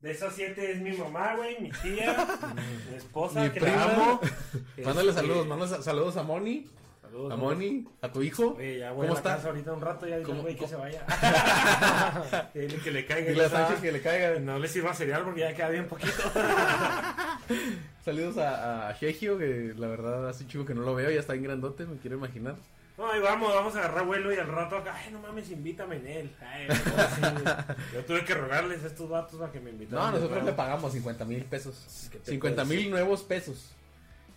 [SPEAKER 3] de esas siete es mi mamá, güey, mi tía, mi esposa,
[SPEAKER 1] Mi
[SPEAKER 3] que
[SPEAKER 1] prima.
[SPEAKER 3] la amo.
[SPEAKER 1] Mándale
[SPEAKER 3] Este, pues,
[SPEAKER 1] saludos, mándale sa- saludos a Moni,
[SPEAKER 3] saludos.
[SPEAKER 1] a Moni, a tu hijo.
[SPEAKER 3] Oye, ya voy
[SPEAKER 1] ¿Cómo
[SPEAKER 3] a la
[SPEAKER 1] está?
[SPEAKER 3] casa ahorita un rato, ya dile al
[SPEAKER 1] ¿Cómo-
[SPEAKER 3] güey que
[SPEAKER 1] cómo?
[SPEAKER 3] se vaya. Dile que le caiga.
[SPEAKER 1] Dile a
[SPEAKER 3] ya sabe.
[SPEAKER 1] Sánchez que le caiga.
[SPEAKER 3] No le sirva cereal porque ya queda bien poquito.
[SPEAKER 1] Saludos a, a Sergio, que la verdad hace un chico que no lo veo, ya está en grandote, me quiero imaginar.
[SPEAKER 3] No, ahí vamos, vamos a agarrar vuelo y al rato acá, ay, no mames, invítame en él. Ay, no, sí, güey. yo tuve que rogarles a estos vatos para que me
[SPEAKER 1] No,
[SPEAKER 3] invitaran. de
[SPEAKER 1] nosotros le
[SPEAKER 3] nuevo.
[SPEAKER 1] pagamos 50 mil pesos.
[SPEAKER 3] Es que te
[SPEAKER 1] 50
[SPEAKER 3] puedes-
[SPEAKER 1] mil nuevos pesos.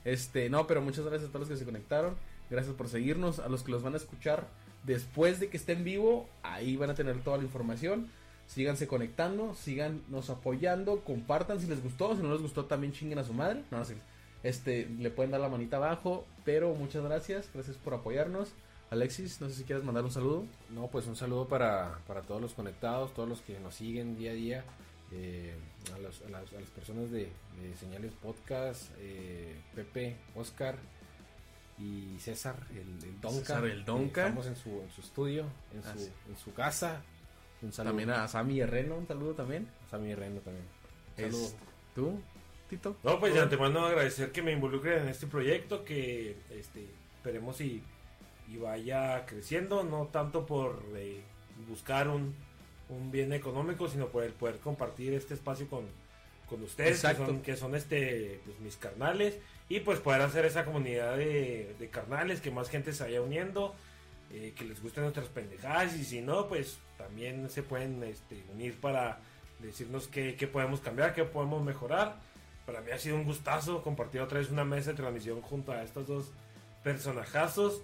[SPEAKER 1] Este, no, pero muchas gracias a todos los que se conectaron. Gracias por seguirnos. A los que los van a escuchar después de que esté en vivo, ahí van a tener toda la información. Síganse conectando, síganos apoyando, compartan si les gustó, si no les gustó también chinguen a su madre. No, no sé. Este, le pueden dar la manita abajo, pero muchas gracias, gracias por apoyarnos. Alexis, no sé si quieres mandar un saludo.
[SPEAKER 2] No, pues un saludo para, para todos los conectados, todos los que nos siguen día a día, eh, a, los- a las, a las personas de, de Señales Podcast, eh, Pepe, Oscar y César, el, Eh, el Donca.
[SPEAKER 1] César, el Donca.
[SPEAKER 2] Estamos en su, en su estudio, en
[SPEAKER 1] Así.
[SPEAKER 2] su, en su casa. Un saludo.
[SPEAKER 1] También a Sammy Herreno, un saludo también.
[SPEAKER 2] a Sammy Herrero también.
[SPEAKER 1] Es-
[SPEAKER 2] Saludo.
[SPEAKER 1] ¿Tú, Tito?
[SPEAKER 3] No, pues de antemano agradecer que me involucren en este proyecto, que este, esperemos y, y vaya creciendo, no tanto por eh, buscar un, un bien económico, sino por el poder compartir este espacio con, con ustedes, que
[SPEAKER 1] Exacto.
[SPEAKER 3] son, que son, este, pues, mis carnales, y pues poder hacer esa comunidad de, de carnales, que más gente se vaya uniendo, eh, que les gusten nuestras pendejadas, y si no, pues también se pueden este, unir para decirnos qué, qué podemos cambiar, qué podemos mejorar. Para mí ha sido un gustazo compartir otra vez una mesa de transmisión junto a estos dos personajazos.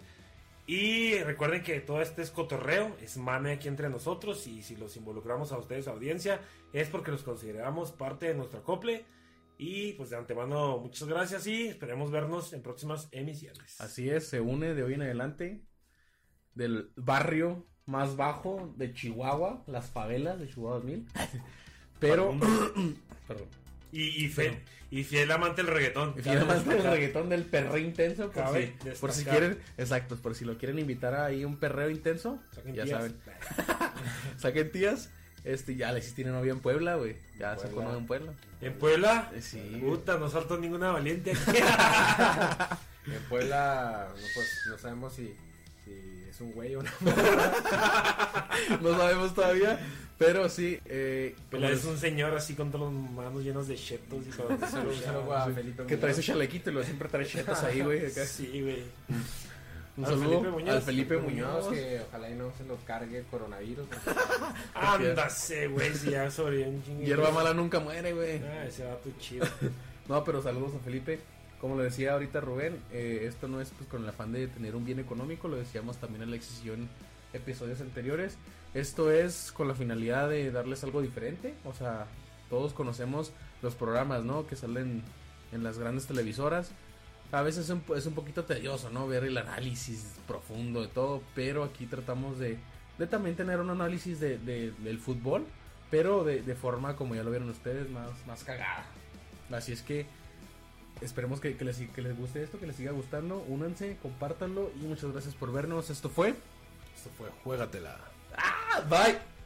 [SPEAKER 3] Y recuerden que todo este es cotorreo, es mame aquí entre nosotros y si los involucramos a ustedes, audiencia, es porque los consideramos parte de nuestro acople. Y pues de antemano, muchas gracias y esperemos vernos en próximas emisiones.
[SPEAKER 1] Así es, se une de hoy en adelante del barrio más bajo de Chihuahua, las favelas de Chihuahua 2000. Pero, perdón,
[SPEAKER 3] Y, y, fe- y fiel amante del reggaetón.
[SPEAKER 1] y además del reggaetón del perreo intenso, por
[SPEAKER 3] Cabe
[SPEAKER 1] si, por si
[SPEAKER 3] destacar.
[SPEAKER 1] quieren, exacto, por si lo quieren invitar ahí un perreo intenso,
[SPEAKER 3] Saquen
[SPEAKER 1] ya
[SPEAKER 3] tías.
[SPEAKER 1] saben, saquen tías. Este, ya Alexis tiene novia en Puebla, güey. Ya
[SPEAKER 2] En
[SPEAKER 1] sacó
[SPEAKER 2] Puebla.
[SPEAKER 1] novia en Puebla.
[SPEAKER 3] En Puebla,
[SPEAKER 1] Eh, Sí.
[SPEAKER 3] puta, no saltó ninguna valiente aquí.
[SPEAKER 2] En Puebla, no, pues, no sabemos si, si es un güey o no.
[SPEAKER 1] No sabemos todavía, pero sí. Eh,
[SPEAKER 3] Puebla
[SPEAKER 1] pues,
[SPEAKER 3] es un señor así con todas las manos llenas de chetos y con
[SPEAKER 2] Solo un saludo a Felipe.
[SPEAKER 1] que trae su
[SPEAKER 2] Muñoz.
[SPEAKER 1] chalequito y lo siempre trae chetos ahí, güey. acá.
[SPEAKER 3] Sí, güey.
[SPEAKER 1] Un
[SPEAKER 3] Al
[SPEAKER 1] saludo
[SPEAKER 3] Felipe Muñoz.
[SPEAKER 1] al Felipe Muñoz.
[SPEAKER 2] Que ojalá y no se lo cargue el coronavirus. porque
[SPEAKER 3] Ándase, güey, si ya sobrevivió un chingo.
[SPEAKER 1] Hierba mala nunca muere, güey.
[SPEAKER 3] Ah, ese vato chido.
[SPEAKER 1] No, pero saludos a Felipe. Como lo decía ahorita Rubén, eh, esto no es pues, con el afán de tener un bien económico, lo decíamos también Alexis y yo en episodios anteriores. Esto es con la finalidad de darles algo diferente. O sea, todos conocemos los programas, ¿no? Que salen en las grandes televisoras. A veces es un, es un poquito tedioso, ¿no? Ver el análisis profundo de todo, pero aquí tratamos de, de también tener un análisis de, de- del fútbol, pero de, de forma, como ya lo vieron ustedes, más, más cagada. Así es que esperemos que, que les, que les guste esto, que les siga gustando. Únanse, compártanlo y muchas gracias por vernos. Esto fue.
[SPEAKER 2] Esto fue Juégatela.
[SPEAKER 1] ¡Ah! ¡Bye!